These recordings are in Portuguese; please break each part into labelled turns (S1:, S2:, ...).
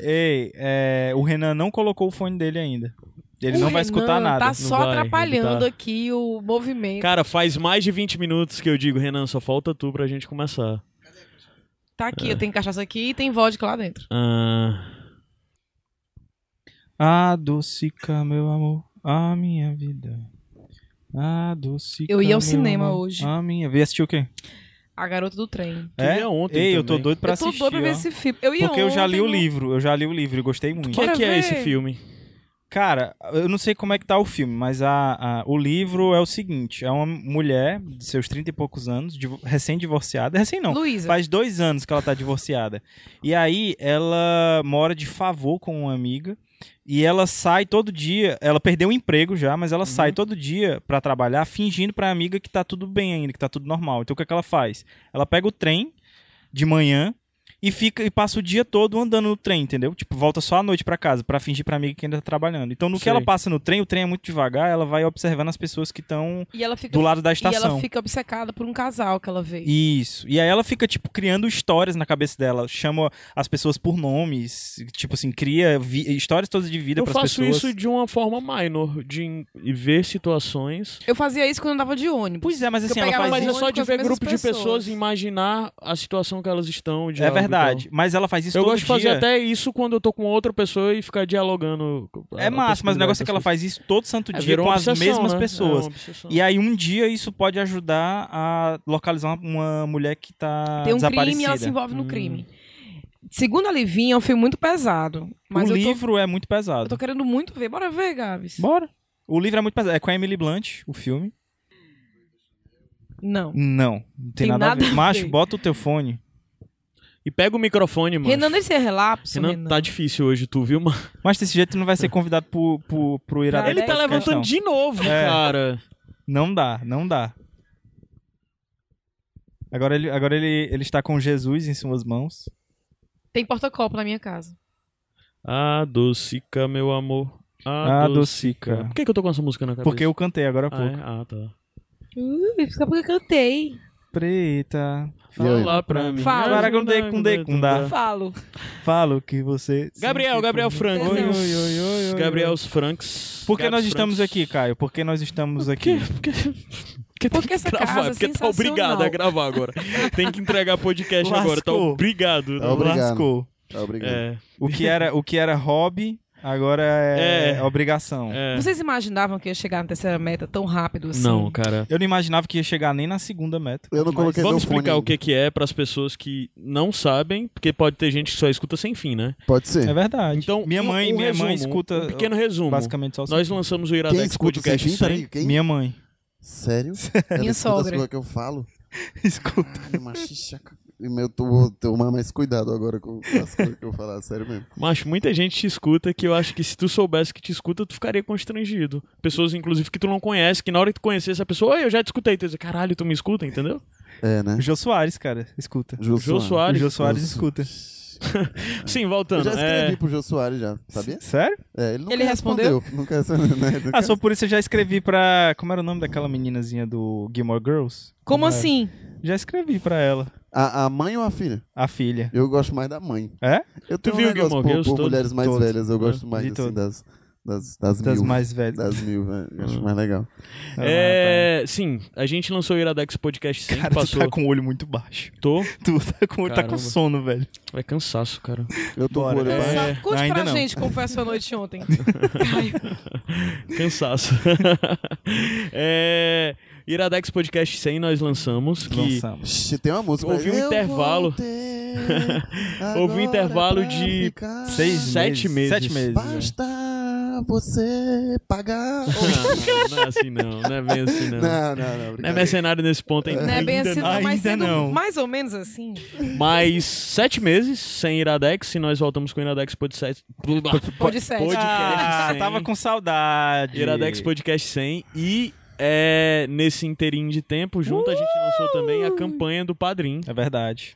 S1: Ei, é, o Renan não colocou o fone dele ainda. Ele
S2: O
S1: não
S2: Renan
S1: vai escutar nada.
S2: Tá só
S3: vai, ele
S2: atrapalhando
S3: tá-
S2: aqui o movimento.
S3: Cara, faz mais de 20 minutos que eu digo, Renan, só falta tu pra gente começar.
S2: Tá aqui, eu tenho cachaça aqui e tem vodka lá dentro.
S3: Ah,
S1: Adocica, meu amor, a minha vida. Adocica.
S2: Eu ia ao
S1: meu
S2: cinema
S1: amor,
S2: hoje.
S1: A minha vida. assistiu o quê? É?
S2: A garota do trem.
S3: Queria ontem
S1: Ei, eu tô
S3: também.
S1: doido pra
S2: eu tô
S1: assistir.
S2: doida pra ver
S1: ó.
S2: esse filme. Eu ia
S1: Porque eu já li o
S2: ontem,
S1: livro, eu já li o livro e gostei
S3: o
S1: muito.
S3: que é
S2: Bora
S3: que é
S2: ver.
S3: esse filme?
S1: Cara, eu não sei como é que tá o filme, mas a, a- o livro é o seguinte: é uma mulher de seus 30 e poucos anos, divo- recém-divorciada. Recém não.
S2: Luísa.
S1: Faz dois anos que ela tá divorciada. E aí ela mora de favor com uma amiga. E ela sai todo dia. Ela perdeu o emprego já, mas
S2: Uhum.
S1: ela sai todo dia pra trabalhar, fingindo pra amiga que tá tudo bem ainda, que tá tudo normal. Então o que, é que ela faz? Ela pega o trem de manhã e fica e passa o dia todo andando no trem, entendeu? Tipo, volta só à noite pra casa pra fingir pra amiga que ainda tá trabalhando. Então no que
S3: Sei.
S1: ela passa no trem, o trem é muito devagar, ela vai observando as pessoas que estão
S2: E ela fica,
S1: do lado da
S2: e ela
S1: estação.
S2: fica obcecada por um casal que ela vê.
S1: Isso. E aí ela fica, tipo, criando histórias na cabeça dela. Chama as pessoas por nomes. Tipo assim, cria vi- histórias todas de vida
S3: Eu
S1: pras
S3: faço
S1: pessoas.
S3: isso de uma forma minor, de em- e ver situações.
S2: Eu fazia isso quando eu andava de ônibus.
S1: Pois é, mas assim,
S2: Eu
S1: ela
S2: pegava
S1: faz
S3: Mas é
S1: isso.
S2: muito
S3: só
S2: com
S3: de
S2: as
S3: ver
S2: mesmas
S3: grupo de pessoas
S2: pessoas.
S3: e imaginar a situação que elas estão. o
S1: É
S3: diálogo
S1: verdade.
S3: e tal.
S1: Mas ela faz isso
S3: Eu
S1: todo
S3: gosto de fazer
S1: dia.
S3: até isso quando eu tô com outra pessoa e ficar dialogando. com a-
S1: É
S3: a
S1: massa, mas o negócio é
S3: possibilidade
S1: que ela
S3: das
S1: faz isso todo santo
S3: coisas. É,
S1: dia
S3: virou
S1: com
S3: uma
S1: as
S3: obsessão,
S1: mesmas
S3: né? É
S1: pessoas.
S3: uma obsessão.
S1: E aí um dia isso pode ajudar a localizar uma mulher que tá
S2: Tem um
S1: desaparecida.
S2: crime e ela se envolve no
S3: Hum.
S2: crime. Segundo a Livinha, é um filme muito pesado. Mas
S1: o
S2: eu, tô,
S1: livro é muito
S2: eu
S1: pesado.
S2: tô querendo muito ver. Bora ver, Gabs.
S1: Bora. O livro é muito pesado. É com a Emily Blunt, o filme.
S2: Não.
S1: Não, não tem,
S2: Tem
S1: nada,
S2: nada
S1: a ver.
S2: a
S1: Macho,
S2: ver.
S1: bota o teu fone.
S3: E pega o microfone, mano.
S2: Renan deve ser relapso,
S3: Renan,
S2: Renan.
S3: tá difícil hoje, tu viu, mano?
S1: Mas desse jeito tu não vai ser convidado pro, pro, pro Irada
S2: Ele tá
S1: Podcast,
S2: levantando
S1: não.
S3: de novo,
S1: É.
S3: cara.
S1: Não dá, não dá. Agora ele, agora ele, ele está com Jesus em suas mãos.
S2: Tem porta-copo na minha casa.
S3: Adocica, Ah, meu amor.
S1: Adocica.
S3: Ah, Por que, que eu tô com essa música na cabeça?
S1: Ah, Porque eu cantei agora há
S3: Ah,
S1: pouco.
S3: é? ah tá.
S2: Uh, isso é porque eu cantei.
S1: Preta.
S3: Fala pra mim.
S2: Fala.
S1: Agora com D, com D, com dá.
S2: Falo.
S1: Falo que você.
S3: Gabriel, Gabriel Franco.
S2: Oi, oi,
S1: oi, oi, oi.
S3: Gabriel Franks.
S1: Por que
S3: Gabs
S1: nós estamos
S3: Franks.
S1: aqui, Caio? Por que nós estamos aqui?
S3: Que? Porque, porque, tem
S2: Porque
S3: que
S2: essa
S3: gravar,
S2: casa é
S3: porque tá obrigado
S2: sensacional.
S3: a gravar agora. tem que entregar podcast agora, tá
S1: Lascou.
S3: obrigado.
S1: Não
S3: né?
S4: Obrigado.
S1: Lascou.
S4: Tá, obrigado.
S3: É,
S1: O que era, o que era hobby, agora é,
S3: É.
S1: obrigação.
S3: é.
S2: Vocês imaginavam que eu ia chegar na terceira meta tão rápido assim?
S3: Não, cara.
S1: Eu não imaginava que ia chegar nem na segunda meta.
S4: Eu não coloquei
S3: Vamos
S4: meu fone
S3: explicar o
S4: ainda.
S3: que que é para as pessoas que não sabem, porque pode ter gente que só escuta sem fim, né?
S4: Pode ser.
S1: É verdade.
S3: Então,
S1: minha
S3: um-
S1: mãe,
S3: um
S1: minha mãe
S3: resumo,
S1: escuta
S3: Um pequeno resumo.
S1: basicamente só
S3: Nós lançamos o
S4: Quem
S3: Iradex
S4: escuta sem
S3: Podcast
S4: fim?
S3: sem.
S4: Peraí, quem?
S1: Minha mãe
S4: Sério? Ela
S2: Minha
S4: escuta as
S2: sogra.
S4: coisas que eu falo?
S1: escuta.
S4: Ai, machista. E meu, tu vou tomar mais cuidado agora com as coisas que eu falar, sério mesmo.
S3: Macho, muita gente te escuta que eu acho que se tu soubesse que te escuta, tu ficaria constrangido. Pessoas, inclusive, que tu não conhece, que na hora que tu conhecer essa pessoa, oi, eu já te escutei. Tu diz, caralho, tu me escuta, entendeu?
S4: É, né?
S1: O Jô Soares, cara, escuta.
S4: Jô
S3: Jô
S1: O
S3: Soares.
S1: Jô Soares
S4: Jô-
S1: escuta.
S3: Sim,
S4: Eu
S3: voltando.
S4: já escrevi
S3: é,
S4: pro Jô Soares já, sabia?
S1: Sério?
S4: É, ele nunca
S2: Ele respondeu?
S4: Nunca respondeu, né? Nunca-
S1: Ah, só por isso eu já escrevi pra. Como era o nome daquela meninazinha do Gilmore Girls?
S2: Como
S1: era?
S2: assim?
S1: Já escrevi pra ela.
S4: A, a mãe ou a filha?
S1: A filha.
S4: Eu gosto mais da mãe.
S1: É?
S4: Eu tenho
S3: viu
S4: um negócio
S3: Gilmore
S4: por,
S3: Girls
S4: por
S3: todo?
S4: mulheres mais
S1: Todo.
S4: velhas, eu
S3: É,
S4: gosto mais
S1: de
S4: assim,
S1: todo.
S4: das, das, das,
S1: Das
S4: mil.
S1: mais velhas.
S4: Das mil, né? Eu acho mais legal.
S1: Ah,
S3: é, sim, a gente lançou o Iradex Podcast sem,
S1: tá. Cara, tu
S3: passou.
S1: tá com o olho muito baixo.
S3: Tô.
S1: Tu tá com, tá com
S3: Caramba.
S1: sono, velho.
S3: É cansaço, cara.
S4: Eu tô
S1: Bora.
S4: com o olho
S1: É.
S4: baixo.
S2: Só- Conte
S1: ainda
S2: pra
S1: não.
S2: gente como foi a sua noite ontem.
S3: Cansaço. é, Iradex Podcast 100 nós lançamos. Que
S1: Lançamos.
S4: Ixi, tem uma música.
S3: Houve um
S4: Eu
S3: intervalo.
S4: voltei,
S3: Houve um
S4: agora
S3: intervalo
S4: pra
S3: de
S4: ficar.
S1: Seis
S3: Sete
S1: meses.
S3: meses.
S1: Sete meses. é.
S4: Basta Ah, você
S3: Não,
S4: pagar.
S3: não, não é assim não, não é bem assim não.
S4: não, não, não.
S3: Não é
S4: obrigado.
S3: mercenário nesse ponto ainda.
S2: Não é bem
S3: ainda
S2: assim, não, mas
S1: Ainda
S2: sendo
S1: não.
S2: mais ou menos assim.
S3: Mas sete meses sem Iradex e nós voltamos com o Iradex Podcast.
S2: Pode ser.
S3: Pode-
S1: Ah,
S3: Podcast,
S1: tava
S3: hein?
S1: com saudade.
S3: Iradex Podcast 100 e é, nesse inteirinho de tempo, junto, a gente lançou também a campanha do Padrim.
S1: É verdade.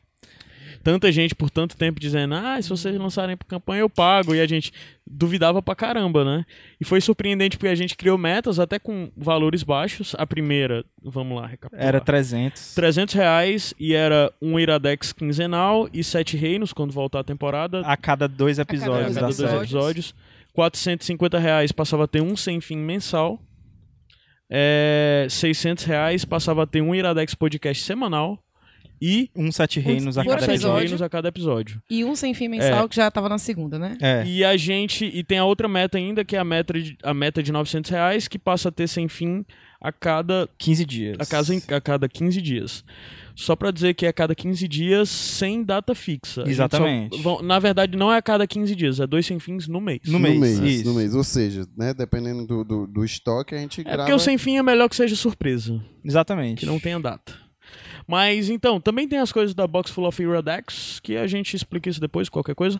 S3: tanta gente por tanto tempo dizendo, ah, se vocês lançarem pra campanha eu pago, e a gente duvidava pra caramba, né? E foi surpreendente porque a gente criou metas até com valores baixos. A primeira, vamos lá, recapitular.
S1: Era 300.
S3: 300 reais e era um Iradex quinzenal e sete reinos quando voltar a temporada.
S1: A cada dois
S3: É,
S1: episódios
S3: a
S2: dois
S3: cada
S1: da
S3: dois
S1: série.
S2: episódios.
S3: episódios. 450 reais passava a ter um sem fim mensal. É, 600 reais passava a ter um Iradex podcast semanal. E
S1: Um sete reinos a
S2: por
S1: cada
S3: sete
S1: episódio.
S2: episódio.
S3: reinos a cada episódio. É.
S2: E um sem fim mensal que já tava na segunda, né?
S1: É.
S3: E a gente. E tem a outra meta ainda, que é a meta de, a meta de 900 reais, que passa a ter sem fim a cada
S1: 15 dias.
S3: A, casa, a cada 15 dias. Só pra dizer que é a cada 15 dias sem data fixa. A gente só-
S1: Exatamente.
S3: vão- na verdade, não é a cada 15 dias, é dois sem fins no mês.
S1: No mês, isso.
S4: no mês. Ou seja, né, dependendo do, do, do estoque, a gente
S3: É
S4: grava.
S3: porque o sem fim é melhor que seja surpresa,
S1: Exatamente.
S3: que não tenha data. Mas então, também tem as coisas da Box Full of Iradex, que a gente explica isso depois, qualquer coisa,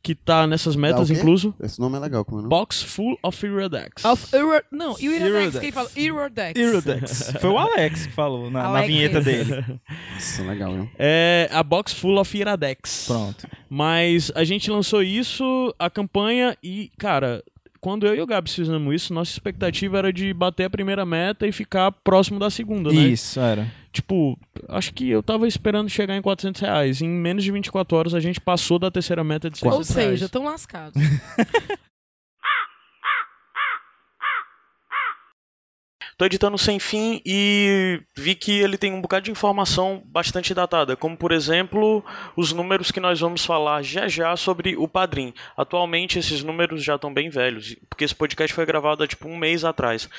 S3: que tá nessas metas
S4: o quê?
S3: incluso.
S4: Esse nome é legal, como é o nome?
S3: Box Full of Iradex.
S2: Of Euro... Não, e o Iradex,
S1: Eurodex.
S2: que ele fala Iradex.
S1: Irodex. é Foi o Alex que falou na, na
S2: Alex.
S1: vinheta dele.
S4: Nossa, legal, viu?
S3: É a Box Full of Iradex.
S1: Pronto.
S3: Mas a gente lançou isso, a campanha, e, cara, quando eu e o Gabs fizemos isso, nossa expectativa era de bater a primeira meta e ficar próximo da segunda, né?
S1: Isso, era.
S3: Tipo, acho que eu tava esperando chegar em 400 reais. Em menos de 24 horas, a gente passou da terceira meta de 600
S2: Ou seja, tão lascado.
S3: Tô editando sem fim e vi que ele tem um bocado de informação bastante datada, como por exemplo os números que nós vamos falar já já sobre o Padrim. Atualmente esses números já estão bem velhos, porque esse podcast foi gravado há tipo um mês atrás.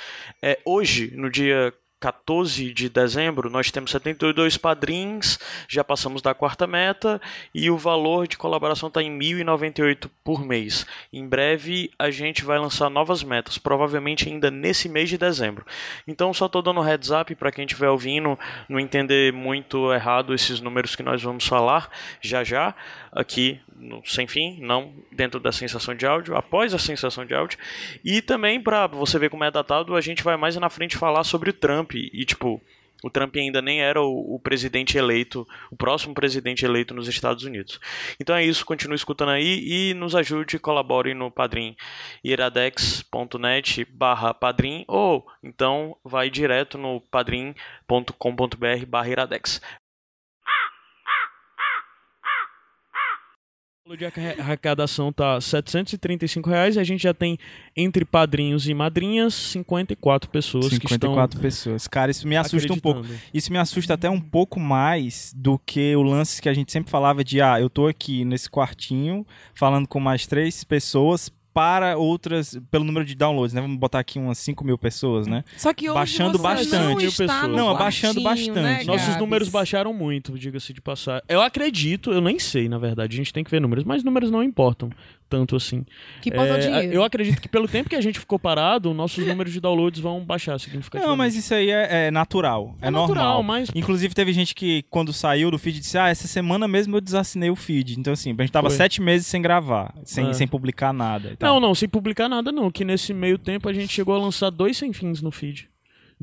S3: É, hoje, no dia 14 de dezembro, nós temos 72 padrinhos, já passamos da quarta meta e o valor de colaboração está em 1.098 por mês. Em breve a gente vai lançar novas metas, provavelmente ainda nesse mês de dezembro. Então só estou dando um heads up para quem estiver ouvindo não entender muito errado esses números que nós vamos falar já já aqui no sem fim, não dentro da sensação de áudio, após a sensação de áudio. E também para você ver como é datado, a gente vai mais na frente falar sobre o Trump e tipo o Trump ainda nem era o, o presidente eleito, o próximo presidente eleito nos Estados Unidos. Então é isso, continue escutando aí e nos ajude, colabore no Padrim iradex.net barra padrim ou então vai direto no padrim.com.br barra iradex. O valor de arca- arrecadação tá R$ 735 reais e a gente já tem entre padrinhos e madrinhas 54 pessoas que estão
S1: 54 pessoas. Cara, isso me assusta um pouco.
S3: acreditando.
S1: Isso me assusta até um pouco mais do que o lance que a gente sempre falava de ah, eu tô aqui nesse quartinho falando com mais três pessoas para outras, pelo número de downloads, né? Vamos botar aqui umas 5 mil pessoas, né?
S2: Só que hoje
S1: Baixando
S2: você
S1: bastante.
S2: não está no
S1: Não, abaixando
S2: quartinho, né,
S1: bastante.
S3: Nossos
S2: Gabs?
S3: números baixaram muito, diga-se de passar. Eu acredito, eu nem sei, na verdade. A gente tem que ver números, mas números não importam tanto assim.
S2: Que importa o
S3: É,
S2: dinheiro.
S3: eu acredito que pelo tempo que a gente ficou parado, nossos números de downloads vão baixar significativamente.
S1: Não, mas isso aí é, é natural, é,
S3: natural,
S1: normal.
S3: mas
S1: Inclusive, teve gente que, quando saiu do feed, disse: Ah, essa semana mesmo eu desassinei o feed. Então, assim, a gente tava
S3: Foi.
S1: sete meses sem gravar, sem,
S3: É.
S1: sem publicar nada. e tal.
S3: Não, não, sem publicar nada não, que nesse meio tempo a gente chegou a lançar dois sem fins no feed.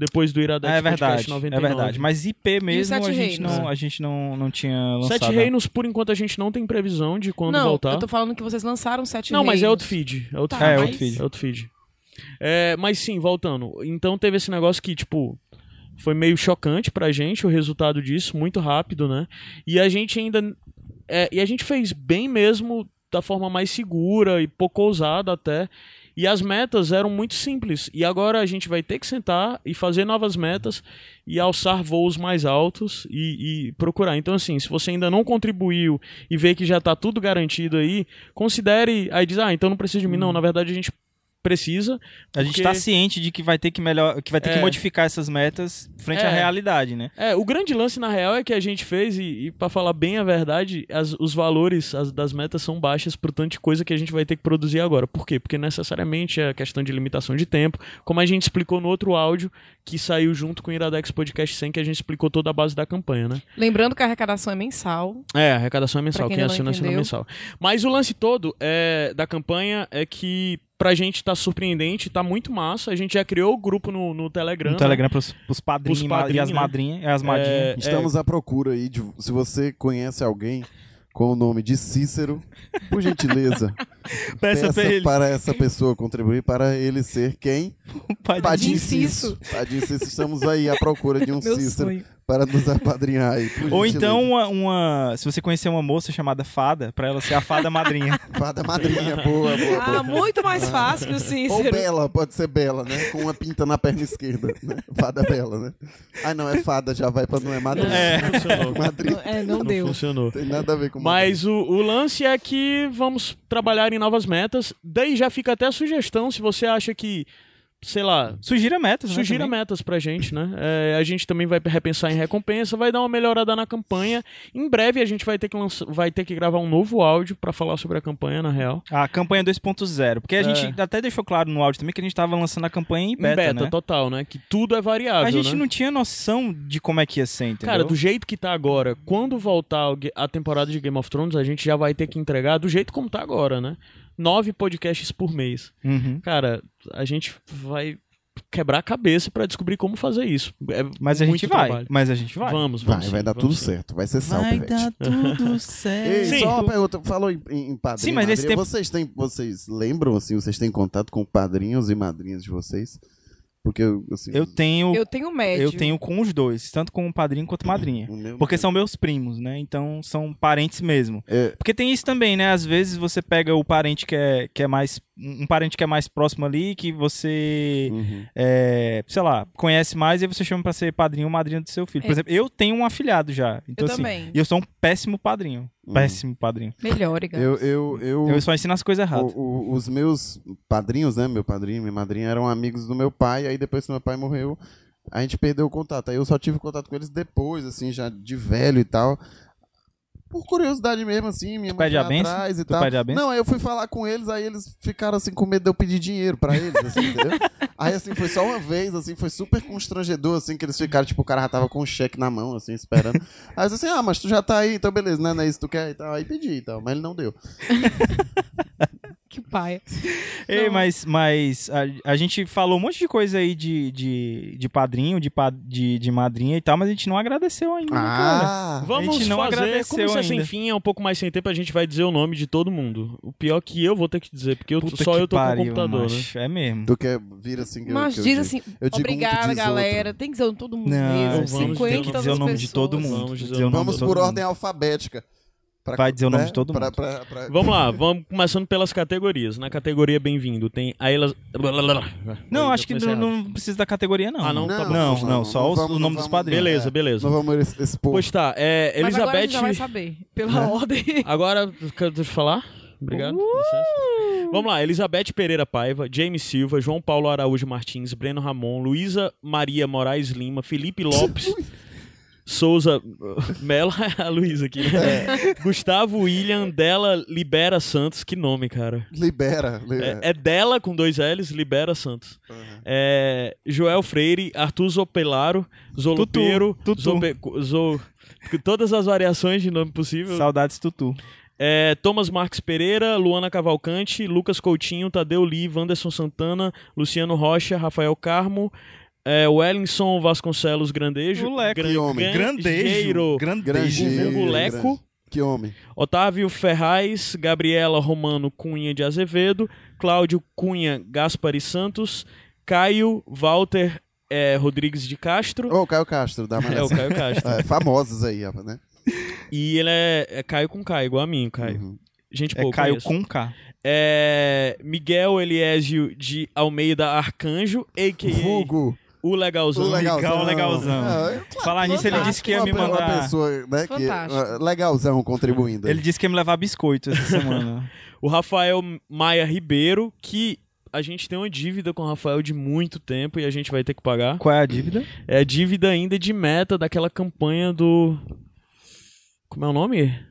S3: Depois do Iradex
S1: É
S3: Podcast
S1: verdade,
S3: 99.
S1: é verdade. Mas IP mesmo
S2: Sete
S1: a gente,
S2: Reinos?
S1: não, a gente não, não tinha lançado.
S3: É.
S1: né?
S3: Sete Reinos, por enquanto, a gente não tem previsão de quando
S2: não,
S3: voltar.
S2: eu tô falando que vocês lançaram sete
S3: Não, mas é
S2: reinos.
S3: outro feed. É outro
S2: Tá,
S3: feed.
S2: É,
S1: mas- outro feed.
S3: É outro feed. É, mas sim, voltando. Então teve esse negócio que, tipo, foi meio chocante pra gente o resultado disso, muito rápido, né? E a gente ainda. é, e a gente fez bem mesmo, da forma mais segura e pouco ousada até. E as metas eram muito simples. E agora a gente vai ter que sentar e fazer novas metas e alçar voos mais altos e, e procurar. Então, assim, se você ainda não contribuiu e vê que já tá tudo garantido aí, considere. Aí diz, ah, então não precisa de mim. Não, na verdade a gente precisa.
S1: A gente
S3: porque-
S1: tá ciente de que vai ter que melhor, que vai ter
S3: É.
S1: que modificar essas metas frente à
S3: É.
S1: realidade, né?
S3: É, o grande lance, na real, é que a gente fez, e, e para falar bem a verdade, as- os valores as- das metas são baixas por tanto de coisa que a gente vai ter que produzir agora. Por quê? Porque necessariamente é questão de limitação de tempo, como a gente explicou no outro áudio que saiu junto com o Iradex Podcast 100, que a gente explicou toda a base da campanha, né?
S2: Lembrando que a arrecadação é mensal.
S3: É, a arrecadação é mensal,
S2: Pra
S3: quem,
S2: quem ainda não
S3: assina, assina
S2: entendeu.
S3: mensal. Mas o lance todo é, da campanha é que pra gente tá surpreendente, tá muito massa. A gente já criou o grupo no, no Telegram.
S1: No
S3: né?
S1: Telegram pros, pros padrinhos
S3: Pros
S1: e ma- e as
S3: padrinhos, né?
S1: É, madrinhas, e as madrinhas.
S4: Estamos à procura aí de. Se você conhece alguém com o nome de Cícero, por gentileza,
S1: Peça pra ele.
S4: para essa pessoa contribuir para ele ser quem?
S1: Um
S2: Padinho
S1: Padre
S4: Padim
S1: Cícero.
S4: Cícero. Padim Cícero, estamos aí à procura de um
S2: Meu
S4: Cícero
S2: sonho.
S4: para nos apadrinhar aí. por
S1: Ou
S4: gentileza.
S1: então uma, uma- Se você conhecer uma moça chamada Fada, pra ela ser a Fada Madrinha.
S4: Fada madrinha, boa, boa, boa.
S2: Ah, muito mais fácil que o
S4: Ou
S2: Cícero.
S4: Bela, pode ser Bela, né? Com uma pinta na perna esquerda. Né? Fada Bela, né? Ah, não, é fada, já vai pra não é madrinha.
S1: É.
S3: Não funcionou.
S4: Madrinha
S2: É, não
S3: Não
S2: deu.
S3: funcionou.
S4: tem nada a ver com
S3: Mas o, o lance é que vamos trabalhar em novas metas. Daí já fica até a sugestão, se você acha que, sei lá,
S1: Sugira metas, né,
S3: Sugira
S1: também.
S3: metas pra gente, né? É, a gente também vai repensar em recompensa, vai dar uma melhorada na campanha. Em breve a gente vai ter que, lança- vai ter que gravar um novo áudio pra falar sobre a campanha, na real.
S1: A campanha 2.0. Porque a
S3: É.
S1: gente até deixou claro no áudio também que a gente tava lançando a campanha em
S3: Em
S1: beta, né?
S3: total, né? Que tudo é variável,
S1: A gente
S3: né?
S1: não tinha noção de como é que ia ser, entendeu?
S3: Cara, do jeito que tá agora, quando voltar o ga- a temporada de Game of Thrones, a gente já vai ter que entregar do jeito como tá agora, né? Nove podcasts por mês.
S1: Uhum.
S3: Cara, a gente vai quebrar a cabeça pra descobrir como fazer isso. É
S1: Mas a
S3: muito
S1: gente vai.
S3: trabalho.
S1: Mas a gente vai.
S3: Vamos, vamos.
S4: Vai,
S3: sim,
S4: vai dar
S3: vamos
S4: tudo
S3: sim.
S4: certo. Vai ser sal, Pivete.
S1: tudo
S4: Ei,
S1: certo.
S3: Sim.
S4: só uma pergunta. Falou em, em em padrinho.
S1: Sim, mas nesse
S4: madrinha.
S1: tempo-
S4: Vocês têm. Vocês lembram, assim, vocês têm contato com padrinhos e madrinhas de vocês? Porque eu, assim.
S1: Eu tenho, eu,
S2: Eu tenho médio.
S1: tenho com os dois, tanto com o padrinho quanto madrinha.
S4: o meu-
S1: Porque são meus primos, né? Então são parentes mesmo.
S4: É.
S1: Porque tem isso também, né? Às vezes você pega o parente que é, que é mais. Um parente que é mais próximo ali, que você.
S4: Uhum.
S1: é, sei lá, conhece mais e aí você chama pra ser padrinho ou madrinha do seu filho. Por
S2: É.
S1: exemplo, eu tenho um afilhado já. Então,
S2: Eu
S1: assim,
S2: também.
S1: E eu sou um péssimo padrinho.
S4: Uhum.
S1: Péssimo padrinho.
S2: Melhor, Iga.
S4: Hum. Eu, eu, eu,
S1: Eu só ensino as coisas erradas.
S4: O- o- os meus padrinhos, né? Meu padrinho e minha madrinha eram amigos do meu pai. Aí depois que meu pai morreu, a gente perdeu o contato. Aí eu só tive contato com eles depois, assim, já de velho e tal. Por curiosidade mesmo, assim, minha
S1: Tu
S4: mãe
S1: pede a
S4: foi
S1: benção?
S4: atrás e
S1: Tu
S4: tal.
S1: pede a benção?
S4: Não, aí eu fui falar com eles, aí eles ficaram assim com medo de eu pedir dinheiro pra eles, assim, entendeu? Aí assim, foi só uma vez, assim, foi super constrangedor, assim, que eles ficaram, tipo, o cara já tava com um cheque na mão, assim, esperando. Aí eu disse assim, ah, mas tu já tá aí, então beleza, né? Não é isso que tu quer e tal. Aí pedi e tal, mas ele não deu.
S2: Que pai.
S1: Ei,
S2: Não.
S1: mas, mas a, a gente falou um monte de coisa aí de, de, de padrinho, de, pa- de, de madrinha e tal, mas a gente não agradeceu ainda, cara.
S4: Ah!
S3: Vamos
S1: A gente não
S3: fazer,
S1: agradeceu
S3: como isso é sem
S1: ainda.
S3: fim, é um pouco mais sem tempo, a gente vai dizer o nome de todo mundo. O pior que eu vou ter que dizer, porque eu,
S1: Puta
S3: só
S1: que
S3: eu tô
S1: pariu,
S3: com o computador, né?
S1: macho. É mesmo.
S4: Tu quer vir assim que eu-
S2: Mas
S4: que eu
S2: diz
S4: digo?
S2: assim,
S4: Eu digo um, tu
S2: obrigada,
S4: diz
S2: galera. Tem que dizer todo mundo
S1: Não,
S2: mesmo.
S1: vamos tem
S2: 50
S1: que dizer o nome de todo
S2: pessoas.
S1: mundo.
S3: Vamos dizer
S1: dizer o
S3: o
S1: nome
S4: Vamos
S1: de
S4: por
S1: todo
S4: ordem alfabética. Pra-
S1: Vai dizer o nome
S4: né?
S1: de todo
S4: Pra-
S1: mundo.
S4: pra- pra-
S3: Vamos lá, vamos começando pelas categorias. Na categoria bem-vindo tem a Elas...
S1: Não,
S3: Eu
S1: acho que
S3: comecei
S1: não,
S3: errado.
S1: não precisa da categoria, não.
S3: Ah, não? Tá bom.
S1: Não, não,
S4: não
S1: só os-
S4: vamos-
S1: o nome
S4: não
S1: dos
S4: vamos-
S1: padrinhos.
S3: Beleza,
S4: é.
S3: beleza.
S4: Não vamos es- expor.
S3: Pois tá, é,
S2: Mas
S3: Elizabeth... Né?
S2: agora a gente já vai saber, pela ordem.
S3: Agora, quero- deixa eu falar. Obrigado. licença. Vamos lá, Elizabeth Pereira Paiva, James Silva, João Paulo Araújo Martins, Breno Ramon, Luísa Maria Moraes Lima, Felipe Lopes. Souza Mela, a Luísa aqui. né? Gustavo William Della Libera Santos, que nome, cara.
S4: Libera. né? libera.
S3: É, é dela com dois L's, Libera Santos.
S4: Uhum.
S3: É, Joel Freire, Arthur Zopelaro, Zolopeiro,
S1: Tutu.
S3: Zope, Zo- todas as variações de nome possível.
S1: Saudades Tutu.
S3: É, Thomas Marques Pereira, Luana Cavalcante, Lucas Coutinho, Tadeu Li, Wanderson Santana, Luciano Rocha, Rafael Carmo, é, Wellington Vasconcelos Grandejo,
S1: O Leco.
S3: Gran-
S4: Que homem.
S1: Grandejo.
S3: Grandeiro,
S4: Grandeiro,
S3: Vulgo
S4: grande.
S3: Leco.
S4: Que homem.
S3: Otávio Ferraz, Gabriela Romano Cunha de Azevedo, Cláudio Cunha Gaspari Santos, Caio Walter é, Rodrigues de Castro.
S4: Ô, Caio Castro, dá mais.
S3: É o Caio Castro.
S4: É, famosos aí, ó, né?
S3: E ele é, é Caio com Caio, igual a mim, Caio.
S4: Uhum.
S3: Gente
S1: É
S3: boa,
S1: Caio
S3: conheço.
S1: com K.
S3: É, Miguel Eliésio de Almeida Arcanjo, a.k.a.
S4: Vulgo.
S3: o Legalzão.
S4: O legalzão.
S1: Legal, legalzão.
S4: Ah, é claro.
S1: Falar nisso, ele
S2: fantástico.
S1: disse que ia
S4: Uma
S1: me
S4: pe- uma
S1: mandar.
S4: pessoa, né, que-
S2: Fantástico.
S4: legalzão contribuindo.
S1: Ele disse que ia me levar biscoito essa semana.
S3: O Rafael Maia Ribeiro, que a gente tem uma dívida com o Rafael de muito tempo e a gente vai ter que pagar.
S1: Qual é a dívida?
S3: É a dívida ainda de meta daquela campanha do... Como é o nome?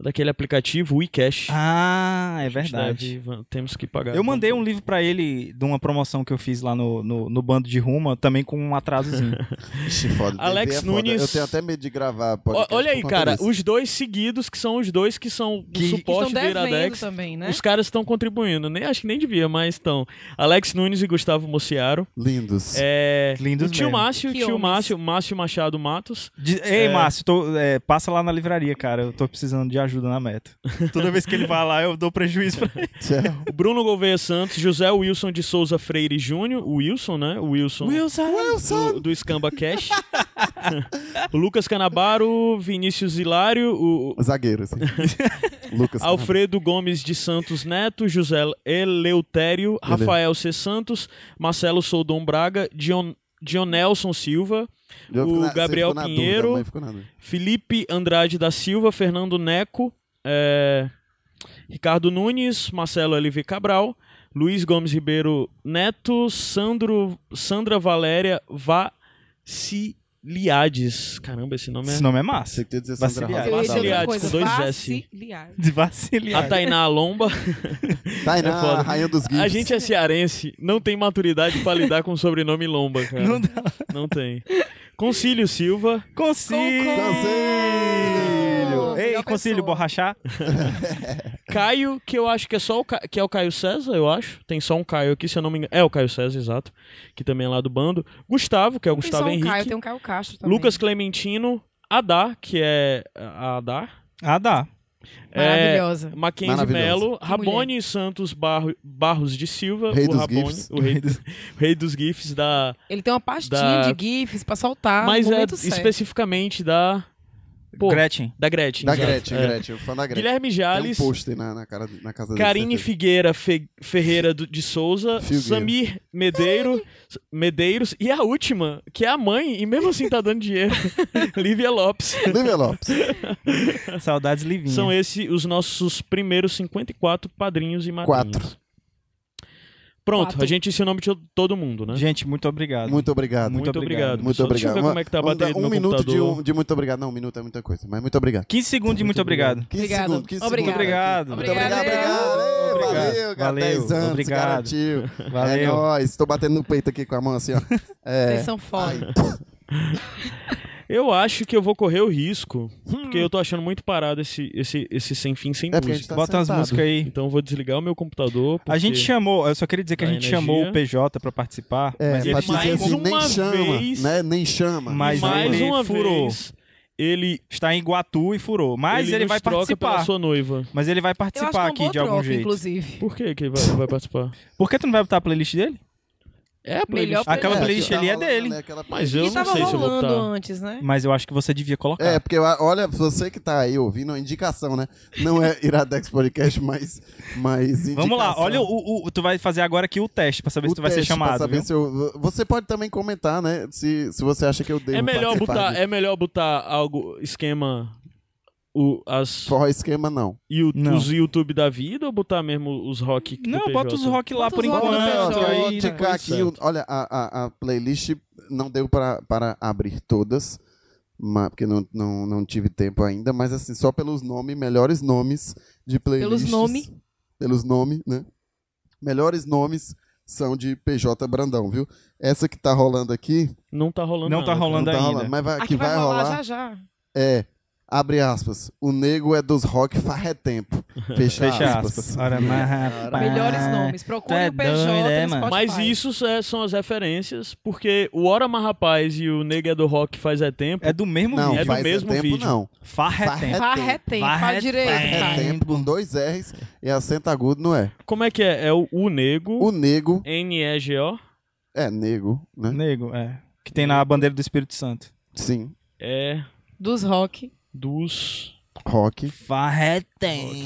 S3: Daquele aplicativo, o WeCash.
S1: Ah, é
S3: A gente
S1: verdade.
S3: deve- temos que pagar.
S1: Eu mandei um livro pra ele de uma promoção que eu fiz lá no, no, no bando de Ruma, também com um atrasozinho.
S4: Ixi, foda.
S3: Alex
S4: TV é foda.
S3: Nunes-
S4: Eu tenho até medo de gravar
S3: Ó,
S4: podcast
S3: Olha
S4: por
S3: aí,
S4: conta
S3: cara,
S4: disso.
S3: os dois seguidos, que são os dois que são do
S1: Que-
S2: Que
S3: suporte
S2: estão
S3: do
S2: devendo
S3: Iradex.
S2: também, né?
S3: Os caras estão contribuindo, nem acho que nem devia, mas estão. Alex Nunes e Gustavo Mociaro.
S4: Lindos.
S3: É,
S1: Lindos
S3: o tio
S1: mesmo.
S3: Márcio,
S2: Que
S3: tio
S2: homens.
S3: Márcio, Márcio Machado Matos.
S1: De- Ei,
S3: É.
S1: Márcio, tô- é, passa lá na livraria, cara. Eu tô precisando de ajuda na meta. Toda vez que ele vai lá, eu dou prejuízo pra ele.
S4: Tchau.
S3: Bruno Gouveia Santos, José Wilson de Souza Freire Júnior, o Wilson, né? O Wilson.
S1: Wilson!
S3: do, do Scamba Cash. Lucas Canabaro, Vinícius Hilário, o
S4: Zagueiro, assim. Lucas.
S3: Alfredo Gomes de Santos Neto, José Eleutério,
S4: Beleza.
S3: Rafael C. Santos, Marcelo Soldom Braga, Dion, Dionelson Silva,
S4: Eu fico
S3: o
S4: na- você
S3: Gabriel
S4: ficou na dúvida,
S3: Pinheiro.
S4: mas ficou na dúvida.
S3: Felipe Andrade da Silva, Fernando Neco, é, Ricardo Nunes, Marcelo LV Cabral, Luiz Gomes Ribeiro Neto, Sandro, Sandra Valéria Vaciliades. Caramba, esse nome
S1: Esse
S3: é.
S1: nome é massa.
S4: Você que dizer Sandra
S1: Vassiliades.
S4: Rafael.
S3: Eu ia dizer outra Vaciliades, com dois S.
S2: Vaciliades.
S1: De vacilhar.
S3: A Tainá Lomba.
S4: Tainá,
S3: É foda.
S4: a rainha dos gifs.
S3: A gente é cearense, não tem maturidade pra lidar com o sobrenome Lomba, cara.
S1: Não
S3: Não,
S1: dá.
S3: tem. Concílio Silva.
S1: Consigo!
S4: Conselho!
S1: Ei,
S2: Melhor
S1: conselho,
S2: pessoa.
S1: borrachar.
S3: Caio, que eu acho que é só o Ca- que é o Caio César, eu acho. Tem só um Caio aqui, se eu não me engano. É o Caio César, exato. Que também é lá do bando. Gustavo, que é o
S2: Tem
S3: Gustavo
S2: só um
S3: Henrique.
S2: Caio, tem um Caio Castro também.
S3: Lucas Clementino. Adá, que é a Adá.
S1: Ah, dá.
S3: É,
S2: Maravilhosa.
S3: Mackenzie
S4: Maravilhosa.
S3: Melo, Rabone Santos Barro- Barros de Silva,
S4: Rei
S3: o
S4: dos
S3: Rabone,
S4: GIFs.
S3: o rei, dos- rei dos GIFs da.
S2: Ele tem uma pastinha
S3: Da-
S2: de GIFs pra soltar
S3: mas
S2: no
S3: é
S2: momento certo.
S3: especificamente da. Pô,
S1: Gretchen.
S3: Da Gretchen.
S4: Da
S3: exato,
S4: Gretchen,
S3: é.
S4: Gretchen, o fã da Gretchen.
S3: Guilherme
S4: Tem um
S3: Jales,
S4: pôster na, na, cara, na casa dele. assim.
S3: Karine
S4: certeza.
S3: Figueira Fe- Ferreira do- de Souza,
S4: Figueira.
S3: Samir Medeiro, Medeiros e a última, que é a mãe, e mesmo assim tá dando dinheiro, Lívia Lopes.
S4: Lívia Lopes.
S1: Saudades Livinha.
S3: São esses os nossos primeiros 54 padrinhos e madrinhos.
S4: Quatro.
S3: Pronto,
S2: Quatro.
S3: a gente ensina o nome de todo mundo, né?
S1: Gente, muito obrigado.
S4: Muito obrigado.
S1: Muito obrigado.
S4: Muito
S3: pessoal.
S4: obrigado.
S3: Deixa eu ver como é que tá a
S4: Vamos dar
S3: bateria do
S4: um
S3: meu
S4: minuto de,
S3: computador.
S4: um- de muito obrigado. Não, um minuto é muita coisa, mas muito obrigado.
S1: 15 segundos de muito obrigado.
S4: 15
S2: Obrigado.
S4: segundos, 15
S2: Obrigado.
S4: segundos.
S1: Obrigado.
S4: Muito obrigado,
S2: Obrigado.
S4: obrigado. Ei,
S1: Obrigado.
S4: Valeu, cara.
S1: Valeu,
S4: 10 anos,
S1: obrigado.
S4: garantiu. É
S1: Valeu.
S4: nóis. Tô batendo no peito aqui com a mão assim, ó.
S2: Vocês
S4: É.
S2: são
S4: Ai,
S2: foda.
S3: Eu acho que eu vou correr o risco, porque eu tô achando muito parado esse, esse, esse sem fim, sem
S4: É porque a gente
S3: música.
S4: tá
S1: Bota umas
S4: sentado.
S1: músicas aí.
S3: Então eu vou desligar o meu computador.
S1: A gente
S3: porque-
S1: chamou, eu só queria dizer que a
S3: Dá
S1: gente
S3: energia.
S1: chamou o PJ pra participar,
S4: É,
S1: mas ele
S4: pra dizer
S3: mais
S4: assim, nem
S3: uma
S4: chama,
S3: vez-
S4: né? Nem chama.
S1: Mas
S3: mais
S1: ele
S3: uma
S1: furou.
S3: vez, ele,
S1: está em Iguatu e furou. Mas ele,
S3: nos
S1: vai
S3: troca pela
S1: participar.
S3: sua noiva.
S1: Mas ele
S2: Eu
S1: vai
S2: acho que é
S1: participar
S2: um
S1: aqui
S2: bom
S1: de algum
S2: troco,
S1: jeito.
S2: inclusive.
S3: Por que que ele vai, vai participar?
S1: Por que tu não vai botar a playlist dele?
S3: É a playlist.
S2: Melhor
S1: Aquela
S2: É,
S1: playlist
S4: que tá
S1: ali é
S4: rolando,
S1: dele.
S4: né? Aquela
S3: Mas
S2: que
S3: eu não
S2: tava
S3: sei se eu vou
S2: rolando
S3: botar.
S2: antes, né?
S1: Mas eu acho que você devia colocar.
S4: É, porque olha, você que tá aí ouvindo, a indicação, né? Não é Iradex Podcast, mas, mas indicação.
S1: Vamos lá, olha o, o- Tu vai fazer agora aqui o teste pra saber
S4: O
S1: se tu vai ser
S4: teste pra
S1: chamado.
S4: saber
S1: viu?
S4: se eu- você pode também comentar, né? Se, se você acha que eu um devo
S3: É melhor
S4: participar
S3: botar,
S4: disso.
S3: é melhor botar algo esquema o as
S4: Forró esquema, não.
S3: you-
S1: Não.
S3: os YouTube da vida ou botar mesmo os rock do
S1: Não,
S3: PJ?
S1: bota os rock lá
S2: Bota
S1: por
S2: os rock no
S1: enquanto.
S2: PJ.
S1: aí
S4: Vou ticar
S1: depois-
S4: aqui, o- olha, a, a, a playlist não deu pra- para abrir todas, ma- porque não, não, não tive tempo ainda, mas assim, só pelos nomes, melhores nomes de
S2: Pelos
S4: playlists.
S2: nome.
S4: Pelos nomes, né? Melhores nomes são de PJ Brandão, viu? Essa que tá rolando aqui,
S3: Não tá rolando.
S1: Não tá
S3: nada,
S1: rolando
S4: não tá
S1: ainda.
S4: rolando, mas vai,
S2: Aqui
S4: que vai, rolar,
S2: já já.
S4: é, abre aspas, o nego é dos rock farré tempo, fecha,
S1: Fecha
S4: aspas.
S1: aspas. Ora, mas, rapaz.
S2: Melhores nomes. Procurem
S1: é
S2: o PJ
S1: doido, é,
S2: no
S1: mano?
S2: Spotify.
S3: Mas isso é- são as referências, porque o Hora Mas Rapaz e o Nega do Rock faz é tempo. É
S1: É do mesmo
S4: Não,
S1: vídeo.
S3: do
S4: faz
S3: mesmo
S4: tempo
S3: vídeo.
S4: não.
S1: Farra É
S4: Farretempo.
S1: tempo.
S2: Farretem,
S1: Farretem.
S2: faz direito,
S3: Tá.
S4: É
S2: cara.
S4: tempo com dois R's e acento agudo não é.
S3: Como é que é? É o, o Nego,
S4: O nego
S3: N-E-G-O,
S4: é nego, né?
S1: Nego, é. Que tem na bandeira do Espírito Santo.
S4: Sim,
S3: é
S2: Dos rock.
S3: dos...
S4: rock.
S1: Farretem.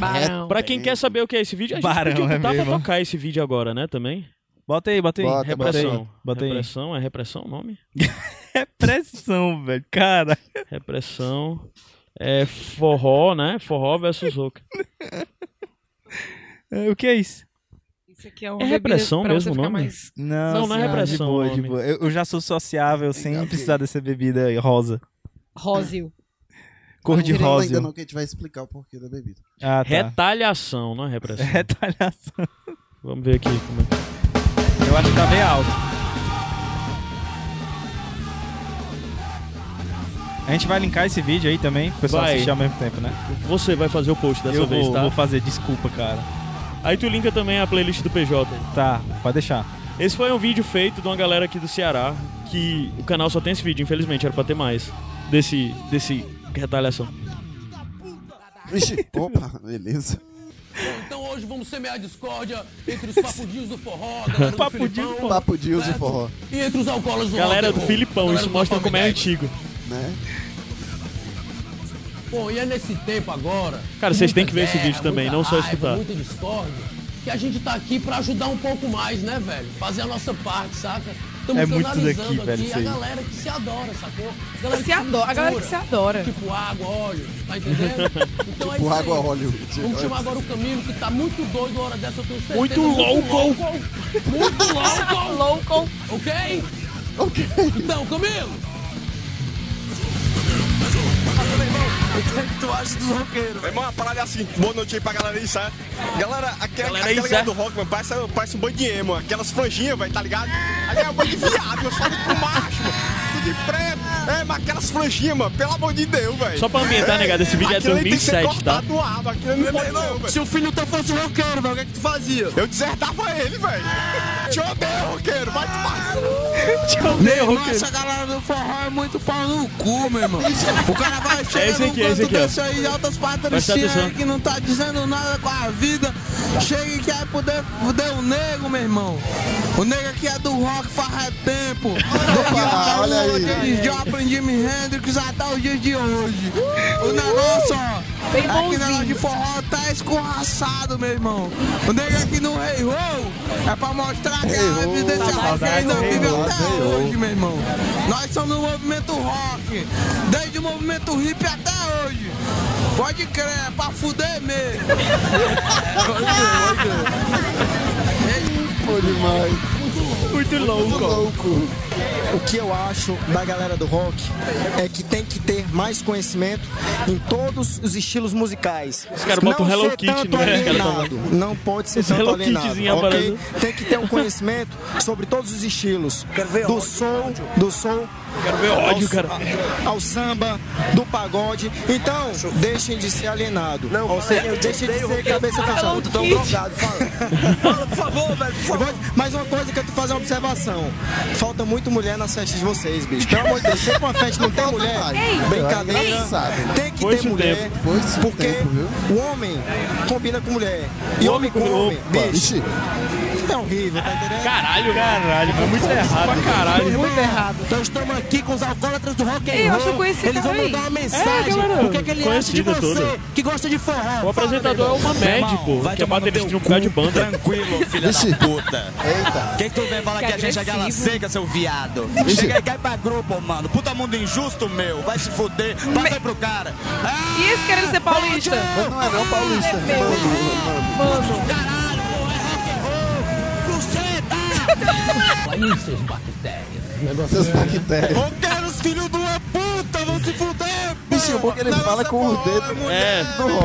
S2: Barão.
S3: Pra quem quer saber o que é esse vídeo, a gente
S1: Barão,
S3: podia
S1: é
S3: botar pra
S1: mesmo.
S3: tocar esse vídeo agora, né, também?
S1: Bota aí, bota aí.
S4: Bota,
S1: bota aí.
S3: Repressão.
S1: Bota aí.
S3: Repressão, é repressão o nome?
S1: Repressão, velho. Cara.
S3: Repressão. É forró, né? Forró versus rock.
S1: É, O que é isso?
S2: Isso aqui é uma
S3: É
S2: bebida
S3: repressão
S2: pra você
S3: mesmo o
S2: ficar
S3: nome?
S2: mais-
S1: Não,
S3: Não, não é
S1: senhora,
S3: repressão,
S1: De boa,
S3: homem.
S1: de boa. Eu, eu já sou sociável sem
S4: Ok.
S1: precisar dessa bebida aí, rosa.
S2: Rósil.
S1: Cor de
S4: Não, não,
S1: rosa.
S4: Ainda não que a gente vai explicar o porquê da bebida.
S1: Ah, tá.
S3: Retaliação, não é repressão.
S1: Retalhação.
S3: Vamos ver aqui como é. que-
S1: Eu acho que tá bem alto. A gente vai linkar esse vídeo aí também, pro pessoal
S3: Vai.
S1: assistir ao mesmo tempo, né?
S3: Você vai fazer o post dessa
S1: eu
S3: vez,
S1: vou,
S3: tá?
S1: vou fazer, desculpa, cara.
S3: Aí tu linka também a playlist do PJ.
S1: Tá, pode deixar.
S3: Esse foi um vídeo feito de uma galera aqui do Ceará, que o canal só tem esse vídeo, infelizmente, era pra ter mais. Desse. desse retaliação.
S4: Ixi, opa, beleza.
S5: Então hoje vamos semear discórdia entre os papudinhos do forró, a galera do
S3: Papo de
S5: Filipão,
S4: Papo de uso e forró,
S5: e entre os alcoolas do
S3: Galera
S5: rock and
S3: do
S5: roll.
S3: Filipão,
S5: Galera
S3: isso
S5: do
S3: mostra
S5: Pop
S3: como é
S5: Gang.
S3: antigo.
S4: né?
S5: Bom, e é nesse tempo agora.
S3: Cara, vocês
S5: muita
S3: têm que ver esse
S5: guerra,
S3: vídeo também,
S5: muita
S3: não só
S5: raiva,
S3: escutar.
S5: Muita discórdia, que a gente tá aqui pra ajudar um pouco mais, né, velho? Fazer a nossa parte, saca? Estamos
S1: É muito
S5: canalizando
S1: daqui, velho, isso
S5: a
S1: aí.
S5: galera que se adora, sacou? Galera
S2: Se
S5: que
S2: adora, a galera que se
S5: mistura,
S2: adora.
S5: Tipo água, óleo, tá entendendo? Então
S1: Tipo
S5: é
S4: Por
S5: isso
S4: Tipo água,
S5: aí.
S4: óleo.
S5: Vamos chamar agora o Camilo, que tá muito doido hora dessa, eu tenho certeza.
S3: Muito louco.
S5: Muito louco!
S2: Louco.
S5: ok?
S4: Ok.
S5: Então, Camilo!
S6: Meu irmão, a parada é assim. Boa noite aí pra galera aí, sabe? Galera, aquela
S3: Galera
S6: galera,
S3: aí,
S6: aquela galera do rock, mano, parece, parece um bando de emo, mano. aquelas franjinhas, velho, tá ligado? Ali é um bando de viado, eu só com macho, mano. Tudo de preto. É, mas aquelas franjinhas, mano, pelo amor de Deus, velho.
S3: Só pra ambientar, negado, esse vídeo é
S6: Aquilo ali tem
S3: 2007,
S6: que ser
S3: tá?
S6: cortado do ar, mano. Aquilo ali não pode não, velho.
S5: o filho teu fosse roqueiro, velho, o que é que tu fazia?
S6: Eu desertava ele, velho. Te odeio, roqueiro, vai tomar.
S5: Nossa, a galera do forró é muito pau no cu, meu irmão. O cara vai chegando
S3: esse aqui, é
S5: num
S3: esse aqui,
S5: canto
S3: ó.
S5: desse aí, altas
S3: Presta
S5: patricinhas
S3: atenção.
S5: aí que não tá dizendo nada com a vida. Chega e quer poder fuder o nego, meu irmão. O nego aqui é do rock faz é tempo. é um Desde
S4: Opa,
S5: a
S4: olha
S5: lua,
S4: aí.
S5: Janis Joplin, Jimi Hendrix, até o dia de hoje.
S4: Uh!
S5: O negócio, ó.
S2: Bem
S5: Aqui na
S2: bonzinho.
S5: hora de forró tá escorraçado, meu irmão. O nego aqui no Rei Roll é pra mostrar que a
S4: Ho,
S5: evidência rock
S4: saudade
S5: Tá ainda
S4: do
S5: vive
S4: Rei Ho,
S5: até
S4: Rei Ho.
S5: hoje hoje, meu irmão. Nós somos no movimento rock, desde o movimento hip até hoje. Pode crer, é pra fuder mesmo.
S4: Pô, demais.
S3: Muito louco.
S4: Louco.
S7: O que eu acho da galera do rock é que tem que ter mais conhecimento em todos os estilos musicais. Os
S3: caras botam Hello Kitty,
S7: tanto
S3: né? Os caras
S7: alienado. Não pode ser tanto
S3: Hello
S7: alienado,
S3: Kittyzinho
S7: ok?
S3: aparecendo.
S7: Tem que ter um conhecimento sobre todos os estilos. Do soul, do soul
S3: Quero ver ódio, cara.
S7: ao samba, do pagode. Então, deixem de ser alienado. Não, Ou seja, deixem de ser cabeça Então, fechada.
S2: Hello Kitty.
S7: Eu vou- Mais uma coisa que eu tô fazendo uma observação. Falta muito mulher nas festas de vocês, bicho. Pelo amor de Deus, sempre uma festa não tem mulher.
S4: Ei,
S7: Brincadeira.
S4: engraçado.
S7: Tem que
S3: Foi esse
S7: ter mulher.
S3: tempo.
S4: Foi esse
S7: Porque
S4: tempo, viu?
S7: o homem combina com mulher. E
S3: O
S7: homem com
S3: homem
S7: homem,
S3: com-
S7: bicho,
S4: Ixi,
S7: é horrível, tá entendendo?
S3: Caralho, caralho, é muito errado. Pra caralho.
S7: Muito errado. Então estamos aqui com os alcoólatras do rock and
S2: Ei, eu acho que eu
S7: roll.
S2: conheci
S7: Eles vão
S2: também.
S7: mandar uma mensagem.
S3: galera,
S7: o que, é que ele acha de
S3: conhecida
S7: você
S3: toda.
S7: que gosta de forró?
S3: O apresentador é uma média, pô. Que é baterista de um lugar de banda.
S8: Tranquilo, filha
S4: Ixi.
S8: da puta.
S4: eita.
S8: Quem que tu vem falar que,
S2: Que
S8: a gente é gala
S2: agressivo.
S8: seca, seu viado?
S4: Ixi.
S8: Chega aí, cai pra grupo, mano. Puta mundo injusto, meu. Vai se fuder. Passa aí pro cara. Ah,
S2: E esse querendo ser paulista?
S4: Mas não é não, Paulista.
S2: É meu.
S4: Mano,
S2: Mano,
S8: caralho, pô, é rock and roll. Buceta!
S4: mano. Seus bactérias.
S8: Eu quero os filhos de uma puta, vão se fuder, pô.
S4: Bicho, o bom que ele fala com os dedos
S3: É.
S4: do
S3: Olha,
S4: rock.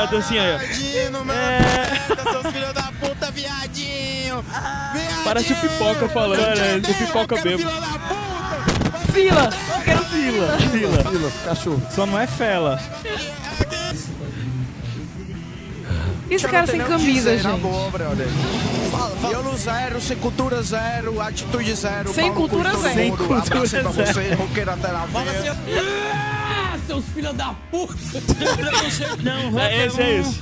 S3: olha, olha, assim, olha.
S8: Viadinho, mano. É. Seus filhos da puta, viadinho. Viadinho.
S3: Parece o Pipoca falando,
S8: Eu te
S3: né?
S8: odeio,
S3: O Pipoca
S8: eu quero
S3: bêbado.
S8: filho da puta.
S2: fila. Quero
S1: Fila, fila.
S4: Fila, cachorro.
S1: Só não é fela.
S2: Esse cara sem camisa,
S5: é
S2: gente.
S8: Violo zero, sem cultura zero, atitude zero.
S2: Sem cultura zero.
S8: Sem cultura zero. Você, roqueiro até na veia.
S3: É esse, é esse.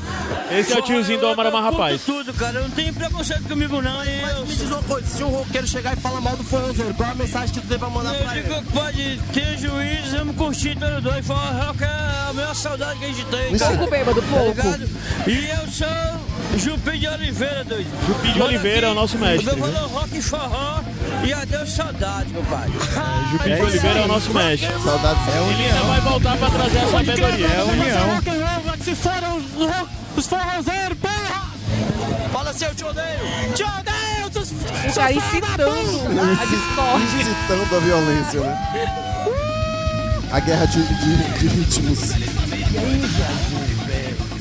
S3: Esse é o tiozinho do Amarama Rapaz.
S5: um- Tudo, cara, eu não tem preconceito comigo, não. Eu,
S7: Me diz uma coisa, se um roqueiro chegar e falar mal do forrozeiro, qual é a mensagem que tu tem pra mandar pra ele?
S5: digo que pode ter juízo, eu me curti todos dois. Forró que é a maior saudade que a gente tem, Tá
S4: Ixi,
S2: Pouco bêbado, pouco.
S5: ligado? E eu sou Jupim de Oliveira, doido.
S3: Jupim de Oliveira é o nosso mestre,
S5: Eu
S3: viu?
S5: vou no rock e forró e adeus saudade, meu pai.
S3: Jupim de Oliveira é o nosso mestre.
S4: saudades. É
S3: Ele ainda vai voltar pra trazer a sabedoria. É união.
S7: Se foram os forrozeiros, porra!
S8: Fala assim, eu te odeio.
S7: Te odeio, seus
S2: O cara incitando a discórdia.
S4: incitando a violência, né? A guerra de, de, de ritmos.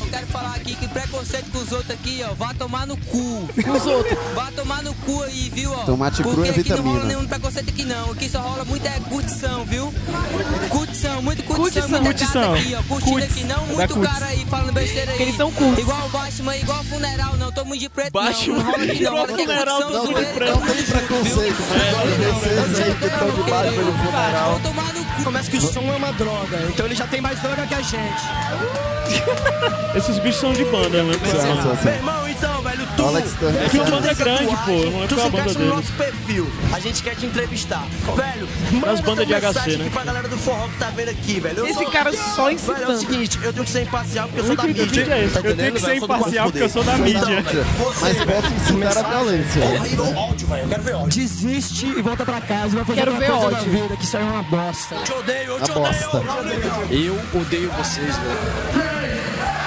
S5: Eu quero falar aqui que preconceito com os outros aqui, ó, vá tomar no cu.
S2: Com os outros.
S5: Vá tomar no cu aí, viu, ó.
S4: Tomate
S5: Porque
S4: cru é
S5: aqui não
S4: vitamina.
S5: rola nenhum preconceito aqui não. Aqui só rola muita é curtição, viu? Curtição, muito curtição,
S2: Curtição.
S5: muita
S1: Curtição.
S5: gata aqui, ó. Curtindo
S1: Curtis.
S5: aqui, não
S1: Da
S5: muito
S1: curtis.
S5: cara aí falando besteira aí.
S2: Eles são curtos.
S5: Igual o Batman, igual funeral, não. Todo mundo de preto,
S3: Batman,
S5: não. Não rola aqui, não.
S3: igual
S5: Rola aqui é
S3: funeral,
S5: curtição,
S3: todo mundo de
S5: zoeira,
S3: preto.
S5: todo
S4: Não
S5: mundo
S4: tem
S5: junto, viu?
S4: preconceito. Agora vocês aí que estão de baixo pelo funeral.
S5: Vão tomar no
S7: Começa que o som é uma droga, então ele já tem mais droga que a gente.
S3: Esses bichos são de banda, né?
S4: Sim, sim,
S7: Meu
S4: sim.
S7: irmão, então, velho, tu.
S4: Alex Turner.
S3: É que uma
S7: tu
S3: banda é grande,
S7: tatuagem,
S3: pô, eu não lembro
S7: Tu
S3: qual
S7: se
S3: a banda
S7: encaixa no
S3: deles.
S7: nosso perfil. A gente quer te entrevistar. Velho, manda
S3: bandas de
S7: tua
S3: HC,
S7: mensagem
S3: né?
S7: aqui pra galera do forró que tá vendo aqui, velho. Eu
S2: Esse
S7: sou-
S2: cara só
S7: Velho, é o
S2: incitando.
S7: seguinte, eu tenho que ser imparcial porque eu sou da
S3: Eu
S7: mídia.
S3: entendi é esse.
S7: Tá
S1: Eu tenho
S7: entendendo,
S1: que ser
S7: velho? Eu sou do
S1: imparcial
S7: quarto
S1: porque eu sou da
S7: poder.
S1: mídia.
S7: Então, velho, você,
S4: Mas
S7: velho,
S4: pode incitar a violência.
S7: Porra, aí eu ódio, velho. Eu Quero ver ódio. Desiste e volta pra casa. Vai fazer
S2: Quero
S7: outra
S2: ver
S7: coisa
S2: ódio.
S7: da vida, que isso aí é uma bosta. Eu te odeio, eu
S4: A
S7: te odeio.
S4: bosta.
S8: Eu odeio vocês, velho.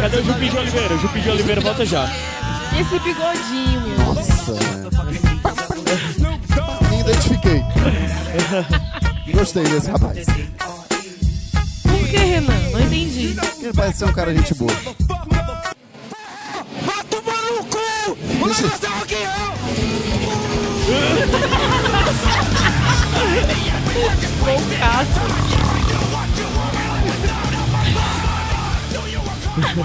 S3: Cadê o Jupim de Oliveira? Jupim de Oliveira volta já.
S2: E esse bigodinho, meu.
S4: Nossa. Me identifiquei. Gostei desse rapaz.
S2: Por que, Renan? Não entendi.
S4: Ele parece ser um cara gente boa.
S7: Vai tomar no cu! O negócio é rock and roll!
S2: um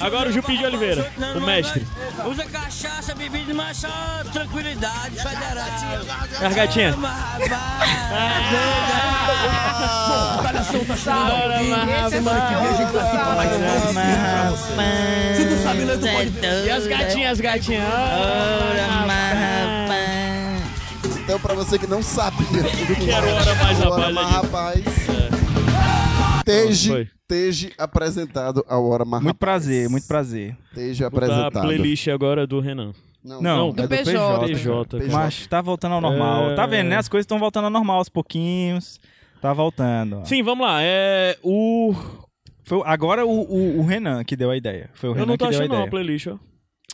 S3: Agora o Jupim de Oliveira, o mestre.
S5: Usa cachaça, bebida, mas só tranquilidade, federal.
S3: Gargatinha.
S5: Se tu sabe ler, tu pode
S3: E as gatinhas, as gatinhas.
S4: Então, pra você que não sabia do que
S3: Quero hora mais
S4: Bora,
S3: abalha
S4: mas,
S3: disso.
S4: rapaz.
S1: É.
S4: Teje,
S3: Foi.
S4: Teje apresentado a hora mais
S1: Muito
S4: rapaz.
S1: prazer, muito prazer.
S4: Teje
S3: A
S4: apresentado.
S3: playlist agora do Renan.
S1: Não,
S3: não,
S1: é
S2: do PJ.
S3: PJ, cara.
S1: Mas tá voltando ao normal.
S3: É.
S1: Tá vendo, né? As coisas estão voltando ao normal aos pouquinhos. Tá voltando. ó.
S3: Sim, vamos lá. É o.
S1: Foi o- agora o, o- o Renan que deu a ideia. Foi o
S3: Eu
S1: Renan
S3: não tô
S1: que deu a
S3: achando não a
S1: ideia.
S3: playlist, ó.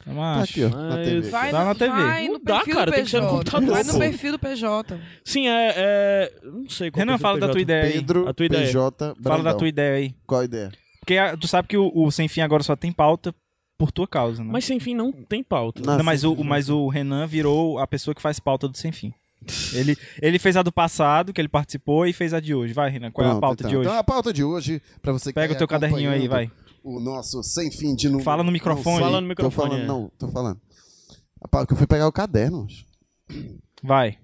S4: Tá
S1: Mas-
S4: aqui, ó, na
S3: Mas-
S4: TV.
S2: Vai
S1: Tá
S2: no,
S1: na TV.
S2: Vai no
S3: Não dá,
S2: perfil
S3: cara,
S2: do
S3: tem que ser no
S2: PJ.
S3: computador,
S2: Vai no
S4: pô.
S2: perfil do PJ.
S3: Sim, é. é- Não sei qual
S1: Renan,
S3: perfil
S1: fala da
S3: PJ.
S1: tua ideia aí.
S4: Pedro
S3: A tua ideia.
S4: PJ Brandão.
S1: Fala da tua ideia aí.
S4: Qual a ideia?
S1: Porque ah, tu sabe que o, o Sem Fim agora só tem pauta por tua causa, né?
S3: Mas sem fim, não tem pauta.
S4: Não,
S1: Não, mas, o, mas o Renan virou a pessoa que faz pauta do Sem Fim. Ele, ele fez a do passado, que ele participou, e fez a de hoje. Vai, Renan, qual é a
S4: Pronto,
S1: pauta
S4: então.
S1: de hoje?
S4: Então, a pauta de hoje, pra você que
S1: Pega
S4: tá
S1: o teu caderninho aí,
S4: acompanhando
S1: vai.
S4: O nosso sem fim de número.
S1: Fala no
S4: Não
S1: microfone.
S4: sei,
S3: Fala no microfone,
S4: Tô falando,
S3: é.
S4: não, tô falando. A pauta que eu fui pegar o caderno. acho.
S1: Vai.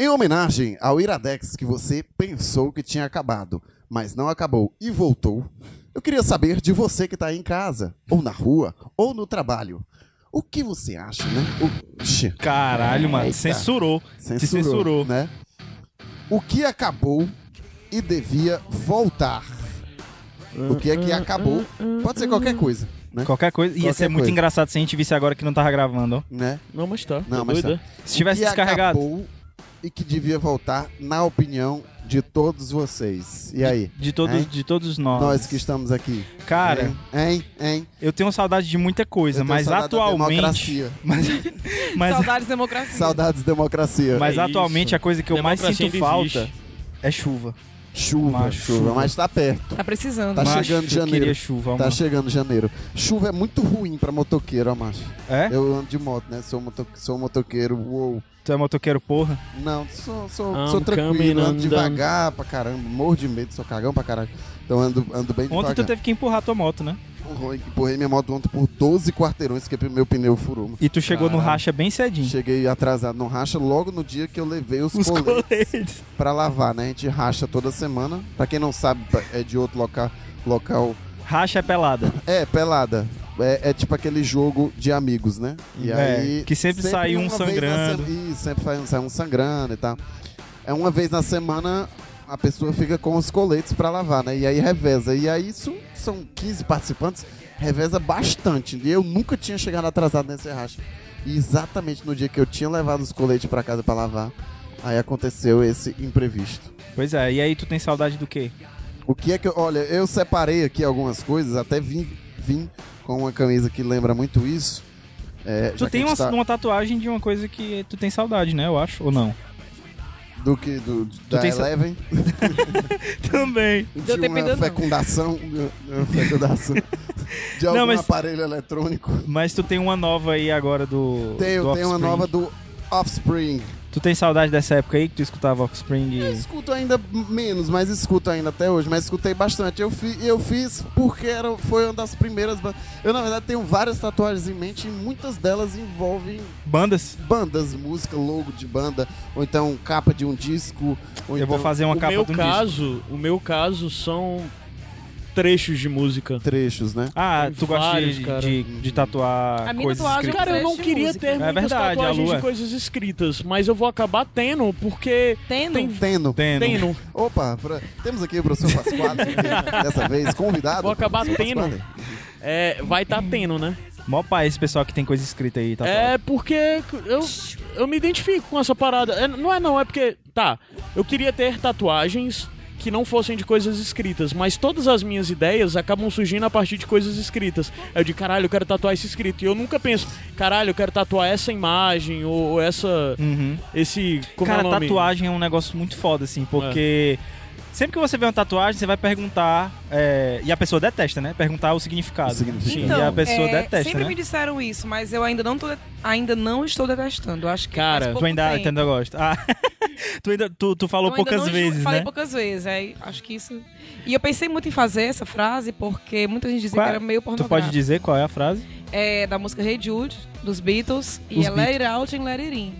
S4: Em homenagem ao Iradex que você pensou que tinha acabado, mas não acabou e voltou, eu queria saber de você que está aí em casa, ou na rua, ou no trabalho. O que você acha, né? O... Ixi,
S1: Caralho, mano.
S4: Eita.
S1: Censurou.
S4: censurou,
S1: Se censurou.
S4: né? O que acabou e devia voltar? O que é que acabou? Pode ser qualquer coisa, né?
S1: Qualquer coisa. Ia
S4: Qualquer
S1: ser muito
S4: coisa.
S1: engraçado se a gente visse agora que não tava gravando, ó.
S4: né?
S3: Não, mas tá.
S4: Não,
S3: Tá
S4: mas tá.
S3: doida?
S1: né? Se tivesse
S4: que
S1: descarregado.
S4: acabou e que devia voltar, na opinião de todos vocês. E aí?
S1: De todos,
S4: Hein?
S1: de todos nós.
S4: Nós que estamos aqui.
S1: Cara,
S4: Hein? Hein? Hein?
S1: eu tenho saudade de muita coisa,
S4: Eu tenho
S1: mas
S4: saudade da
S1: atualmente.
S4: democracia.
S1: Mas, mas,
S2: Saudades democracia.
S4: Saudades da democracia.
S1: mas
S3: É
S1: atualmente
S3: isso.
S1: a coisa que eu mais
S3: Democracia
S1: sinto
S3: ainda
S1: falta
S3: existe.
S1: é chuva.
S4: Chuva,
S1: Mas
S4: chuva,
S1: chuva.
S4: mas tá perto.
S2: Tá precisando.
S4: Tá
S1: Macho,
S4: chegando
S1: eu
S4: janeiro.
S1: queria chuva,
S4: Tá
S1: mano.
S4: chegando janeiro. Chuva é muito ruim pra motoqueiro, ó, macho.
S1: É?
S4: Eu ando de moto, né? Sou, moto... sou motoqueiro, uou.
S1: Tu é motoqueiro, porra?
S4: Não, sou, sou,
S1: Ah.
S3: I'm
S4: sou tranquilo,
S3: coming
S4: ando
S3: undone.
S4: devagar pra caramba, morro de medo, sou cagão pra caralho. Então ando, ando bem
S1: Ontem tu
S4: devagar.
S1: teve que empurrar tua moto, né?
S4: Empurrei, empurrei minha moto ontem por 12 quarteirões, porque meu pneu furou. mano.
S1: E tu chegou no
S4: Caralho.
S1: racha bem cedinho.
S4: Cheguei atrasado no racha logo no dia que eu levei os,
S1: Os
S4: coletes.
S1: coletes.
S4: pra lavar, né? A gente racha toda semana. Pra quem não sabe, é de outro local. local.
S1: Racha é pelada.
S4: É, pelada. É, é tipo aquele jogo de amigos, né? E
S1: É,
S4: aí.
S1: que sempre sai um
S4: uma vez na
S1: sangrando.
S4: se- Isso, sempre sai um, sai um sangrando e tal. É uma vez na semana a pessoa fica com os coletes pra lavar, né? E aí reveza. E aí isso são 15 participantes, reveza bastante. E eu nunca tinha chegado atrasado nesse racha. E exatamente no dia que eu tinha levado os coletes pra casa pra lavar, aí aconteceu esse imprevisto.
S1: Pois é, e aí tu tem saudade do quê?
S4: O que é que eu. Olha, eu separei aqui algumas coisas, até vim, vim com uma camisa que lembra muito isso. É, já
S1: Tu
S4: que
S1: tem
S4: a
S1: uma,
S4: gente tá-
S1: uma tatuagem de uma coisa que tu tem saudade, né? Eu acho, ou não?
S4: Do que? Do, da
S1: tem sa-
S4: Eleven?
S1: Também.
S4: De
S2: Deu tempo ainda
S4: uma
S2: não.
S4: fecundação. de uma fecundação. de algum
S1: Não, mas-
S4: aparelho eletrônico.
S1: Mas tu tem uma nova aí agora do.
S4: Tem,
S1: do
S4: tem uma
S1: Offspring.
S4: nova do Offspring.
S1: Tu Tu tem saudade dessa época aí que tu escutava Offspring?
S4: Eu
S1: e-
S4: escuto ainda menos, mas escuto ainda até hoje, mas escutei bastante. Eu, fi, eu fiz porque era, foi uma das primeiras. ba- Eu, na verdade, tenho várias tatuagens em mente e muitas delas envolvem
S1: Bandas?
S4: bandas, música, logo de banda, ou então capa de um disco. Ou
S1: Eu vou
S4: então
S1: fazer uma
S3: o
S1: capa
S3: meu
S1: de um disco.
S3: caso, o meu caso são trechos de música.
S4: trechos, né?
S1: Ah,
S2: é um
S3: Tem
S1: tu gosta
S3: vários,
S1: de,
S3: cara.
S1: de, de tatuar
S2: A minha
S1: Ah, coisas
S2: tatuagem-
S1: escritas?
S3: Cara, eu não
S2: Trecho de
S3: queria
S2: música.
S3: ter
S2: É
S3: muitas
S1: verdade, a
S3: tatuagens
S1: lua. é.
S3: de coisas escritas, mas eu vou acabar tendo, porque
S2: Tendo?
S4: Teno.
S1: Tendo.
S3: tem no.
S4: Opa, pra- temos aqui o professor Pasquale, dessa vez, convidado.
S3: Vou acabar
S4: professor
S3: tendo.
S4: Pasquale.
S3: É, vai estar tá tendo, né?
S1: Mó pai esse pessoal que tem coisa escrita aí, tatuagem.
S3: É porque eu, eu me identifico com essa parada. É, não é não, é porque, tá, eu queria ter tatuagens que não fossem de coisas escritas, mas todas as minhas ideias acabam surgindo a partir de coisas escritas. Eu de caralho, eu quero tatuar esse escrito. E eu nunca penso, caralho, eu quero tatuar essa imagem ou, ou essa
S1: Uhum.
S3: esse como
S1: Cara,
S3: é o nome?
S1: tatuagem é um negócio muito foda, assim,
S2: É.
S1: porque sempre que você vê uma tatuagem, você vai perguntar. é, E a pessoa detesta, né? Perguntar o significado.
S4: O significado.
S1: e a pessoa
S2: é,
S1: detesta,
S2: Sempre
S1: né?
S2: me disseram isso, mas eu ainda não, tô, ainda não estou detestando. Acho que
S3: Cara,
S2: faz pouco
S1: Tu ainda,
S2: tempo.
S1: tu ainda gosta. Ah, tu, ainda, tu, tu falou
S2: Eu ainda
S1: poucas
S2: não ju-
S1: vezes,
S2: Falei
S1: né?
S2: poucas vezes, é, acho que isso... E eu pensei muito em fazer essa frase, porque muita gente dizia
S1: Qual-
S2: que era meio
S1: Tu
S2: pornográfica.
S1: pode dizer qual é a frase?
S2: é da música Hey Jude, dos Beatles, e
S1: Os
S2: é Let It Out and Let It In.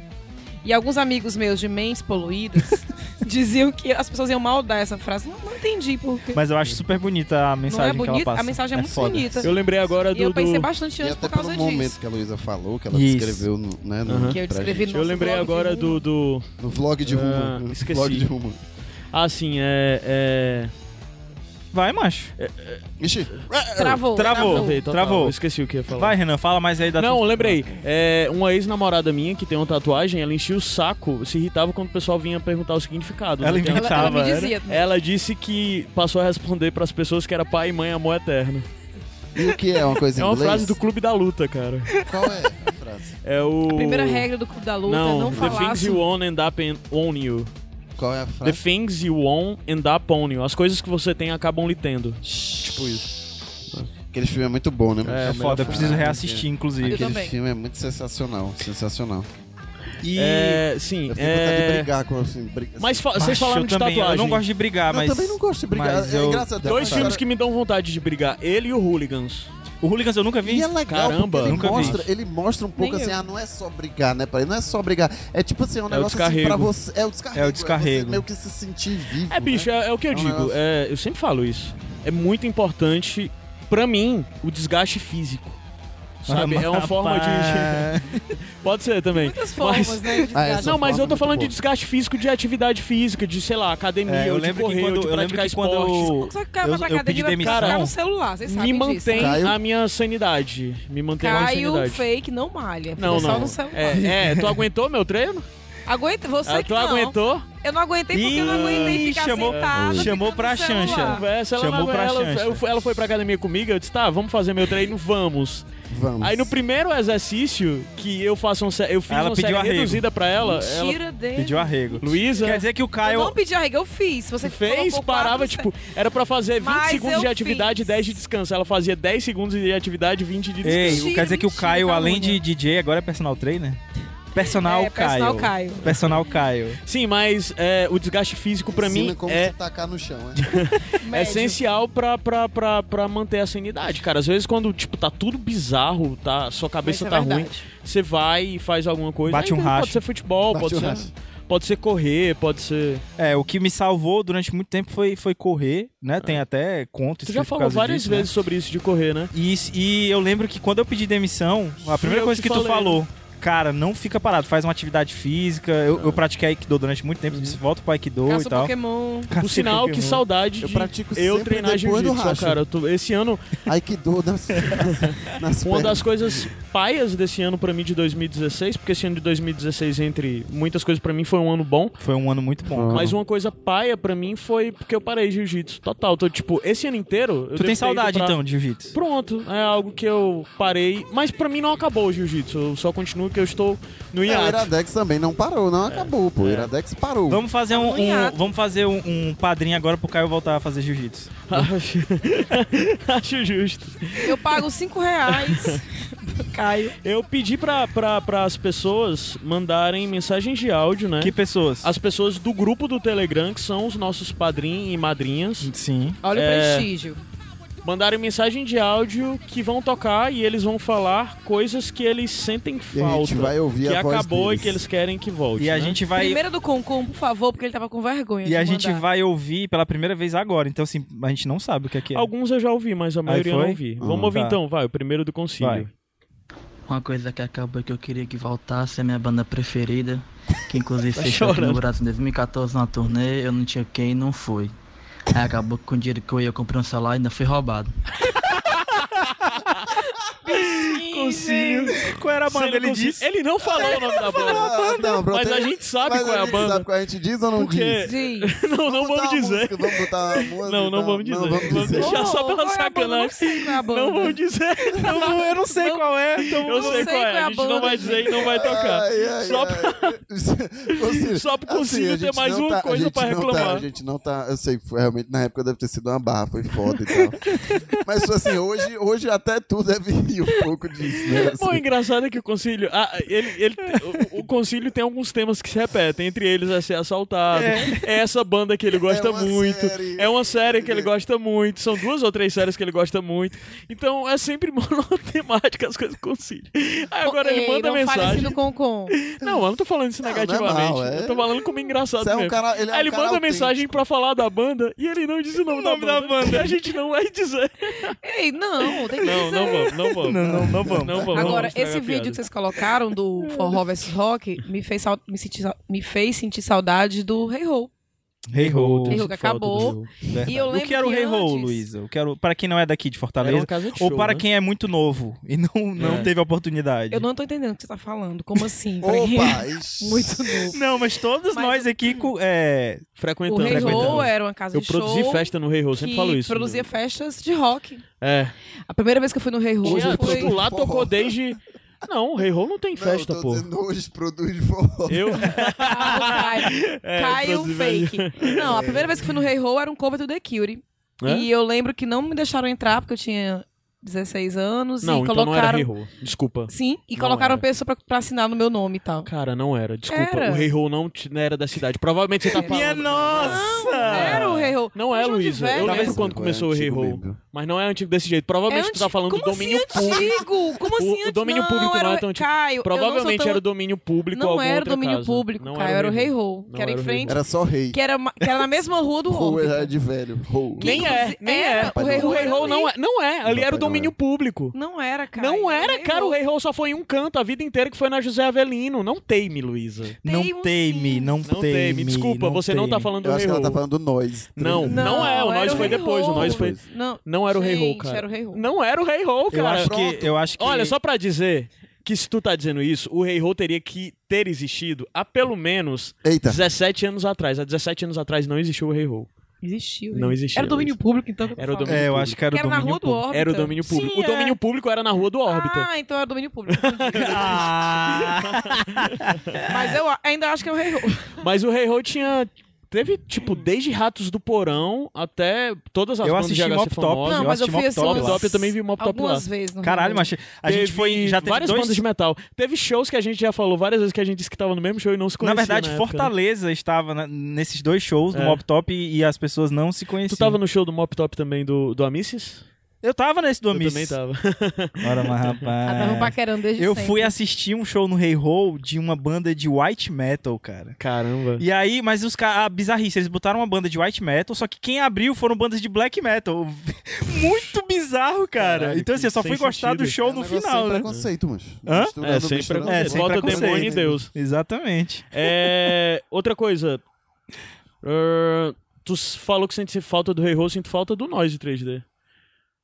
S2: E alguns amigos meus de mentes poluídas diziam que as pessoas iam maldar essa frase. Não, não entendi por quê.
S1: Mas eu acho super bonita a
S2: não
S1: mensagem
S2: é
S1: que ela
S2: bonita?
S1: passa.
S2: A mensagem é, muito
S1: foda.
S2: bonita.
S3: Eu lembrei agora
S2: e
S3: do,
S2: eu pensei
S3: do-
S2: bastante
S4: E
S2: antes
S4: até
S2: por
S4: pelo
S2: causa
S4: momento
S2: disso.
S4: que a Luísa falou, que ela
S1: Isso.
S4: descreveu no, né, no,
S3: Uhum.
S2: Que eu
S4: pra
S2: descrevi
S4: gente,
S2: no
S3: Eu
S2: nosso
S3: lembrei
S2: blog, né?
S3: agora
S2: viu?
S3: do, do
S4: no vlog de rumo.
S3: Ah,
S4: no
S3: esqueci.
S4: Vlog de rumo.
S3: Ah, sim, é, é...
S1: Vai, macho.
S4: Ixi,
S2: Travou.
S1: Travou.
S3: Travei, total,
S1: Travou.
S3: eu Esqueci o que eu ia falar.
S1: Vai, Renan, fala mais aí da
S3: Não,
S1: tua-
S3: lembrei. É, uma ex-namorada minha que tem uma tatuagem, ela enchia o saco, se irritava quando o pessoal vinha perguntar o significado.
S1: Ela
S3: né? Que
S2: Ela, ela
S1: Tava,
S2: me
S1: era.
S2: dizia.
S3: ela disse que passou a responder pras pessoas que era pai e mãe amor eterno.
S4: e o que é uma coisa em
S3: É uma
S4: inglês?
S3: frase do Clube da Luta, cara.
S4: Qual é a frase?
S3: É o
S2: A primeira regra do Clube da Luta
S3: não,
S2: é não
S3: the
S2: falar.
S3: things you own end up in- on you.
S4: Qual é a
S3: The
S4: frase?
S3: things you own end up on you. As coisas que você tem acabam lhe tendo.
S4: Tipo isso. Aquele filme é muito bom, né?
S1: É,
S4: mano?
S1: foda, eu preciso
S4: Ah,
S1: reassistir, inclusive.
S2: Eu
S4: Aquele
S2: também.
S4: filme é muito sensacional, sensacional. E
S3: É, sim.
S4: eu fiquei com vontade de
S3: É...
S4: brigar com assim, briga.
S3: Mas fa-
S1: Macho,
S3: vocês falaram
S1: eu
S3: de
S1: também,
S3: tatuagem.
S1: Eu não gosto de brigar, mas.
S4: eu também não gosto de brigar.
S1: mas
S4: É
S1: eu-
S4: engraçado. tem uma
S3: Dois filmes
S4: história-
S3: que me dão vontade de brigar. Ele e o Hooligans.
S1: O Hooligans eu nunca vi.
S4: E é legal,
S3: Caramba,
S4: porque ele
S1: nunca vi
S4: mostra, ele mostra um pouco
S2: Nem
S4: assim,
S2: eu.
S4: ah, não é só brigar, né, pai? Não é só brigar. É tipo assim, é um
S3: o
S4: negócio assim
S3: descarrego.
S4: pra você. É o descarrego.
S1: É o descarrego.
S4: você meio que se sentir vivo.
S3: É, bicho,
S4: né?
S3: é, é o que eu
S4: É um
S3: digo.
S4: negócio.
S3: é, eu sempre falo isso. É muito importante, pra mim, o desgaste físico. Sabe? É uma forma de.
S1: Rapaz.
S3: Pode ser também.
S2: Muitas formas,
S3: Mas-
S2: né? de
S4: Ah,
S2: desgaste.
S4: essa
S3: Não, mas
S4: forma
S3: eu tô
S4: é
S3: falando de
S4: muito
S3: desgaste físico de atividade física, de, sei lá, academia,
S1: É, eu
S3: ou de
S1: lembro
S3: correr,
S1: que
S3: ou
S1: quando
S3: de
S1: eu, lembro
S3: praticar
S1: que quando
S3: esporte.
S1: eu,
S2: Só que o cara vai
S1: eu-
S2: pra
S1: eu pedi
S2: academia e vai
S1: demissão,
S2: ficar no celular, vocês
S3: Me
S2: sabem disso. né?
S3: mantém
S4: Caio-
S3: a minha sanidade. Me mantém a minha
S2: Caio
S3: sanidade.
S2: fake não malha. fica
S3: Não,
S2: só
S3: não.
S2: no celular.
S3: É, é, tu aguentou meu treino?
S2: Aguenta, você
S3: Ah,
S2: que
S3: tu
S2: não.
S3: aguentou?
S2: Eu não aguentei porque eu não
S1: Ih,
S2: aguentei ficar
S1: chamou-
S2: sentada.
S1: chamou
S2: ficar
S1: pra
S2: no celular.
S1: chancha.
S3: É. Conversa, ela,
S1: Chamou
S3: não- é,
S1: pra
S3: ela,
S1: chancha.
S3: eu fui- ela foi pra academia comigo, eu disse, tá, vamos fazer meu treino, vamos.
S4: Vamos.
S3: Aí no primeiro exercício que eu faço um sé- eu fiz
S1: Ela
S3: uma
S1: pediu
S3: série
S1: arrego.
S3: reduzida pra ela, ela
S2: Tira dele.
S1: pediu arrego.
S3: Luísa
S1: Quer dizer que o
S2: Eu
S1: Caio.
S2: não pedi arrego, eu fiz. Você
S3: fez,
S2: colocou
S3: parava,
S2: quatro,
S3: tipo, era pra fazer 20
S2: Mas
S3: segundos
S2: eu
S3: de atividade e
S2: fiz.
S3: 10 de descanso. Ela fazia 10 segundos de atividade e 20 de
S1: Ei,
S3: descanso.
S1: quer dizer que o
S2: mentira, tá
S1: Caio, além de
S2: calúnia.
S1: DJ, agora é personal trainer? Personal
S2: É,
S1: Caio.
S2: personal Caio.
S1: Personal Caio.
S3: Sim, mas é, o desgaste físico pra
S4: Ensina
S3: mim
S4: como
S3: é
S4: se tacar no chão, né?
S3: É
S2: médio.
S3: essencial pra, pra, pra, pra manter a sanidade, cara. Às vezes quando, tipo, tá tudo bizarro, tá, sua
S2: Mas
S3: cabeça
S2: isso é
S3: tá ruim,
S2: verdade.
S3: você vai e faz alguma coisa.
S1: Bate um
S3: Aí,
S1: racho.
S3: é, Pode ser futebol,
S4: Bate
S3: pode
S4: um
S3: ser...
S4: racho.
S3: Pode ser correr, pode ser...
S1: É, o que me salvou durante muito tempo foi, foi correr, né? Tem até conto.
S3: É. Tu já
S1: escrito por
S3: falou
S1: causa
S3: várias
S1: disso, né?
S3: vezes sobre isso de correr, né?
S1: E, isso- e eu lembro que quando eu pedi demissão, a primeira
S3: eu
S1: coisa
S3: que
S1: que tu
S3: falei.
S1: falou, cara, não fica parado, faz uma atividade física. Eu,
S3: É.
S1: eu pratiquei Aikido durante muito tempo, volta pro Aikido
S2: Caça
S1: e
S2: o
S1: tal.
S2: Pokémon.
S3: Uhum. Por sinal, que saudade
S4: Eu
S3: de
S4: pratico
S3: eu
S4: sempre
S3: treinar
S4: depois do
S3: jiu-jitsu, ó,
S4: racha.
S3: cara. Eu tô- esse ano,
S4: Ai, que dor né? nas, nas
S3: uma
S4: pernas.
S3: das coisas paias desse ano pra mim de 2016, porque esse ano de 2016, entre muitas coisas pra mim, foi um ano bom.
S1: Foi um ano muito
S4: Ah.
S1: bom.
S3: Mas uma coisa paia pra mim foi porque eu parei jiu-jitsu total. Tô, tipo, esse ano inteiro. eu
S1: Tu
S3: devo ter
S1: tem
S3: ido
S1: saudade,
S3: pra-
S1: então, de jiu-jitsu?
S3: Pronto, é algo que eu parei. Mas pra mim não acabou o jiu-jitsu. Eu só continuo que eu estou no
S4: É, o
S3: hiato.
S4: Iradex também não parou, não acabou,
S3: É.
S4: pô. O Iradex parou.
S1: Vamos fazer um,
S2: Um
S1: um-
S2: hiato.
S1: vamos fazer um, um padrinho agora pro Caio voltar a fazer jiu-jitsu.
S3: Acho, acho justo.
S2: Eu pago 5 reais Caio.
S3: Eu pedi pra, pra, as pessoas mandarem mensagens de áudio, né?
S1: Que pessoas?
S3: As pessoas do grupo do Telegram, que são os nossos padrinhos e madrinhas,
S1: Sim.
S2: Olha
S3: É.
S2: o prestígio.
S3: mandarem mensagem de áudio que vão tocar e eles vão falar coisas que eles sentem
S4: E a
S3: falta.
S4: gente vai ouvir
S3: que
S4: a voz
S3: acabou
S4: deles.
S3: e que eles querem que volte.
S1: E a
S3: né?
S1: gente vai.
S2: Primeiro do Concom, por favor, porque ele tava com vergonha.
S1: E
S2: de
S1: a gente
S2: mandar.
S1: vai ouvir pela primeira vez agora. Então, assim, a gente não sabe o que é que é.
S3: Alguns eu já ouvi, mas a maioria eu
S1: foi?
S3: não ouvi. Vamos
S1: Ah,
S3: ouvir
S1: tá.
S3: então, vai, o primeiro do concílio.
S1: Vai.
S9: Uma coisa que acabou que eu queria que voltasse, a minha banda preferida, que inclusive
S3: Tá
S9: fechou aqui no
S3: chorando.
S9: Brasil em 2014 na turnê, eu não tinha quem e não fui. Aí acabou que com o dinheiro que eu ia comprar um celular ainda fui roubado.
S1: Concílio. Qual era a
S3: Se
S1: banda? Ele
S3: consi-
S1: disse.
S3: Ele não falou o nome da banda.
S4: Ah, não, bro,
S3: Mas
S4: tem-
S3: a gente sabe
S4: mas
S3: qual é a
S4: gente
S3: banda.
S4: sabe qual a gente diz ou não
S3: Porque-
S4: diz?
S2: Diz.
S3: Não, não vamos
S4: botar uma
S3: dizer.
S4: música, vamos botar uma música,
S3: Não, não
S4: então?
S3: vamos dizer.
S4: Não vamos
S3: Vamos
S4: dizer.
S3: deixar só
S2: Ô,
S3: pela
S2: qual é a banda? Não
S3: sacanagem.
S2: sei qual é a banda.
S3: Não vamos dizer.
S1: Eu não- eu não sei qual é, então
S2: não
S3: Eu sei
S2: sei
S3: qual é.
S2: qual é a
S3: A gente não
S2: banda,
S3: vai
S2: gente.
S3: dizer e não vai tocar.
S4: Ai, ai,
S3: Só pra-
S4: ai. Concílio,
S3: Só pro
S4: assim,
S3: Concílio
S4: a gente
S3: ter mais
S4: não
S3: uma
S4: tá- a
S3: coisa
S4: gente
S3: pra
S4: não tá-
S3: reclamar.
S4: a gente não tá. Eu sei, foi- realmente na época deve ter sido uma barra, foi foda e tal. Mas assim, hoje, hoje até tu deve rir um pouco disso, né?
S3: Bom, o
S4: Assim,
S3: engraçado é que o concílio. ah, ele, ele- o, o concílio tem alguns temas que se repetem, entre eles é ser assaltado. É, essa banda que ele gosta
S4: É uma
S3: muito.
S4: série.
S3: É uma série que ele gosta muito. São duas ou três séries que ele gosta muito. Então é sempre monotemática as coisas do concílio. Aí agora ele
S2: Ei,
S3: manda
S2: não Fale assim
S3: mensagem.
S2: do Concom.
S3: Não, eu não tô falando isso
S4: Não, não é
S3: negativamente.
S4: mal, é-
S3: Eu tô falando como engraçado
S4: Você é um
S3: mesmo.
S4: cara- ele é
S3: Aí
S4: um
S3: ele
S4: cara
S3: manda
S4: autêntico.
S3: mensagem pra falar da banda e ele não diz o nome, da, banda, E a gente não vai dizer.
S2: Ei, não, tem que
S3: Não,
S2: dizer.
S3: não vamos, não vamos.
S1: Não, não, não vamos.
S3: Não Então vamos.
S2: Agora,
S3: vamos estragar
S2: esse
S3: a
S2: vídeo
S3: piada.
S2: que vocês colocaram do Forró vs Rock me fez, sau- me, sentir, sau- me fez sentir saudade do Hey Ho.
S1: Hey ho.
S2: Hey ho que acabou.
S1: Verdade.
S2: E eu
S1: o
S2: lembro
S1: que era o
S2: que
S1: Hey Ho,
S2: antes-
S1: Luísa? O que era o- Para quem não é daqui de
S3: Era
S1: Fortaleza.
S3: uma casa de
S1: ou
S3: show,
S1: para
S3: né?
S1: quem é muito novo e não, não
S3: É.
S1: teve a oportunidade.
S2: Eu não tô entendendo o que você tá falando. Como assim? Pra quem é
S4: Opa! ixi.
S2: Muito novo.
S1: Não, mas todos
S2: Mas-
S1: nós aqui co- é,
S2: O
S3: Frequentando.
S2: Rei
S3: frequentando.
S2: Ho era uma casa
S3: Eu
S2: de
S3: produzi
S2: show
S3: festa no Rei Ho, sempre
S2: que
S3: falo isso. né?
S2: produzia festas de rock.
S3: É.
S2: A primeira vez que eu fui no Rei Ho
S3: Tinha,
S2: foi...
S3: tipo, lá tocou
S4: Forró.
S3: desde. Não, o Rei Ho não tem
S4: Não,
S3: festa,
S4: eu tô
S3: pô.
S4: dizendo hoje produz forró.
S3: Eu.
S2: Ah, o Caio.
S3: É,
S2: Caio
S3: produzi-
S2: um Fake.
S4: É.
S2: Não, a primeira vez que fui no Hey Ho era um cover do The Cure.
S3: É?
S2: E eu lembro que não me deixaram entrar porque eu tinha 16 anos
S3: Não,
S2: e
S3: então não era
S2: colocaram
S3: Rei Ho. Desculpa.
S2: Sim, e
S3: Não
S2: colocaram
S3: era.
S2: pessoa pra, pra assinar no meu nome e tal.
S3: Cara, não era. Desculpa.
S2: Era.
S3: O Rei Ho não, te- não era da cidade. Provavelmente você tá
S2: Era.
S3: falando.
S1: Minha nossa!
S2: né? Era o Rei Ho.
S3: Não é,
S2: Mas de onde
S3: Luísa.
S2: vem?
S3: Eu
S1: Talvez-
S3: lembro quando começou o Rei
S4: é antigo
S3: Ho.
S4: membro.
S3: Mas não é antigo desse jeito. Provavelmente tu tá
S2: anti-
S3: falando
S2: Como
S3: do domínio
S2: assim
S3: público.
S2: antigo? Como
S3: O-
S2: assim
S3: o
S2: antigo?
S3: domínio público não
S2: era
S3: é
S2: o-
S3: tão antigo.
S2: Caio, eu não
S3: Provavelmente
S2: sou tão...
S3: era o domínio público ou
S2: Não
S3: alguma
S2: era o
S3: outra
S2: domínio
S3: casa.
S2: público,
S3: Não
S2: Caio. Era o Rei Ho,
S3: Não
S2: que era em
S3: era o Rei
S2: frente.
S4: Era só rei.
S2: Que era, ma- que era na mesma rua
S3: é
S2: é. do
S4: Rou
S2: Orbe.
S4: era de velho. Rou.
S3: Nem é,
S2: Inclusive,
S3: nem
S2: era.
S3: é.
S4: O Rei Ho
S3: O Rei
S2: era
S3: Ho não
S2: ali.
S3: é. Não é. Ali
S4: Papai
S3: era o domínio
S4: Noel.
S3: público.
S2: Não era, cara.
S3: Não era,
S2: Rei
S3: cara.
S2: Ho.
S3: O Rei Ho só foi em um canto a vida inteira que foi na José Avelino. Não teime, Luísa.
S1: Não
S2: Teimo,
S1: teme,
S2: sim.
S1: não,
S3: um Não teime. Desculpa, você não tá
S1: teme.
S3: falando
S4: Eu
S3: do Rei
S4: acho que ela tá
S3: Ho.
S4: falando do nós.
S3: Não, não, é.
S2: Não,
S3: O nós
S2: era o
S3: foi
S2: Rei
S3: depois. O
S2: Ho.
S3: nós foi.
S2: Não,
S3: Não era o Rei Ho,
S2: gente,
S3: cara.
S2: era o Rei Ho.
S3: Não era o Rei Ho,
S1: Eu
S3: cara.
S1: acho, que, eu acho que.
S3: Olha, só pra dizer que se tu tá dizendo isso, o Rei Ho teria que ter existido há pelo menos
S4: Eita.
S3: 17 anos atrás. Há 17 anos atrás não existiu o Rei Ho.
S2: Existiu.
S3: Não
S2: hein?
S3: existia,
S2: Era o domínio público, então. que eu tô
S3: Era o
S2: falando.
S3: domínio
S1: É, eu
S3: público.
S1: acho que era o
S2: Que era na
S1: domínio
S2: rua do
S1: público.
S2: Órbita.
S3: Era o domínio público.
S2: então. Sim, é.
S3: o domínio público era na rua do Órbita.
S2: Ah, então era o domínio público. É.
S1: Ah!
S2: Mas eu a- ainda acho que é o Rei Ho.
S3: Mas o Rei Ho tinha. Teve, tipo, desde Ratos do Porão até todas as
S1: eu
S3: bandas de
S1: assisti
S3: HC
S1: Mop Top.
S3: famosas.
S2: Não,
S1: eu
S2: mas eu
S1: assisti
S2: fui
S1: Mop Top.
S3: Top
S2: assim,
S1: lá.
S3: Top, eu também vi Mop Top lá.
S2: Algumas vezes. no Rei
S1: Caralho,
S2: Ho.
S1: mas a gente foi. Já teve
S3: várias
S1: dois...
S3: bandas de metal. Teve shows que a gente já falou várias vezes que a gente disse que tava no mesmo show e não se
S1: Na
S3: conhecia.
S1: verdade,
S3: época, né?
S1: Fortaleza estava na- nesses dois shows, do
S3: É.
S1: Mop Top, e e as pessoas não se conheciam.
S3: Tu tava no show do Mop Top também do, do Amicis?
S1: Eu tava nesse do
S3: Eu
S1: Amiss.
S3: também tava.
S1: Ora, mas
S2: Ela Ah, tava
S1: rapaz.
S2: Um paquerando desde
S1: Eu
S2: sempre.
S1: fui assistir um show no Hey Ho de uma banda de white metal, cara.
S3: Caramba.
S1: E aí, mas os caras, a bizarrice, eles botaram uma banda de white metal, só que quem abriu foram bandas de black metal. Muito bizarro, cara.
S3: Caralho,
S1: então, assim,
S3: que
S1: eu só
S3: sem
S1: fui gostar do
S3: sentido.
S1: show
S4: É um
S1: no
S4: negócio
S1: final,
S4: sem
S1: né?
S4: preconceito, mas.
S1: Hã?
S4: Misturando,
S3: É, sem
S4: misturando.
S1: É,
S3: preconceito.
S1: sem
S3: Bota o
S1: preconceito.
S3: demônio em Deus.
S1: Exatamente.
S3: É, outra coisa. Ah, tu s- falou que sente falta do Rei Ho, eu sinto falta do Noise 3D.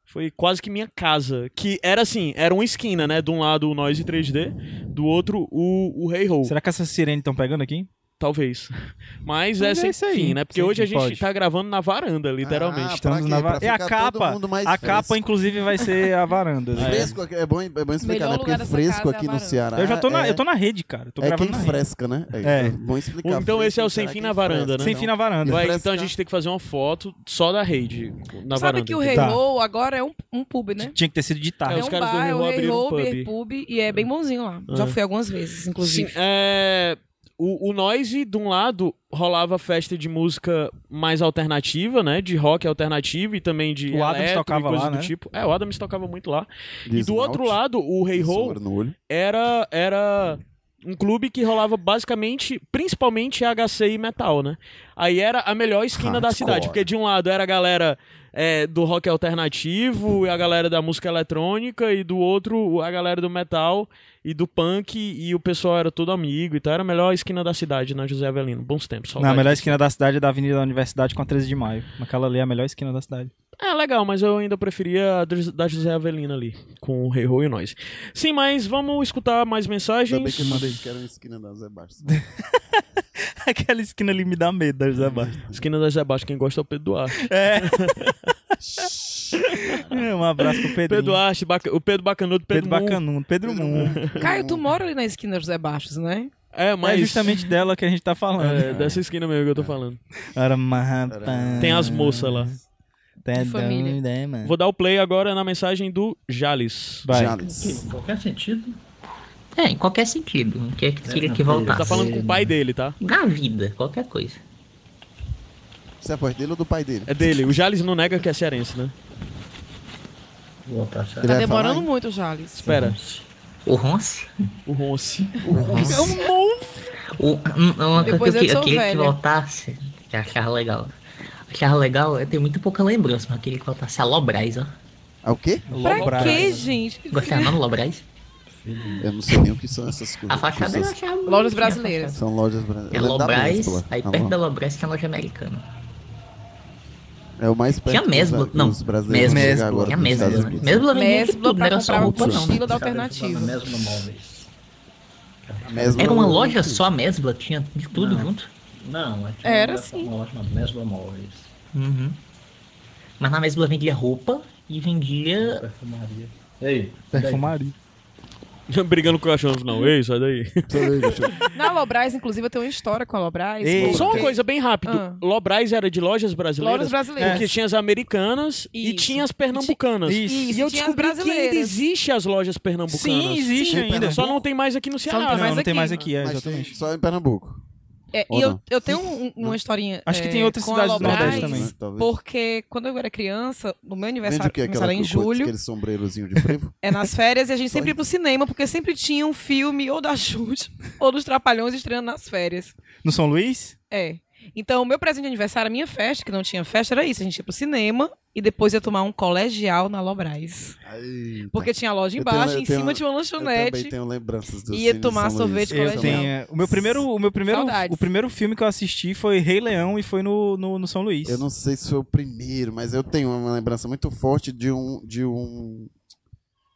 S3: Foi quase que minha casa. Que era assim, era uma esquina, né? De um lado o Noise 3D, do outro o, o Rei Ho.
S1: Será que essas sirenes estão pegando aqui?
S3: Talvez. Mas é
S1: Mas é
S3: sem
S1: isso aí.
S3: fim, né? Porque
S1: Sem
S3: hoje a
S1: fim,
S3: gente
S1: pode.
S3: tá gravando na varanda, literalmente.
S1: Ah, pra Estamos quê? na va- Pra É a ficar todo capa. mundo mais A capa, fresco. inclusive, vai ser a varanda. né?
S4: Fresco, aqui- é bom, é bom explicar,
S1: Melhor
S4: né?
S1: lugar
S4: Porque
S1: dessa
S4: fresco
S1: casa é a
S4: aqui no
S1: varanda.
S4: Ceará.
S1: Eu já tô na-
S4: é-
S1: eu tô na rede, cara. Eu tô
S4: é
S1: gravando
S4: quem
S1: na rede.
S4: fresca, né?
S1: É.
S4: Bom explicar.
S3: Então esse é o sem
S4: Será
S3: fim
S4: que
S3: na varanda, né?
S1: Sem fim na varanda.
S3: Vai,
S1: Parece
S3: então a gente tem que fazer uma foto só da rede na varanda.
S2: Sabe que o
S1: Tá.
S3: entendeu?
S2: Hello agora é um, um pub, né?
S1: Tinha que ter sido de tarde.
S2: É,
S3: Ah, os
S2: um
S3: caras do
S2: bar, é
S3: Hello
S2: o
S3: abriram um
S2: Hello Beer
S3: pub.
S2: Pub e é bem bonzinho lá. Já
S3: É.
S2: fui algumas vezes, inclusive.
S3: Sim, é, o, o Noise, de um lado, rolava festa de música mais alternativa, né? De rock alternativo e também de
S1: O Adams
S3: eletro e
S1: tocava
S3: coisas
S1: lá,
S3: do
S1: né?
S3: tipo. É, o Adams tocava muito lá.
S4: De
S3: e do outro
S4: esmalte,
S3: lado, o Hey Ho
S4: sombra no olho.
S3: era, era um clube que rolava basicamente, principalmente HC e metal, né? Aí era a melhor esquina da cidade, porque de um lado era a galera é, do rock alternativo e a galera da música eletrônica, e do outro a galera do metal e do punk, e o pessoal era todo amigo, então era a melhor esquina da cidade, né, José Avelino? Bons tempos,
S1: Não, a
S3: saudade.
S1: melhor esquina da cidade é da Avenida da Universidade com a 13 de Maio. Aquela ali é a melhor esquina da cidade.
S3: É legal, mas eu ainda preferia a do- da José Avelino ali, com o Hey Ho e nós. Sim, mas vamos escutar mais mensagens.
S4: Também que eu mandei que era uma esquina da Zé Bastos.
S1: Aquela esquina ali me dá medo da José Bastos.
S3: Esquina da José Bastos, quem gosta é o Pedro Duarte.
S1: É. um abraço pro Pedrinho.
S3: Pedro Duarte, baca- o Pedro Bacanudo, Pedro,
S1: Pedro
S3: Mundo.
S1: Bacanudo, Pedro Moon.
S2: Caio, tu mora ali na esquina José Bastos, né?
S3: É, mas...
S1: É justamente dela que a gente tá falando.
S3: É, dessa esquina mesmo que eu tô falando.
S1: Era uma rapaz.
S3: Tem as moças lá.
S1: Tá
S2: De família.
S1: doido, é, mano?
S3: Vou dar o play agora na mensagem do Jales.
S1: Vai.
S4: Jales.
S9: qualquer sentido? É, em qualquer sentido. O que é que queria que
S3: Ele
S9: voltasse?
S3: tá falando com o pai dele, tá?
S9: Na vida, qualquer coisa.
S4: Você é a voz dele ou do pai dele?
S3: É dele. O Jales não nega que é cearense, né?
S9: Vou passar.
S4: Ele
S2: Tá
S4: vai falar,
S2: demorando
S4: hein?
S2: muito, Jales.
S3: Espera.
S9: O Ronce?
S3: O Ronce.
S2: Eu não-
S9: O- um- uma coisa
S2: Depois
S9: que
S2: eu
S9: eu, que- eu
S2: sou
S9: queria que
S2: velha.
S9: voltasse, que eu achava legal. Achava é legal, eu tenho muito pouca lembrança, mas eu queria que voltasse a Lobras, ó.
S4: É o quê?
S2: Pra que, gente?
S9: Gostava não, Lobras?
S4: Eu não sei nem o que são essas coisas.
S9: A fachada eu
S4: Essas-
S9: achava bonitinha,
S2: Lojas
S9: a
S2: brasileiras.
S9: fachada.
S4: São lojas brasileiras.
S9: É
S4: Eu lembro da
S9: Lobras,
S4: Mesbla.
S9: aí
S4: Alô?
S9: perto da Lobras tem a loja americana.
S4: É o mais perto.
S9: Tinha mesmo,
S4: dos-
S9: não.
S4: dos brasileiros
S9: mesmo,
S4: chegar agora
S9: tinha
S4: nos
S9: mesmo.
S4: Estados
S9: né?
S4: Unidos.
S9: Mesmo,
S2: Mesbla
S9: mesmo,
S2: pra
S9: não era só
S2: comprar
S9: roupa,
S2: algum
S9: não.
S2: estilo da alternativa.
S4: Mesbla
S9: Era uma
S4: é um-
S9: loja só, a Mesbla, tinha de tudo junto.
S10: Não, é que
S2: Era
S10: uma-
S2: assim.
S10: uma ótima Mesbla Móveis.
S9: Uhum. Mas na Mesbla vendia roupa e vendia
S10: Perfumaria. Ei,
S3: Tá
S1: Perfumaria.
S3: Brigando com o cachorro no final. Ei, sai daí.
S2: Na Lobras, inclusive, eu tenho uma história com a Lobras.
S1: Ei,
S3: Só uma
S2: porque-
S3: coisa bem rápido.
S2: Ah.
S3: Lobrais era de lojas brasileiras.
S2: Lojas brasileiras.
S3: Porque tinha as americanas e
S2: Isso.
S3: tinha as pernambucanas.
S1: Isso.
S3: E eu
S2: Isso, tinha as
S3: descobri que ainda
S2: brasileiras.
S3: existe as lojas pernambucanas.
S1: Sim, existe
S4: Sim,
S1: ainda.
S4: Pernambuco.
S3: Só não tem mais aqui no Ceará.
S2: Só não tem
S3: né?
S1: Não,
S2: mais
S1: não tem
S2: aqui.
S1: mais aqui, é,
S4: Mas
S1: exatamente.
S4: tem só em Pernambuco.
S2: É,
S4: Ou
S2: e eu,
S4: não?
S2: eu tenho um- uma historinha.
S1: Acho que
S2: é,
S1: tem outras
S2: com a
S1: cidades do
S2: Lobras,
S1: Nordeste também.
S4: Talvez.
S2: Porque quando eu era criança, no meu
S4: Vende
S2: aniversário,
S4: o que? Aquela
S2: aniversário em
S4: coisa,
S2: julho,
S4: Aquele sombreirozinho de frevo?
S2: é nas férias, e a gente
S4: Só
S2: sempre ia pro cinema, porque sempre tinha um filme ou da Xuxa ou dos Trapalhões estreando nas férias.
S1: No São Luís?
S2: É. Então, o meu presente de aniversário, a minha festa, que não tinha festa, era isso. A gente ia pro cinema e depois ia tomar um colegial na Lobras.
S4: Ai,
S2: Porque tinha loja
S4: Eu
S2: embaixo,
S4: tenho-
S2: em
S4: eu tenho-
S2: cima tinha uma
S4: eu também
S2: lanchonete.
S4: tenho lembranças do
S2: Ia
S4: Cine
S2: tomar
S4: São
S2: sorvete
S4: Luís.
S2: com
S1: Eu
S2: legal.
S1: tenho. O meu primeiro, o meu primeiro,
S2: Saudades.
S1: o primeiro filme que eu assisti foi Rei Leão e foi no, no, no São Luís.
S4: Eu não sei se foi o primeiro, mas eu tenho uma lembrança muito forte de um de um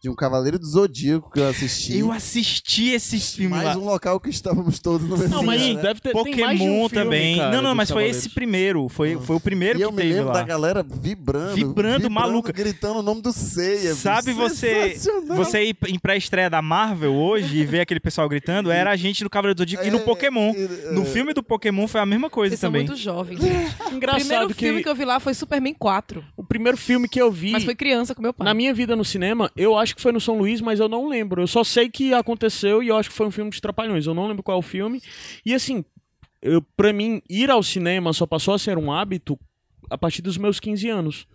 S4: de um Cavaleiro do Zodíaco que eu assisti.
S1: Eu assisti esse filme
S4: mais
S1: lá.
S4: um local que estávamos todos no mesmo
S3: Não, mas
S4: lugar, né?
S3: deve ter tem mais de um
S1: Pokémon
S3: filme,
S1: também.
S3: cara,
S1: não, não,
S3: dos
S1: mas foi
S3: Cavaleiros.
S1: esse primeiro. Foi, foi o primeiro
S4: E eu
S1: que
S4: me
S1: teve
S4: lembro
S1: lá.
S4: da galera vibrando,
S1: Vibrando, maluca.
S4: gritando o nome do Seiya.
S1: Sabe
S4: bicho,
S1: você
S4: sensacional.
S1: você ir em pré-estreia da Marvel hoje e ver aquele pessoal gritando? Era a gente no Cavaleiro do Zodíaco e no
S4: É,
S1: Pokémon.
S4: é,
S1: No
S4: é.
S1: filme do Pokémon foi a mesma coisa
S2: Vocês são
S1: também.
S2: muito jovens. O
S3: Engraçado
S2: primeiro
S3: que,
S2: filme que eu vi lá foi Superman 4.
S3: o primeiro filme que eu vi
S2: Mas foi criança com meu pai.
S3: na minha vida no cinema, eu acho que foi no São Luís, mas eu não lembro. Eu só sei que aconteceu e eu acho que foi um filme de Trapalhões. Eu não lembro qual é o filme. E assim, eu, pra mim, ir ao cinema só passou a ser um hábito a partir dos meus 15 anos.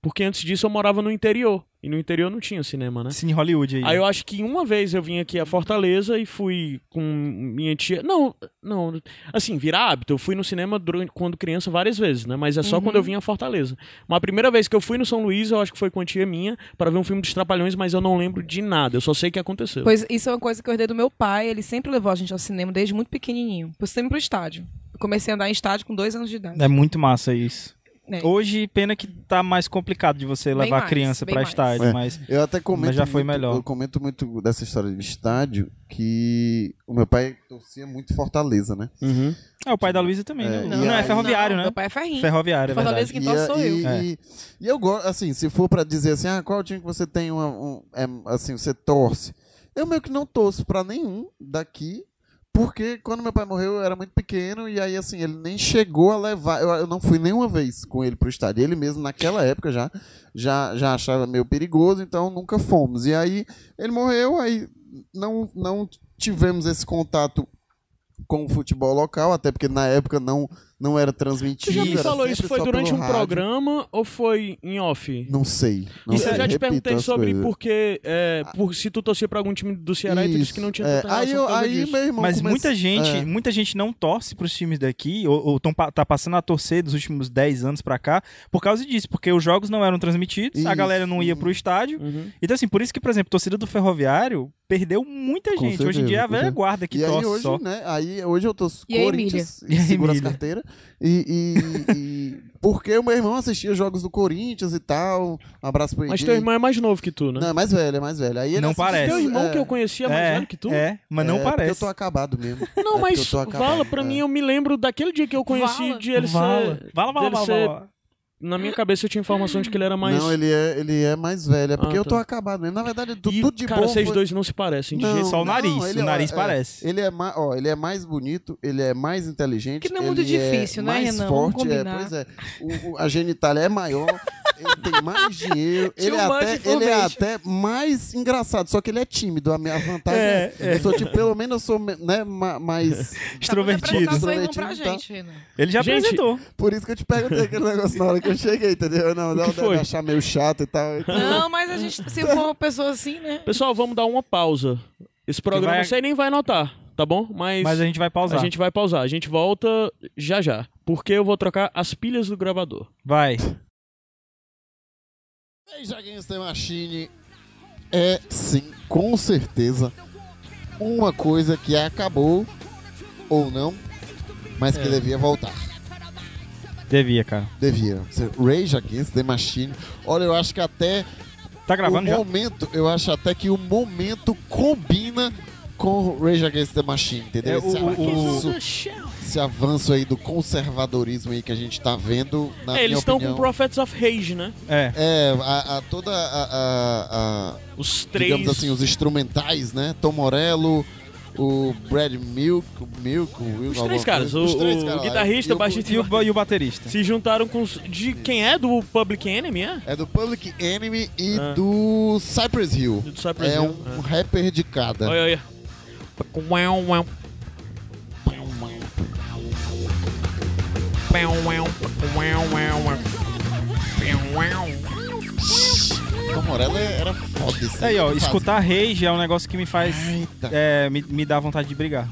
S3: Porque antes disso eu morava no interior. E no interior não tinha cinema, né?
S1: Cine Hollywood aí.
S3: Aí eu acho que uma vez eu vim aqui a Fortaleza e fui com minha tia. Não, não. Assim, virar hábito. Eu fui no cinema durante, quando criança várias vezes, né? Mas é
S2: Uhum.
S3: só quando eu vim a Fortaleza. Mas a primeira vez que eu fui no São Luís, eu acho que foi com a tia minha para ver um filme dos Trapalhões, mas eu não lembro de nada. Eu só sei que aconteceu.
S2: Pois isso é uma coisa que eu herdei do meu pai. Ele sempre levou a gente ao cinema desde
S4: Né?
S2: muito pequenininho. Pro cinema e pro estádio. Eu comecei a andar em estádio com dois anos de idade.
S1: É muito massa isso.
S2: É.
S1: Hoje, pena que tá mais complicado de você levar a
S2: mais,
S1: criança
S2: bem
S1: pra
S2: mais.
S1: estádio,
S4: É,
S1: mas.
S4: eu até comento
S1: Mas já foi
S4: muito-
S1: melhor.
S4: Eu comento muito dessa história de estádio que o meu pai torcia muito Fortaleza, né?
S1: É, o pai da Luísa também, né?
S4: É,
S1: Não,
S4: e
S1: é
S4: aí-
S1: ferroviário,
S2: Não,
S1: né?
S2: meu pai é ferrinho.
S1: Ferroviário, é
S2: Fortaleza
S1: verdade.
S2: que torce sou eu.
S4: E,
S1: É.
S4: e- e eu gosto, assim, se for pra dizer assim, ah, qual time que você tem uma, um, é, assim, você torce? Eu meio que não torço pra nenhum daqui, porque quando meu pai morreu eu era muito pequeno e aí, assim, ele nem chegou a levar, eu, eu não fui nenhuma vez com ele pro estádio, ele mesmo naquela época já, já, já achava meio perigoso, então nunca fomos. E aí ele morreu, aí não, não tivemos esse contato com o futebol local, até porque na época não, não era
S3: Você
S4: transmitido.
S3: já me
S4: era
S3: falou
S4: sempre
S3: isso? Foi
S4: só
S3: durante um
S4: pelo rádio.
S3: programa ou foi em off?
S4: Não sei. Não
S3: Isso
S4: sei.
S3: eu já te
S4: Repito
S3: perguntei
S4: as
S3: sobre
S4: coisas.
S3: porque é, por, se tu torcia pra algum time do Ceará e tu disse que não tinha
S4: Isso, é.
S3: tanta
S4: Aí
S3: relação
S4: eu-
S3: por causa
S4: aí
S3: disso.
S4: meu irmão
S1: Mas
S4: começa-
S1: muita gente,
S4: é.
S1: muita gente não torce pros times daqui, ou, ou tão pa- tá passando a torcer dos últimos 10 anos pra cá, por causa disso, porque os jogos não eram transmitidos, a
S4: Isso. Uhum.
S1: galera não ia pro estádio. Então, assim, por isso que, por exemplo, a torcida do Ferroviário perdeu muita
S4: Com
S1: gente. Hoje em
S4: certeza,
S1: dia é a
S4: com
S1: velha
S4: certeza.
S1: guarda que
S4: e
S1: torce
S4: aí hoje,
S1: só.
S4: né? Aí hoje eu torço
S2: E a
S4: Corinthians,
S1: Emília? E a
S4: segura as
S1: Emília?
S4: carteiras. E, e- e- porque o meu irmão assistia jogos do Corinthians e tal. Um abraço pro
S3: Mas
S4: Edir.
S3: teu irmão é mais novo que tu, né?
S4: Não, é mais velho, é mais velho. Aí ele
S1: Não
S4: assistia-
S1: parece.
S3: Teu irmão
S4: é,
S3: que eu conhecia é mais
S1: É,
S3: velho que tu?
S1: É, mas não
S4: é, porque
S1: parece.
S4: Eu tô acabado mesmo.
S3: Não,
S4: É
S3: mas
S4: porque eu tô acabado,
S3: Vala, pra
S4: é.
S3: mim, eu me lembro daquele dia que eu conheci
S2: Vala?
S3: de ele
S1: Vala.
S3: ser...
S1: Vala, vala,
S3: dele
S1: vala,
S3: ser-
S1: vala.
S3: Na minha cabeça eu tinha informação de que ele era mais...
S4: Não, ele é, ele é mais velho. É
S3: Ah,
S4: porque eu tô
S3: tá.
S4: acabado mesmo. Na verdade, é tu-
S1: Tipo,
S3: E,
S4: tudo de
S3: cara,
S4: bom.
S3: vocês
S4: foi-
S3: dois não se parecem. de
S1: Não.
S3: jeito-
S1: jeito- Só o nariz,
S4: ele
S1: o
S4: é-
S1: nariz
S4: é,
S1: parece.
S4: Ele é, mais, ó, ele é mais bonito, ele é mais inteligente.
S2: Que não é muito
S4: ele
S2: difícil,
S4: é
S2: né,
S4: mais
S2: Renan? Vamos
S4: Forte, é,
S2: combinar.
S4: pois é. O- o- a genitália é maior, ele tem mais dinheiro, ele é,
S2: Too much
S4: até, ele é
S2: information.
S4: até mais engraçado, só que ele é tímido. A minha vantagem
S1: É,
S4: é, essa. Eu sou, tipo, pelo menos eu sou né, ma- mais.
S1: Extrovertido.
S2: Tá fazendo apresentação aí, não pra
S4: Extrovertido, tá.
S2: gente, né? Renan.
S1: Ele já
S3: Gente,
S1: apresentou.
S4: Por isso que eu te perguntei aquele negócio na hora que eu cheguei, entendeu? Não,
S3: que
S4: não
S3: foi?
S4: deve achar meio chato e tal.
S2: Não, mas a gente, se for uma pessoa assim, né?
S3: Pessoal, vamos dar uma pausa. Esse programa
S1: vai-
S3: você nem vai notar, tá bom? Mas,
S1: Mas a gente vai pausar.
S3: a gente vai pausar. A gente volta já já. Porque eu vou trocar as pilhas do gravador.
S1: Vai.
S4: Rage Against the é Machine é sim, com certeza, uma coisa que acabou ou não, mas que devia voltar.
S1: É. Devia, cara.
S4: Devia. Rage Against the Machine. Olha, eu acho que até
S1: Tá gravando
S4: o
S1: já?
S4: momento, eu acho até que o momento combina com Rage Against the Machine, entendeu?
S1: É,
S4: esse,
S1: o- o-
S4: avanço,
S3: É,
S4: esse avanço aí do conservadorismo aí que a gente tá vendo na
S3: é,
S4: minha
S3: eles estão com
S4: opinião.
S3: Prophets of Rage, né?
S1: É.
S4: É, a, a- toda a- a- a,
S3: Os três.
S4: digamos assim, os instrumentais, né? Tom Morello, o Brad Milk, o Milk, o Will,
S3: Os
S4: alguma
S3: três
S4: coisa.
S3: caras, o- o
S4: lá.
S3: guitarrista,
S4: E o-
S3: baixista-
S1: E o, e o baterista?
S3: Se juntaram com os. De quem é? Do Public Enemy, é?
S4: É do Public Enemy e
S3: Ah.
S4: do Cypress Hill. né?
S3: Do Cypress
S4: É
S3: Hill,
S4: um rapper de cada.
S3: Olha, olha. Uau, uau. Uau, uau. Uau, uau, uau.
S4: Tom Morello é, era foda é esse tá
S1: Aí, ó,
S4: rapaz.
S1: escutar rage é um negócio que me faz.
S4: Eita.
S1: é, me, me dá vontade de brigar.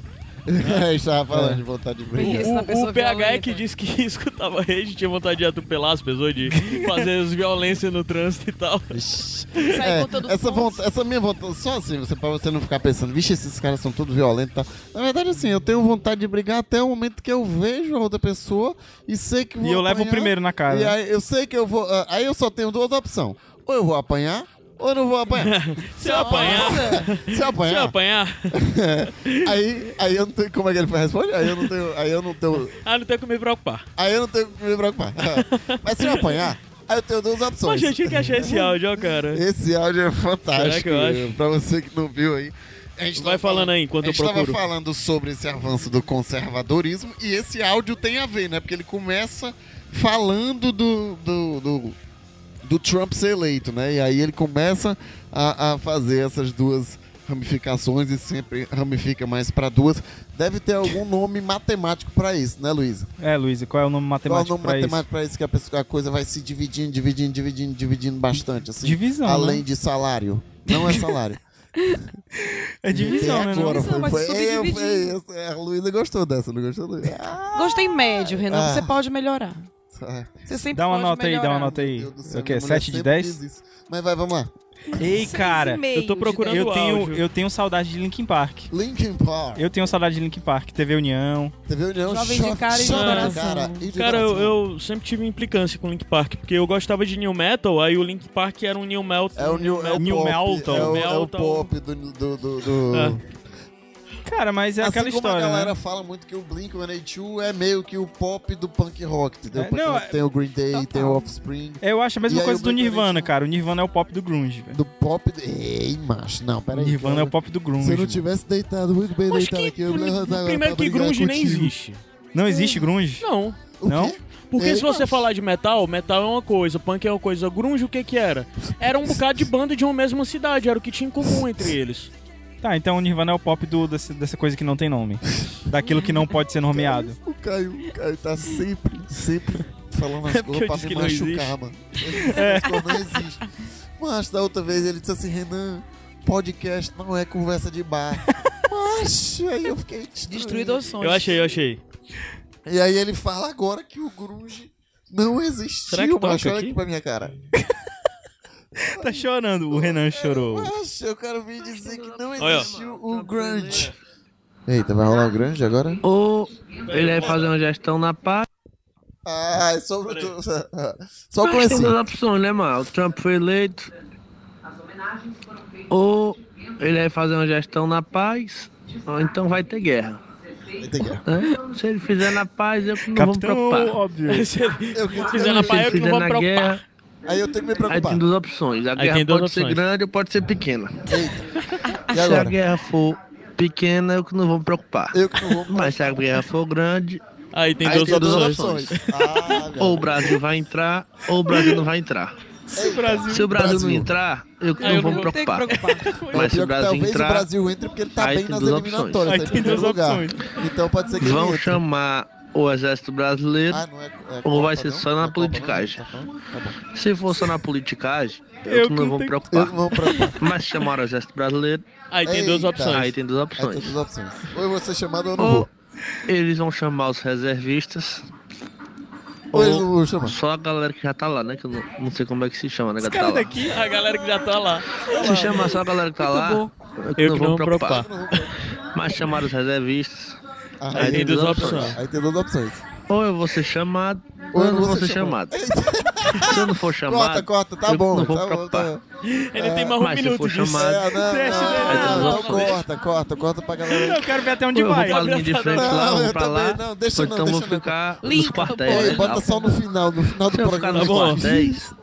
S4: É, tá. estava falando de vontade de brigar.
S2: Isso, na
S3: O,
S2: pessoa
S3: o PH é
S2: violenta.
S3: que disse que escutava rage, tinha vontade de atropelar as pessoas, de fazer as violências no trânsito e tal.
S2: Sair
S4: É,
S2: contando
S4: essa,
S2: pontos.
S4: vonta- essa minha vontade, só assim, você, pra você não ficar pensando, vixe, esses caras são todos violentos. Tá? Na verdade, assim, eu tenho vontade de brigar até o momento que eu vejo a outra pessoa e sei que vou
S1: E eu levo o
S4: apanhar.
S1: primeiro na cara.
S4: E
S3: né?
S4: aí eu sei que eu vou. ah, Aí eu só tenho duas opções. Ou eu vou apanhar, ou eu não vou apanhar.
S3: Se eu apanhar,
S4: Se eu
S3: se eu
S4: apanhar,
S3: apanhar.
S4: aí, aí eu não tenho. Como é que ele vai responder? Aí eu não tenho. Aí eu não tenho.
S3: Ah, não tem como me preocupar.
S4: Aí eu não tenho que me preocupar. Mas se eu apanhar, aí eu tenho duas opções. Um,
S3: Mas eu
S1: é
S3: tinha que achar esse áudio, ó, cara.
S4: Esse áudio é
S3: Será que
S4: fantástico.
S3: eu acho?
S4: Pra você que não viu aí. a gente
S3: Vai
S4: tava
S3: falando aí enquanto
S4: a gente
S3: eu
S4: tava
S3: procuro.
S4: falando sobre esse avanço do conservadorismo e esse áudio tem a ver, né? Porque ele começa falando do, do, do, do Trump ser eleito, né? E aí ele começa a, a fazer essas duas ramificações e sempre ramifica mais para duas. Deve ter algum nome matemático para isso, né, Luísa?
S1: É, Luiz, qual é o nome
S4: Qual o
S1: matemático
S4: nome
S1: pra isso?
S4: matemático para isso que a, pessoa- a coisa vai se dividindo, dividindo, dividindo, dividindo bastante, assim?
S1: Divisão,
S4: Além
S1: né?
S4: de salário. Não é salário.
S1: É divisão,
S4: é
S1: né?
S4: agora,
S1: não?
S2: Divisão,
S4: foi,
S2: vai se
S4: foi, é,
S2: subdividir.
S4: foi, é, a Luísa gostou dessa, não gostou? Luísa? Ah,
S2: Gostei médio, Renan.
S4: Ah.
S2: Você pode melhorar. Você sempre
S1: Dá uma
S2: pode
S1: nota aí, dá
S2: melhorar.
S1: uma nota aí.
S4: Meu Deus do céu,
S1: o quê?
S4: minha mulher
S1: 7 de
S4: sempre
S1: 10?
S4: diz isso. Mas vai, vamos lá.
S1: Ei, cara,
S3: e-mails Eu tô procurando
S1: eu
S3: o
S1: tenho,
S3: áudio.
S1: Eu tenho saudade de Linkin Park.
S4: Linkin Park.
S1: Eu tenho saudade de Linkin Park. TV União.
S4: TV União,
S2: Jovem de cara e de coração.
S3: Cara, eu, eu sempre tive implicância com o Link Park, porque eu gostava de New Metal, aí o Link Park era um New Metal.
S4: É o New, é o
S3: new
S4: pop,
S3: Metal.
S4: É o, é o
S3: Metal.
S4: pop do. do, do, do-
S1: Cara, mas é
S4: assim
S1: aquela
S4: como
S1: história.
S4: A galera
S1: né?
S4: fala muito que o Blink-182 é meio que o pop do punk rock, entendeu?
S1: É,
S4: Punk
S1: não, é
S4: rock tem o Green Day, tem o Offspring.
S1: Eu acho a mesma
S4: E aí
S1: coisa
S4: o
S1: do
S4: Blink-182
S1: Nirvana, cara. O Nirvana é o pop do grunge, velho.
S4: tipo Do pop... Ei, macho, não, peraí.
S1: Nirvana
S4: cara.
S1: é o pop do grunge.
S4: Se eu não
S1: mano.
S4: tivesse deitado muito bem
S3: Mas
S4: deitado
S3: que-
S4: aqui, eu me levantava agora
S3: primeiro
S4: pra
S3: que
S4: brigar
S3: grunge nem
S4: contigo.
S3: existe.
S1: Não existe grunge?
S3: Não.
S1: Não?
S3: Porque
S4: Ei,
S3: se você falar de metal, metal é uma coisa, punk é uma coisa, grunge o que que era? Era um bocado de banda de uma mesma cidade, era o que tinha em comum entre eles.
S1: Tá, então o Nirvana é o pop do, desse- dessa coisa que não tem nome. Daquilo que não pode ser nomeado.
S4: O Caio, o Caio tá sempre, sempre falando as
S3: É porque
S4: coisas
S3: eu
S4: pra
S3: disse
S4: me
S3: que não É.
S4: machucar, mano. Ele disse que as coisas não existem. Mas da outra vez ele disse assim, Renan, podcast não é conversa de bar. Macho, aí eu fiquei destruído.
S2: Destruidor sons.
S3: Eu achei, eu achei.
S4: E aí ele fala agora que o grunge não existiu,
S3: Será que toca
S4: macho. Olha
S3: aqui?
S4: aqui pra minha cara.
S1: Tá chorando. O Renan chorou.
S4: Macho, eu quero me dizer que não
S3: Olha.
S4: existiu o grunge. Eita, vai rolar o grunge agora?
S10: Ou ele vai fazer uma gestão na paz.
S4: Ah, é só, só o
S10: Mas Tem
S4: comecinho.
S10: duas opções, né, mano? O Trump foi eleito. Ou ele vai fazer uma gestão na paz, ou então vai ter guerra. Né? Se ele fizer na paz, eu não vou me
S1: Capitão
S10: preocupar.
S1: óbvio.
S3: Se ele
S4: Eu quero
S3: fizer na
S10: Se ele
S3: praia, eu que não
S10: fizer
S3: vou
S10: na
S3: me preocupar.
S10: guerra,
S4: Aí eu tenho que me
S10: aí
S4: preocupar.
S10: tem duas opções. A guerra
S3: tem duas
S10: pode ser
S3: opções.
S10: grande ou pode ser pequena.
S4: E
S10: Se a
S4: agora?
S10: guerra for pequena, eu que não vou me preocupar.
S4: Eu que não vou.
S10: Mas se a guerra for grande,
S3: Aí tem
S10: Aí
S3: duas
S10: tem duas
S3: opções.
S10: opções.
S4: Ah,
S10: ou o
S4: velho.
S10: Brasil vai entrar, ou o Brasil não vai entrar.
S1: Se o Brasil.
S10: Se o Brasil,
S4: Brasil.
S10: não entrar, eu que
S3: Aí eu
S10: não vou
S3: não
S10: me
S3: vou
S2: Tem que
S10: preocupar.
S2: preocupar.
S10: Mas se
S4: Pior é que
S10: o Brasil
S4: talvez o
S10: entrar,
S4: Brasil entre porque ele tá
S10: aí
S4: bem
S10: tem
S4: nas
S10: duas opções.
S4: eliminatórias,
S1: Aí
S4: tá em
S1: tem
S4: primeiro
S1: duas
S4: lugar.
S1: opções.
S4: Então pode ser que ele
S10: vão
S4: entre.
S10: chamar o Exército Brasileiro.
S4: Ah, não é, é
S10: Ou vai
S4: Copa,
S10: ser
S4: não?
S10: só
S4: Não
S10: na
S4: é Copa,
S10: politicagem?
S4: não? Tá bom, tá bom.
S10: Se for só na politicagem, eu,
S1: Eu
S10: que não vou me
S4: Eu
S10: preocupar.
S4: não vou preocupar.
S10: Mas se chamar o Exército Brasileiro,
S3: Aí tem duas
S4: Eita.
S10: aí
S3: opções.
S10: tem duas
S4: Aí tem
S10: opções.
S4: duas opções. Ou eu vou ser chamado ou eu não
S10: Ou
S4: vou.
S10: eles vão chamar os reservistas.
S4: Ou eles não
S10: Ou
S4: vão chamar.
S10: só a galera que já tá lá, né? Que eu não, não sei como é que se chama, né?
S3: Esse
S10: Que
S3: cara
S10: tá lá.
S3: daqui, a galera que já tá lá.
S10: Se chamar só a galera que tá lá, eu que
S3: Eu
S10: não
S3: que
S10: vou me
S3: não vou me
S10: preocupar. Mas chamar os reservistas,
S4: Ah,
S3: Aí tem duas opções.
S4: Aí tem duas opções.
S10: ou eu vou ser chamado,
S4: Ou
S10: ou eu não vou ser chamado. Se eu não for
S4: Corta,
S10: chamado,
S4: corta, tá
S10: eu
S4: bom.
S10: não vou
S4: tá
S10: me
S4: bom,
S10: preocupar.
S4: tá bom.
S3: Ele tem mais um
S10: Mas se
S3: minuto
S10: for
S3: disso.
S10: chamado-
S4: É, não,
S3: Teste dele,
S4: não,
S10: duas
S4: não, não,
S10: opções.
S4: corta, corta, corta pra galera.
S1: Eu quero ver até
S10: Ou
S1: onde
S10: eu vou
S1: vai.
S10: pra linha de frente lá,
S4: Não,
S10: ou
S4: eu
S10: pra lá,
S4: também Ah, não, deixa
S10: ou
S4: não,
S10: então vão
S4: deixa não.
S10: ficar nos
S2: Limpa,
S10: quartéis.
S4: Ei,
S10: né,
S4: bota
S10: tal.
S4: só no final, no final do
S10: Se eu ficar
S4: programa.
S10: nos
S3: Tá bom.
S10: quartéis,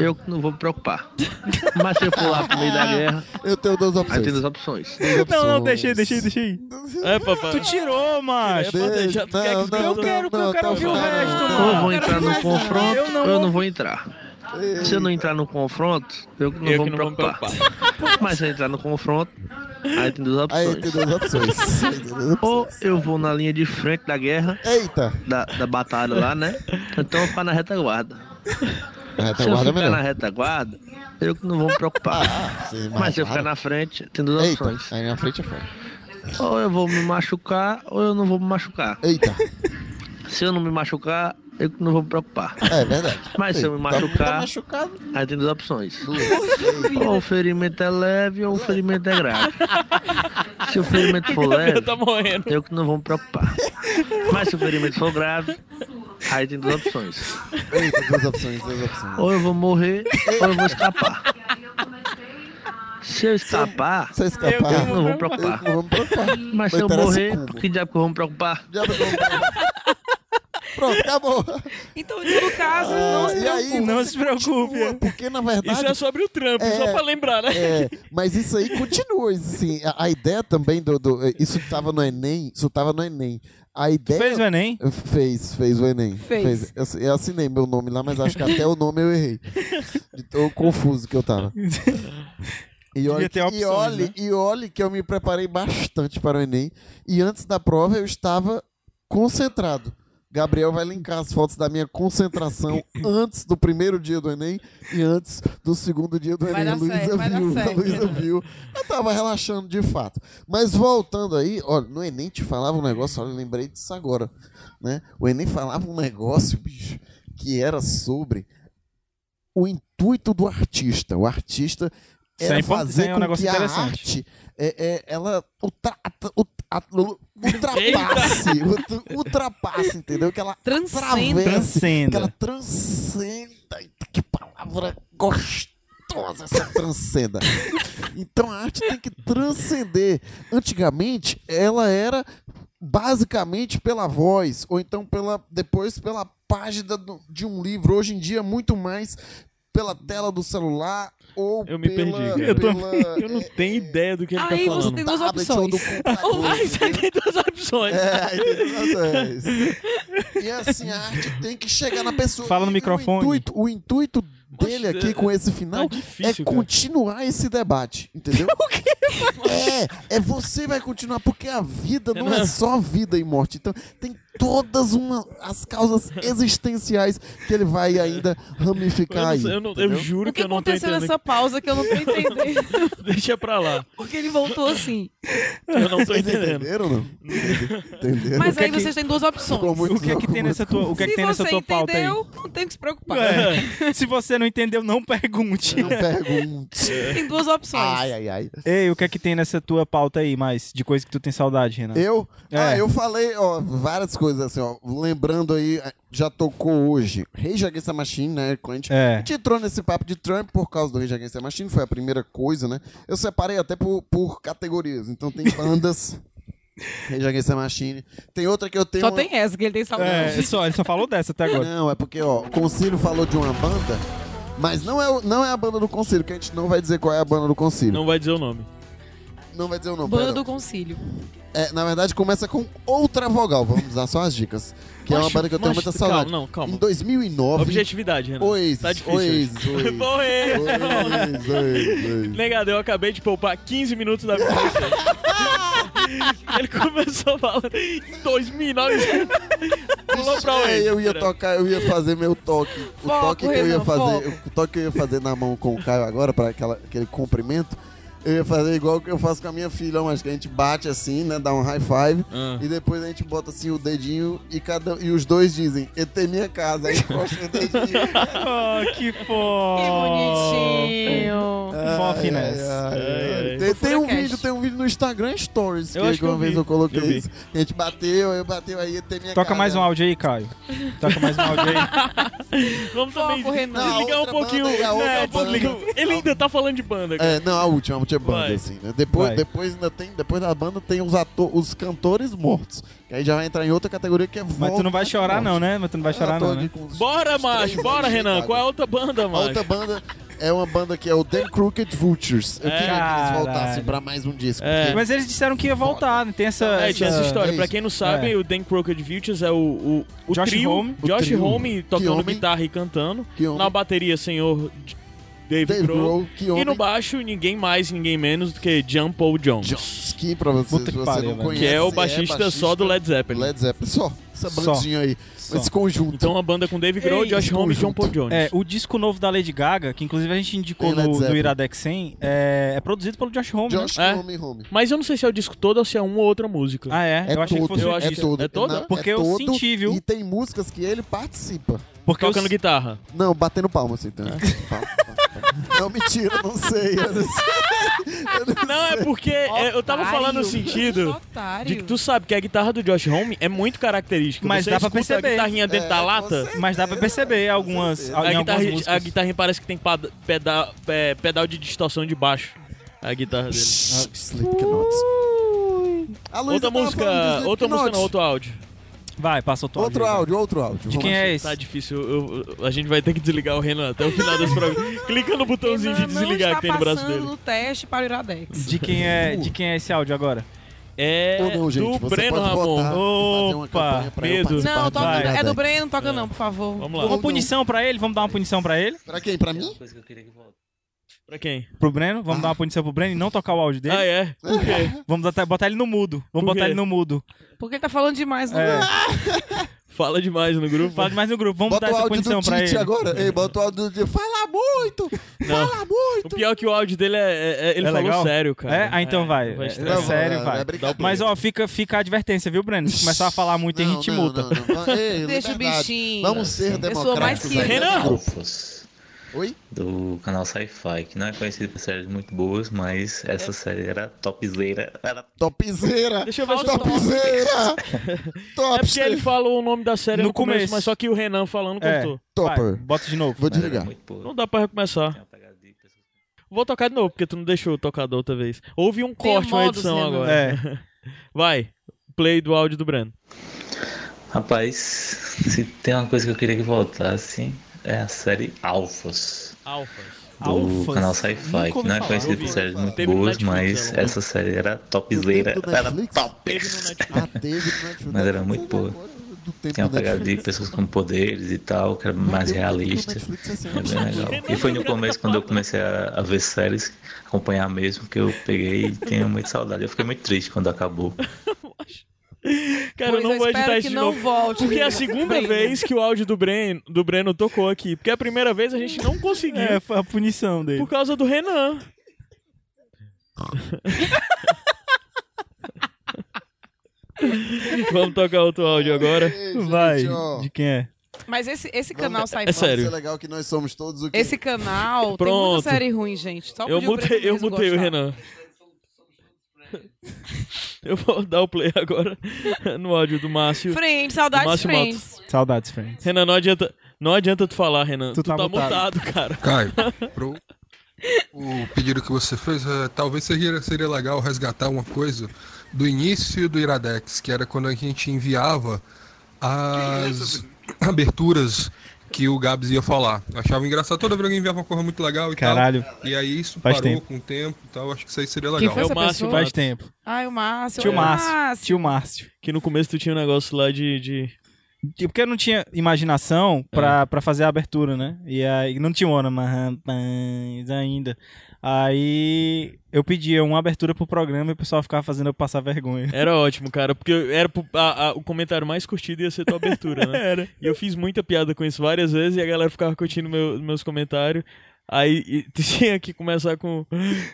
S10: eu que não vou me preocupar. Mas se eu for lá pro meio da guerra,
S4: Eu tenho duas
S10: aí tem
S4: opções.
S10: duas opções.
S1: Não, não, deixei, deixei, deixei.
S3: É, papai.
S1: Tu tirou, macho.
S3: Deixa-
S4: Deixa-
S3: tu quer que
S4: Ah, não,
S3: escolha?
S4: não,
S1: Eu quero,
S4: não,
S1: eu quero
S4: tá
S1: ouvir o
S4: bom.
S1: resto,
S10: Ou eu
S1: mano.
S10: vou entrar no confronto,
S1: um. Eu não
S10: ou eu
S1: vou-
S10: não vou entrar. Se eu não entrar no confronto, eu que não
S3: Eu
S10: vou
S3: que
S10: me
S3: não vou me
S10: preocupar. Mas se eu entrar no confronto, aí tem duas
S4: Aí tem
S10: opções.
S4: duas opções. Aí tem duas opções.
S10: Ou eu vou na linha de frente da guerra,
S4: Eita! é,
S10: da, da batalha lá, né? Então eu vou ficar na retaguarda.
S4: É,
S10: Se
S4: tá
S10: eu
S4: guarda
S10: ficar na
S4: melhor. Ah,
S10: retaguarda, eu que não vou me preocupar.
S4: Sim,
S10: Mas se eu ficar
S4: guarda-
S10: na frente, tem duas
S4: Eita,
S10: opções.
S4: aí na frente é foda.
S10: Ou eu vou me machucar, ou eu não vou me machucar.
S4: Eita,
S10: Se eu não me machucar, eu que não vou me preocupar.
S4: é verdade.
S10: Mas se eu me machucar-
S4: Tá machucado.
S10: Aí tem duas opções.
S4: Duas.
S10: Ou o ferimento é leve ou o ferimento é grave. Se o ferimento for leve,
S3: Eu tá morrendo.
S10: eu que não vou me preocupar. Mas se o ferimento for grave, aí tem duas opções.
S4: Eita, duas opções, duas opções.
S10: Ou eu vou morrer, ou eu vou escapar. Se eu escapar,
S4: Se eu
S10: eu
S4: escapar,
S10: que não vou me
S4: eu
S10: preocupar.
S4: não vou me preocupar.
S10: Mas se
S4: Não
S10: eu
S4: interessa
S10: morrer,
S4: como.
S10: que diabo que eu vou me preocupar?
S4: Já me deu um problema. Pronto, acabou. É.
S2: Então, no caso, não se
S4: e aí,
S2: preocupe.
S1: Não
S4: você
S1: se preocupe.
S4: continua, Porque, na verdade,
S3: Isso é sobre o Trump,
S4: É.
S3: só pra lembrar, né?
S4: É, mas isso aí continua, assim, a, a ideia também do, do- eh, isso tava no Enem, isso tava no Enem. A ideia
S1: Fez o Enem?
S4: fez, fez o Enem.
S2: Fez.
S4: Eu, eu assinei meu nome lá, mas acho que até o nome eu errei. De tão confuso que eu tava. E olha,
S1: Devia ter opções,
S4: que- e, olhe,
S1: né?
S4: e olhe que eu me preparei bastante para o Enem. E antes da prova eu estava concentrado. Gabriel vai linkar as fotos da minha concentração antes do primeiro dia do Enem e antes do segundo dia do
S2: Vai
S4: Enem.
S2: dar
S4: A Luísa
S2: certo, vai dar
S4: viu, a
S2: certo.
S4: Luísa viu. Eu tava relaxando de fato. Mas voltando aí, olha, no Enem te falava um negócio, olha, eu lembrei disso agora. Né? O Enem falava um negócio, bicho, que era sobre o intuito do artista. O artista
S1: Isso é
S4: era
S1: impor- isso
S4: fazer
S1: é um
S4: com
S1: negócio
S4: que a
S1: interessante.
S4: arte, é, é, ela ultra, ut- a- ultrapasse, ut- ultrapasse, entendeu? Que ela
S2: Transcenda.
S4: atravesse, que
S1: Transcenda.
S4: ela transcenda. Que palavra gostosa essa transcenda. Então a arte tem que transcender. Antigamente ela era basicamente pela voz, ou então pela depois pela página do- de um livro. Hoje em dia muito mais pela tela do celular ou
S3: Eu me
S4: pela,
S3: perdi. cara. Eu, tô-
S4: pela-
S3: eu não tenho ideia do que ele tá
S2: Aí
S3: falando.
S2: você tem duas
S4: tablet ou
S2: opções.
S4: do computador.
S3: Aí você tem duas opções.
S4: É, aí tem duas opções. E assim, a arte tem que chegar na pessoa.
S1: Fala no
S4: E
S1: microfone.
S4: O intuito, o intuito dele aqui com esse final
S3: tá difícil,
S4: é
S3: cara.
S4: continuar esse debate, entendeu? o quê? É, é você vai continuar, porque a vida não, é
S3: Não.
S4: só vida e morte. Então tem todas uma, as causas existenciais que ele vai ainda ramificar
S3: Eu, não,
S4: aí.
S3: sei- eu, não- eu
S4: entendeu?
S3: juro
S2: O
S3: que
S2: que
S3: eu não tô
S2: aconteceu
S3: entendendo.
S2: nessa pausa que eu não tô entendendo?
S3: Deixa pra lá.
S2: Porque ele voltou assim.
S3: Eu não tô
S4: Vocês
S3: entendendo.
S4: entenderam, não? Entenderam?
S2: Mas
S1: que
S2: aí
S1: é que-
S2: vocês têm duas opções.
S4: Ficou muito
S1: O que é que tem
S4: louco.
S1: nessa tua, o que é que
S2: Se
S1: tem nessa
S2: você
S1: tua pauta aí?
S2: entendeu, não tem que se preocupar.
S1: É. Se você não entendeu, não pergunte.
S4: Não pergunte.
S1: É.
S2: Tem duas opções.
S1: Ah,
S4: Ai, ai, ai.
S1: Ei, o que é que tem nessa tua pauta aí, mais de coisa que tu tem saudade, Renan?
S4: Eu? Ah,
S1: É.
S4: eu falei, ó, várias coisas assim, ó. Lembrando aí, já tocou hoje. Rage Against the Machine, né? Quando a gente,
S1: É.
S4: a gente entrou nesse papo de Trump por causa do Rage Against the Machine, foi a primeira coisa, né? Eu separei até por, por categorias. Então tem bandas. Rage Against the Machine. Tem outra que eu tenho.
S2: Só tem essa que ele tem saudade.
S1: É, só, ele só falou dessa até agora.
S4: Não, é porque, ó, o Concílio falou de uma banda, mas não é, o- não é a banda do Concílio, que a gente não vai dizer qual é a banda do Concílio. Não,
S3: Não vai dizer o nome.
S4: vai dizer o nome.
S2: Banda
S4: perdão.
S2: do Concílio.
S4: É, na verdade, começa com outra vogal. Vamos dar só as dicas. Que é uma
S3: Macho,
S4: banda que eu tenho
S3: macho,
S4: muita saudade.
S3: Calma, não,
S4: Em
S3: calma.
S4: 2009.
S3: Objetividade, Renan.
S4: Oasis,
S3: Tá difícil.
S4: Oasis,
S3: hoje.
S4: Oasis.
S3: Bom, é.
S4: Oasis, Oasis, Oasis.
S3: Negado, eu acabei de poupar 15 minutos da vida. de vocês. Ele começou falando em 2009. Pulou pra
S4: É,
S3: onde?
S4: eu ia tocar, eu ia fazer meu toque. O
S2: Foco,
S4: toque que eu ia
S2: Renan,
S4: fazer,
S2: foco.
S4: o toque que eu ia fazer na mão com o Caio agora para aquele cumprimento. Eu ia fazer igual que eu faço com a minha filha, mas que a gente bate assim, né, dá um high five
S3: Ah.
S4: e depois a gente bota assim o dedinho e cada e os dois dizem: "ET minha casa", aí encosta o dedinho.
S1: Oh, que
S2: Que
S1: fofo.
S2: bonitinho.
S1: Mó finesse.
S4: Oh. É. Ai, ai,
S3: Ai, ai.
S4: Tem, tem um
S2: Furacast.
S4: vídeo, tem um vídeo no Instagram Stories que,
S3: Eu acho que
S4: uma
S3: eu
S4: vez
S3: vi.
S4: eu coloquei
S3: Eu vi.
S4: isso. A gente bateu, eu bateu aí, tem minha
S1: Toca
S4: cara.
S1: mais um áudio aí, Caio. Toca mais um áudio aí.
S3: Vamos
S2: Foco,
S3: também
S2: Renan.
S3: desligar
S4: Não,
S3: um
S4: outra
S3: pouquinho.
S4: banda, a outra
S3: né, desliga.
S4: banda.
S3: Ele ainda tá falando de banda, cara.
S4: É, não, a última, a última banda,
S3: Vai.
S4: assim, né? Depois,
S1: Vai.
S4: depois ainda tem, depois da banda tem os ator, os cantores mortos. Que aí já vai entrar em outra categoria que é
S1: Mas tu não vai chorar não, né? Mas tu não vai chorar não, né?
S3: Bora, macho, bora, Renan. Qual é a outra banda,
S4: A
S3: macho?
S4: outra banda é uma banda que é o The Crooked Vultures. Eu
S3: É.
S4: queria que eles voltassem
S1: Caralho.
S4: pra mais um disco.
S3: É.
S4: porque-
S1: Mas eles disseram que ia voltar, né? Tem essa...
S3: É, tinha essa história.
S4: é
S3: pra
S4: isso.
S3: quem não sabe,
S1: É.
S3: o Dan Crooked Vultures é o, o, o
S1: Josh
S3: trio.
S1: Homme.
S3: Josh
S4: O trio.
S3: Homme tocando
S4: homem.
S3: guitarra e cantando.
S4: Que homem,
S3: Na bateria, senhor D- Dave,
S4: Dave
S3: Grohl.
S4: Grohl, que homem,
S3: E no baixo, ninguém mais, ninguém menos do que John Paul Jones.
S4: Jones, que pra vocês,
S1: Puta
S4: se
S1: que
S4: você
S1: pariu,
S4: não
S1: velho.
S4: conhece,
S3: Que é o baixista, só do
S4: baixista
S3: Led Zeppelin.
S4: Led Zeppelin, só. Essa
S1: Só.
S4: bandinha aí.
S1: Só.
S4: Esse conjunto.
S3: Então uma banda com Dave Grohl,
S1: Ei,
S3: Josh Homme e John Paul Jones.
S1: É, o disco novo da Lady Gaga, que inclusive a gente indicou
S4: Tem Led
S1: no, no
S4: Zeppelin.
S1: Iradex 100, é, é produzido pelo Josh Homme, né?
S4: Josh
S3: É?
S4: Home Home.
S3: Mas eu não sei se é o disco todo ou se é uma ou outra música.
S1: Ah, é? eu achei que fosse...
S3: Eu acho
S4: é
S3: que-
S4: todo.
S3: é toda?
S4: Não,
S1: Porque
S4: é
S1: eu
S4: todo,
S1: senti, viu?
S4: E tem músicas que ele participa.
S1: Porque eu-
S3: Tocando guitarra.
S4: Não, batendo palma, assim. Então.
S3: É.
S4: Palma, palma. Não, mentira, eu não sei. Eu não sei. Eu não-
S3: Não, é porque é, eu tava
S2: Otário.
S3: falando no sentido
S2: Otário.
S3: de que tu sabe que a guitarra do Josh Homme é muito característica.
S1: Mas
S3: Você
S1: dá pra
S3: escuta
S1: perceber.
S3: a guitarrinha dentro
S4: É,
S3: da
S4: com
S3: lata...
S4: certeza.
S1: Mas dá pra perceber algumas, em
S3: A,
S1: algumas
S3: guitarra,
S1: músicas.
S3: a guitarrinha parece que tem pada- peda- é, pedal de distorção de baixo. A guitarra dele.
S4: Shh, Slipknot. A Luísa
S3: outra
S4: tava
S3: música,
S4: falando de
S3: outra música
S4: Slipknot.
S3: não, outro áudio.
S1: Vai, passa outro,
S4: Outro
S1: aí.
S4: áudio, outro áudio.
S1: De quem é esse?
S3: Tá difícil, eu- eu- a gente vai ter que desligar o Renan até o final desse programa. Clica no botãozinho de
S2: Renan não
S3: desligar
S2: está
S3: que tem no braço
S2: passando
S3: dele.
S2: no teste para o Iradex.
S1: De quem é, de quem é esse áudio agora?
S3: É
S4: Ou não,
S3: do
S4: gente, você
S3: Breno
S4: pode
S3: Ramon.
S4: votar e fazer uma
S1: Opa,
S4: campanha pra eu
S3: medo.
S4: participar
S2: Não,
S4: do
S2: toca,
S1: Vai.
S2: é
S4: Iradex.
S2: do Breno, não toca não, por favor.
S3: Vamos
S1: Uma
S3: lá.
S4: Ou não.
S1: punição pra ele? Vamos dar uma punição pra ele?
S4: Pra quem? Pra mim?
S3: Pra quem?
S1: Pro Breno?
S4: Ah.
S1: Vamos dar uma punição pro Breno e não tocar o áudio dele?
S3: Ah, é? Por quê?
S1: Vamos até botar ele no mudo. Vamos
S3: Por
S1: botar
S3: quê?
S1: ele no mudo.
S2: Porque ele tá falando demais. não
S1: É.
S3: Fala demais no grupo.
S1: Fala mais no grupo. Vamos dar
S4: Bota o
S1: essa
S4: áudio
S1: punição
S4: do
S1: pra
S4: Tite
S1: ele.
S4: agora. Ei, bota o áudio do Tite. Fala muito!
S3: Não.
S4: Fala
S3: O
S4: muito!
S3: pior é que o áudio dele é. é- é- ele
S1: É
S3: falou
S1: legal?
S3: sério, cara.
S1: É? Ah, então vai.
S3: não
S1: É-
S3: estranho.
S1: é sério, vai.
S4: brincadeira.
S1: Mas ó, fica, fica a advertência, viu, Breno? Se começar a falar muito, a
S4: Não,
S1: gente
S4: não,
S1: multa.
S4: não, não. Ei,
S2: Deixa o
S4: liberdade.
S2: bichinho.
S4: Vamos ser
S2: Eu sou mais
S4: democráticos
S2: que-
S4: aí,
S3: Renan!
S4: grupos. Oi?
S11: do canal Sci-Fi, que não é conhecido por séries muito boas, mas essa série era topzera. Era
S4: Topzeira!
S3: Deixa eu ver se eu-
S4: Topzeira!
S3: É porque ele falou o nome da série no, começo, mas só que o Renan falando
S1: É,
S3: cortou.
S1: Topper.
S3: Vai.
S1: Bota de novo.
S4: Vou desligar.
S3: Não dá pra recomeçar. Vou tocar de novo, porque tu não deixou eu tocar da outra vez. Houve um
S1: Tem
S3: corte, uma
S1: modos,
S3: edição
S1: Renan.
S3: agora.
S1: É.
S3: Vai, play do áudio do Breno.
S11: Rapaz, se tem uma coisa que eu queria que voltasse, é a série Alphas.
S3: Alphas.
S11: Do
S3: Alphas?
S11: canal
S3: Nunca
S11: Sci-Fi, que
S3: ouvi
S11: não é
S3: falar.
S11: conhecido
S3: Ouvi
S11: por séries muito
S3: Teve no
S11: boas,
S3: Netflix, é,
S11: mas
S3: ela.
S11: essa série era topzera.
S4: do
S11: Era
S4: Netflix?
S11: top.
S3: Ah,
S11: Mas era muito boa. Tem uma pegada de pessoas com poderes e tal, que era mais realista.
S3: assim,
S11: É bem legal. E foi no começo, quando eu comecei a, a ver séries, acompanhar mesmo, que eu peguei e tenho muita saudade. Eu fiquei muito triste quando acabou.
S3: Cara,
S2: Pois
S3: eu não
S2: eu
S3: vou
S2: espero
S3: editar
S2: que
S3: isso de
S2: não
S3: novo.
S2: volte,
S3: porque é a
S2: Breno.
S3: segunda
S2: Breno.
S3: vez que o áudio do Breno, do Breno tocou aqui. Porque é a primeira vez a gente não conseguiu.
S1: É, foi a punição dele.
S3: Por causa do Renan. Vamos tocar outro áudio agora.
S1: Vai. De quem é?
S2: Mas esse, esse canal sai
S4: É
S2: fora.
S4: sério. É legal que nós somos todos o que...
S2: Esse canal tem
S4: Pronto.
S2: muita série ruim, gente. Só
S3: Eu
S2: podia o
S3: mutei,
S2: Breno
S3: eu
S2: mesmo
S3: mutei o
S2: gostar.
S3: Renan. Eu vou dar o play agora no áudio do Márcio.
S2: Friends,
S3: do
S2: saudades
S3: Márcio
S2: Friends.
S3: Matos.
S1: Saudades, Friends.
S3: Renan, não adianta, não adianta tu falar, Renan. Tu, tá, mutado, cara.
S12: Caio, pro, o pedido que você fez, eh, talvez seria, seria legal resgatar uma coisa do início do Iradex, que era quando a gente enviava as aberturas que o Gabs ia falar. Eu achava engraçado, toda vez que alguém enviava uma coisa muito legal e
S1: Caralho.
S12: tal. E aí isso
S1: Faz
S12: parou
S1: tempo.
S12: com o tempo e tal, acho que isso aí seria legal.
S1: Quem foi É o essa Márcio pessoa? Matos. Faz tempo.
S2: Ai, o Márcio.
S1: Tio
S2: Oi,
S1: Márcio. Tio Márcio.
S3: Que no começo tu tinha um negócio lá de. É.
S1: de- Porque eu não tinha imaginação pra, pra fazer a abertura, né? E aí não tinha ona, mas ainda. Aí eu pedia uma abertura pro programa e o pessoal ficava fazendo eu passar vergonha.
S3: Era ótimo, cara, porque era pro- a- a- o comentário mais curtido ia ser tua abertura, né?
S1: Era.
S3: E eu fiz muita piada com isso várias vezes e a galera ficava curtindo meu- meus comentários. Aí e tu tinha que começar com.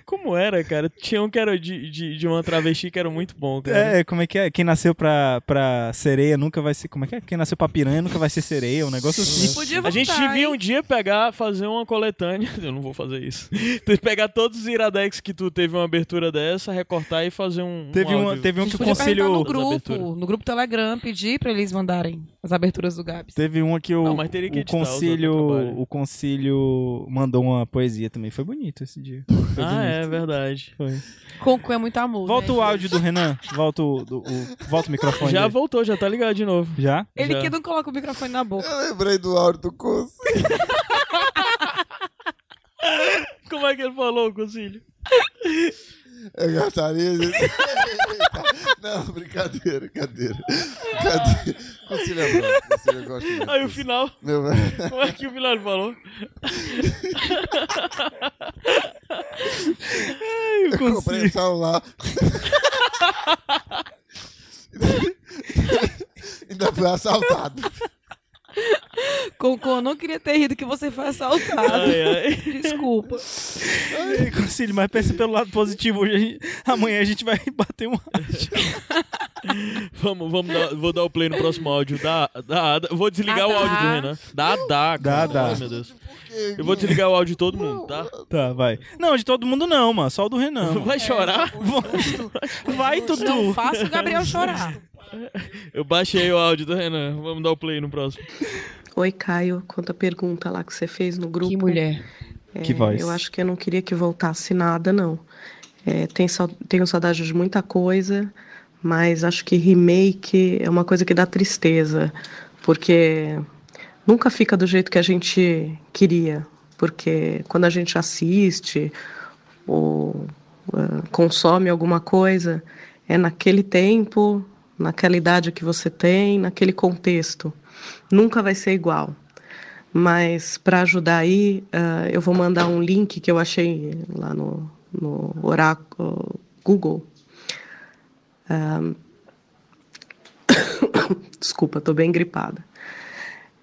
S3: Como era, cara? Tinha um que era de, de, de uma travesti que era muito bom, cara.
S1: É, como é que é? Quem nasceu pra, pra sereia nunca vai ser. Como é que é? Quem nasceu pra piranha nunca vai ser sereia, um negócio assim.
S3: a gente devia um dia pegar, fazer uma coletânea. Eu não vou fazer isso. Tu pegar todos os Iradex que tu teve uma abertura dessa, recortar e fazer um.
S1: Teve
S3: um
S1: uma-
S3: áudio.
S1: teve um
S2: A gente podia perguntar no grupo, no grupo Telegram, pedir pra eles mandarem as aberturas do Gabs.
S1: Teve uma que o,
S3: Não, mas teria que
S1: o
S3: editar, usar teu
S1: conselho, o conselho mandou uma poesia também. Foi bonito esse dia. Foi
S3: Ah, é verdade.
S1: Foi.
S2: Concu é muito amor.
S1: Volta
S2: né,
S1: o áudio do Renan. Volta o, do- o- volta o microfone.
S3: Já
S1: dele.
S3: voltou, já tá ligado de novo.
S1: Já?
S2: Ele
S1: Já.
S2: que é não coloca o microfone na boca.
S4: Eu lembrei do áudio do curso.
S3: Como é que ele falou, Conselho?
S4: Eu gostaria de... Não, brincadeira, brincadeira. Brincadeira. Conselho é bom, conselho eu gosto muito.
S3: Aí o final.
S4: Meu-
S3: Como é que o final falou?
S4: eu comprei o celular. Ainda fui assaltado.
S2: Concu, eu não queria ter rido que você foi assaltado. Desculpa.
S1: Ai, Conselho, mas pense pelo lado positivo. Hoje a gente- amanhã a gente vai bater um áudio.
S3: Vamos, vamos dar, vou dar o play no próximo áudio da, da Ada. Eu Vou desligar o áudio do Renan. Da Ada, cara.
S1: Da Ada.
S3: Ai, meu Deus. Eu vou desligar o áudio de todo mundo, tá?
S1: Tá, vai. Não, de todo mundo não, mano. Só o do Renan. mano.
S3: Vai chorar?
S1: Vai, Tutu.
S2: É, Não faça o Gabriel chorar.
S3: Eu baixei o áudio do Renan. Vamos dar o play no próximo.
S13: Oi, Caio. Quanto à pergunta lá que você fez no grupo. Que
S2: mulher.
S1: Que voz.
S13: Eu acho que eu não queria que voltasse nada, não. É, tem sau- tenho saudade de muita coisa, mas acho que remake é uma coisa que dá tristeza, porque nunca fica do jeito que a gente queria. Porque quando a gente assiste ou ah, consome alguma coisa, é naquele tempo, naquela idade que você tem, naquele contexto. Nunca vai ser igual. Mas para ajudar aí, ah, eu vou mandar um link que eu achei lá no, no oráculo Google. Ah, Desculpa, estou bem gripada.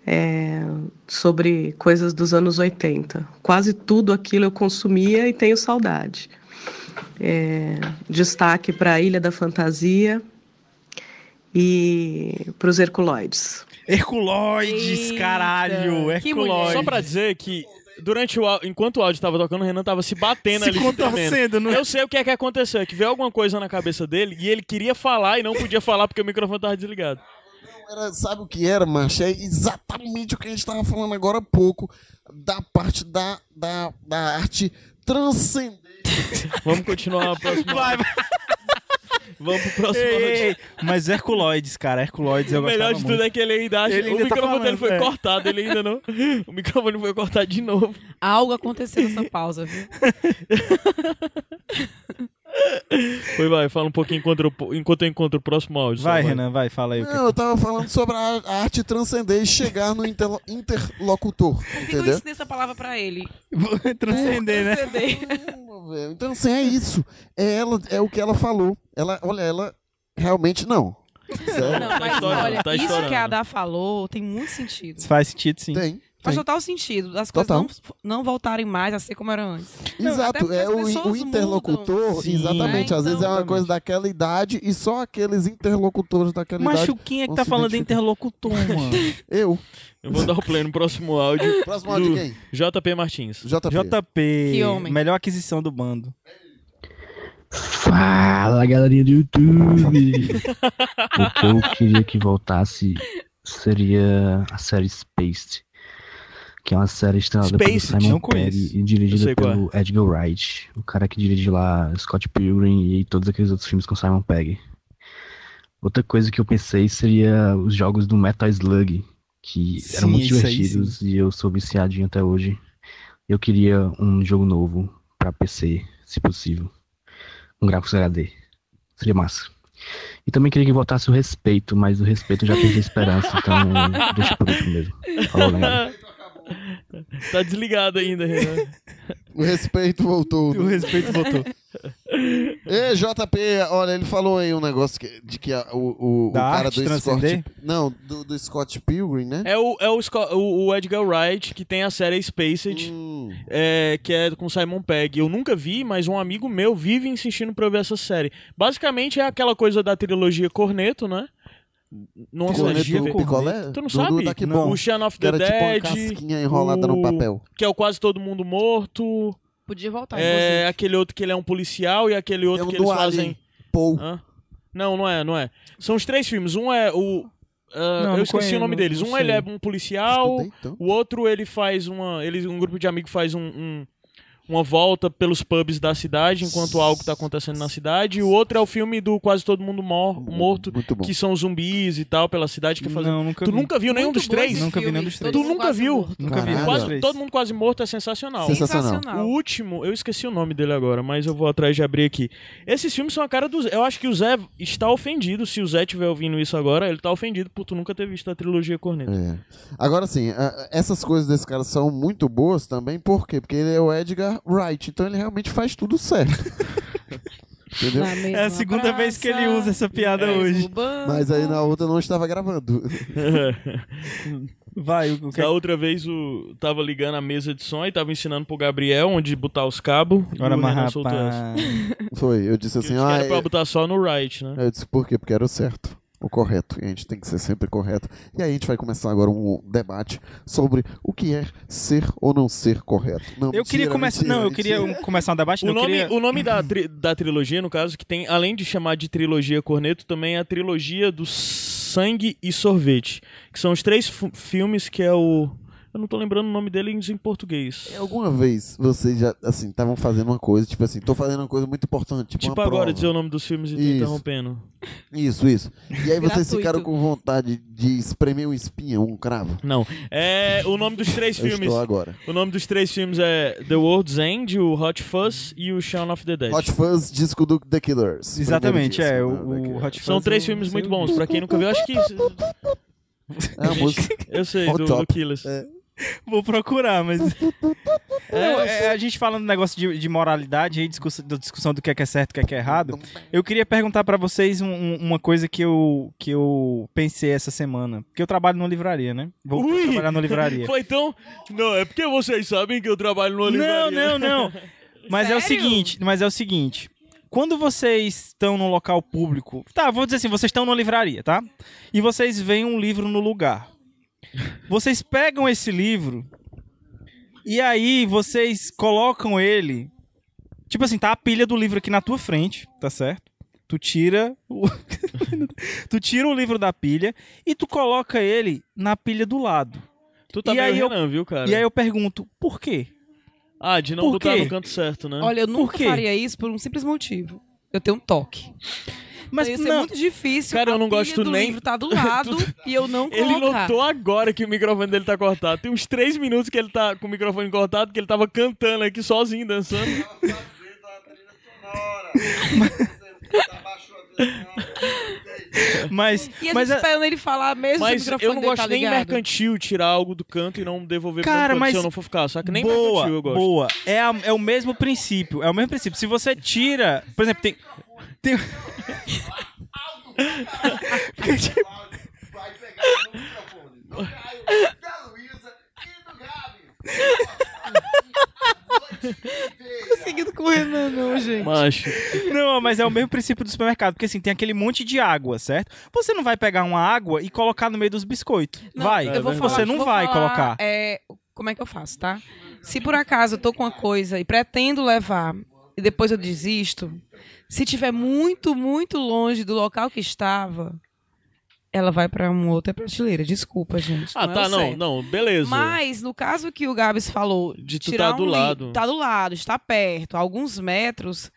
S13: É, sobre coisas dos anos 80. Quase tudo aquilo eu consumia e tenho saudade. É, destaque para a Ilha da Fantasia e para os Herculoides.
S1: Herculoides, caralho.
S3: Só
S1: Herculoides.
S3: pra dizer que durante o au- enquanto o áudio tava tocando, o Renan tava se batendo
S1: Se
S3: ali. tremendo.
S1: contorcendo, não-
S3: Eu sei o que é que aconteceu, é que veio alguma coisa na cabeça dele e ele queria falar e não podia falar porque o microfone tava desligado.
S4: Era- sabe o que era, macho? É exatamente o que a gente estava falando agora há pouco, da parte da, da, da arte transcendente.
S3: Vamos continuar na próxima. Vai, Vamos pro próximo
S1: Ei,
S3: áudio.
S1: ei, Mas Herculoides, cara, Herculoides eu
S3: O melhor
S1: gostava
S3: de
S1: muito.
S3: tudo é que ele ainda acha.
S1: Ele
S3: o
S1: ainda tá
S3: microfone dele
S1: falando,
S3: foi
S1: é.
S3: cortado, ele ainda não. O microfone foi cortado de novo.
S2: Algo aconteceu nessa pausa, viu?
S3: Foi, vai, fala um pouquinho enquanto eu, enquanto eu encontro o próximo áudio.
S1: Vai, Renan, vai, fala aí.
S4: Não, eu tava falando sobre a a arte transcender e chegar no interlo- interlocutor,
S2: Que eu
S4: entendeu?
S2: ensinei essa palavra pra ele.
S1: Transcender, né?
S4: velho. Então, assim, é isso. É, ela, é o que ela falou. Ela, olha, ela realmente não. Sério.
S2: Não, mas
S1: estourando,
S2: olha,
S1: tá
S2: isso que
S1: estourando.
S2: a Adá falou tem muito sentido.
S1: Faz sentido, sim.
S4: Tem.
S2: Faz total sentido. As coisas
S4: Total.
S2: não, não voltarem mais a ser como eram antes. Até
S4: Exato,
S2: porque
S4: é
S2: as
S4: o,
S2: pessoas
S4: o interlocutor,
S2: mudam. Sim.
S4: exatamente.
S2: Né?
S4: Às vezes é uma
S2: Então,
S4: coisa daquela idade e só aqueles interlocutores daquela
S1: Macho,
S4: idade.
S1: quem é que
S4: vão
S1: tá
S4: se
S1: falando de
S4: identificar.
S1: interlocutor, mano?
S4: Eu.
S3: Eu vou dar o play no próximo áudio.
S4: Próximo
S3: do
S4: áudio quem?
S3: JP Martins.
S4: JP.
S1: JP.
S3: Que homem.
S1: Melhor aquisição do bando.
S14: Fala galerinha do YouTube! o que eu queria que voltasse seria a série Spaced, que é uma série estrelada pelo
S1: Spaced?
S14: Simon
S1: Não conheço.
S14: Pegg e
S1: Eu
S14: dirigida
S1: sei qual é.
S14: pelo Edgar Wright, o cara que dirige lá Scott Pilgrim e todos aqueles outros filmes com Simon Pegg. Outra coisa que eu pensei seria os jogos do Metal Slug, que
S1: Sim,
S14: eram muito
S1: isso aí,
S14: divertidos e eu sou viciadinho até hoje. Eu queria um jogo novo pra PC, se possível. Um gráfico HD. Seria massa. E também queria que voltasse o respeito, mas o respeito eu já perdi a esperança, então deixa por último mesmo. Falou, galera.
S3: Tá desligado ainda, Renan.
S4: O respeito voltou.
S3: O respeito voltou.
S4: Ei, JP, olha, ele falou aí um negócio que- de que a- o, o, o
S1: Da
S4: cara
S1: arte
S4: do Scott.
S1: transcender?
S4: Não, do, do Scott Pilgrim, né?
S3: É o, é o, Sco- o- o Edgar Wright, que tem a série Spaced,
S4: Uh.
S3: é, que é com Simon Pegg. Eu nunca vi, mas um amigo meu vive insistindo pra eu ver essa série. Basicamente é aquela coisa da trilogia Corneto, né? Não
S4: Corneto
S3: de TV.
S4: Picolé?
S3: Tu não
S4: Do-
S3: sabe?
S4: do Daqui Bom.
S3: O Shaun of
S4: Que
S3: the
S4: era tipo uma
S3: Dead.
S4: casquinha enrolada
S3: o-
S4: no papel.
S3: Que é o Quase Todo Mundo Morto.
S2: Podia voltar,
S3: É aquele outro que ele é um policial e aquele outro
S4: um
S3: que
S4: do
S3: eles
S4: Alien,
S3: fazem.
S4: Paul.
S3: Hã? Não, não é, não é. São os três filmes. Um é o. ah,
S1: Não,
S3: eu
S1: não
S3: esqueci
S1: conhe-
S3: o nome
S1: não-
S3: deles.
S1: não
S3: Um ele
S1: sei.
S3: é um policial,
S1: então.
S3: o outro ele faz uma. Ele, um grupo de amigos faz um, um- uma volta pelos pubs da cidade enquanto algo tá acontecendo na cidade. E o outro é o filme do Quase Todo Mundo Mor- Morto, que são zumbis e tal pela cidade que fazem.
S1: Não, nunca
S3: tu
S1: vi.
S3: nunca viu nenhum
S1: Muito
S3: dos
S1: bom
S3: três?
S1: esse Nunca vi filme, nenhum dos Todo
S3: Tu
S1: três. Mundo
S3: nunca
S1: Quase
S3: viu?
S1: Morto. Nunca vi nenhum
S3: Quase-
S1: dos três.
S3: Todo mundo quase morto é sensacional.
S1: Sensacional. Sensacional.
S3: O último, eu esqueci o nome dele agora, mas eu vou atrás de abrir aqui. Esses filmes são a cara do Zé. Eu acho que o Zé está ofendido. Se o Zé estiver ouvindo isso agora, ele tá ofendido por tu nunca ter visto a trilogia Corneta.
S4: É. Agora sim, a- essas coisas desse cara são muito boas também, por quê? Porque ele é o Edgar Wright, então ele realmente faz tudo certo. Entendeu?
S1: Na mesma É a segunda vez que ele usa essa piada
S2: É,
S4: mesmo
S1: hoje.
S4: Mas aí na outra não estava gravando.
S1: Vai, o
S3: Da outra vez o tava ligando a mesa de som e tava ensinando pro Gabriel onde botar os cabos. e
S1: Ora,
S3: o
S1: mas
S3: Renan soltou
S1: rapaz.
S3: essa.
S4: Foi, eu disse assim,
S3: Que
S4: ah,
S3: era pra
S4: eu-
S3: botar só no right, né?
S4: eu disse por quê? Porque era o certo, o correto, e a gente tem que ser sempre correto. E aí a gente vai começar agora um debate sobre o que é ser ou não ser correto. Não,
S1: Eu queria
S4: mentira,
S1: começar.
S4: mentira,
S1: Não, eu
S4: mentira.
S1: queria um- começar um debate.
S3: O
S1: não, eu
S3: nome,
S1: queria...
S3: o nome da, tri- da trilogia, no caso, que tem, além de chamar de trilogia Corneto, também é a trilogia do Sangue e Sorvete. Que são os três fu- filmes que é o. Eu não tô lembrando o nome dele em português.
S4: É Alguma vez vocês já, assim, estavam fazendo uma coisa, tipo assim, tô fazendo uma coisa muito importante, tipo,
S3: Tipo
S4: uma
S3: agora
S4: prova.
S3: dizer o nome dos filmes e tô
S4: Isso.
S3: interrompendo.
S4: Isso, isso. E aí vocês
S3: Gratuito.
S4: ficaram com vontade de espremer um espinho, um cravo?
S3: Não. É, o nome dos três
S4: Eu
S3: filmes.
S4: estou agora.
S3: O nome dos três filmes é The World's End, o Hot Fuzz e o Shaun of the Dead.
S4: Hot Fuzz, disco do The Killers.
S1: Exatamente,
S4: Primeiro
S1: é,
S4: disco,
S1: o-
S4: né, The
S1: o
S4: Killers.
S1: Hot
S3: São três
S1: um
S3: filmes muito bons, pra quem nunca viu, acho que.
S4: É a música.
S3: Eu sei,
S1: On
S3: do, do
S1: top.
S3: Killers.
S4: É.
S1: Vou procurar, mas. Não, é, a gente falando do negócio de, de moralidade aí, discussão, da discussão do que é, que é certo e o que é, que é errado. Eu queria perguntar pra vocês um- um- uma coisa que eu, que eu pensei essa semana. Porque eu trabalho numa livraria, né? Vou
S3: Ui!
S1: trabalhar numa livraria.
S3: Foi então. Não, é porque vocês sabem que eu trabalho numa
S1: Não,
S3: livraria.
S1: não, não. Mas é o seguinte, mas é o seguinte. Quando vocês estão num local público, tá, vou dizer assim, vocês estão numa livraria, tá? E vocês veem um livro no lugar. Vocês pegam esse livro E aí vocês colocam ele. Tipo assim, tá a pilha do livro aqui na tua frente, tá certo? Tu tira o. tu tira o livro da pilha e tu coloca ele na pilha do lado.
S3: Tu tá
S1: e
S3: meio
S1: aí eu...
S3: Renan, viu, cara?
S1: E aí eu pergunto, por quê?
S3: Ah, de não
S1: Por
S3: botar
S1: quê?
S3: no canto certo, né?
S2: Olha, eu
S1: Por
S2: nunca
S1: quê?
S2: faria isso por um simples motivo. Eu tenho um toque.
S1: Mas
S2: Então, ia ser
S1: não-
S2: muito difícil.
S3: Cara, eu
S2: a
S3: não
S2: pilha
S3: gosto
S2: do
S3: nem-
S2: livro tá do lado e eu não
S3: Ele
S2: colocar.
S3: notou agora que o microfone dele tá cortado. Tem uns três minutos que ele tá com o microfone cortado, que ele tava cantando aqui sozinho, dançando.
S1: Mas, é-
S2: E a gente esperando ele falar mesmo
S3: é, mas
S2: se o microfone
S3: eu não
S2: dele
S3: gosto
S2: tá
S3: nem
S2: ligado.
S3: mercantil tirar algo do canto e não devolver
S1: Cara,
S3: pra um canto
S1: mas
S3: se eu não for ficar. Só que nem
S1: boa,
S3: mercantil eu gosto.
S1: boa. É, a- é o mesmo princípio. É o mesmo princípio. Se você tira, por exemplo, tem tem Porque, tipo,
S2: Conseguindo com o Renan, não, gente.
S3: Macho.
S1: Não, mas é o mesmo princípio do supermercado, porque assim, tem aquele monte de água, certo? Você não vai pegar uma água e colocar no meio dos biscoitos. vai,
S2: Eu
S3: É
S2: vou falar-
S1: você não
S2: vou
S1: vai
S2: falar,
S1: colocar.
S2: é, como é que eu faço, tá? Se por acaso eu tô com uma coisa e pretendo levar e depois eu desisto, se tiver muito, muito longe do local que estava, ela vai pra uma outra prateleira. Desculpa, gente.
S3: Ah,
S2: é
S3: tá,
S2: o
S3: não,
S2: certo.
S3: não, beleza.
S2: Mas no caso que o Gabs falou, de
S3: tu
S2: tirar
S3: tá do
S2: um li-
S3: lado.
S2: tá do lado, está perto, a alguns metros.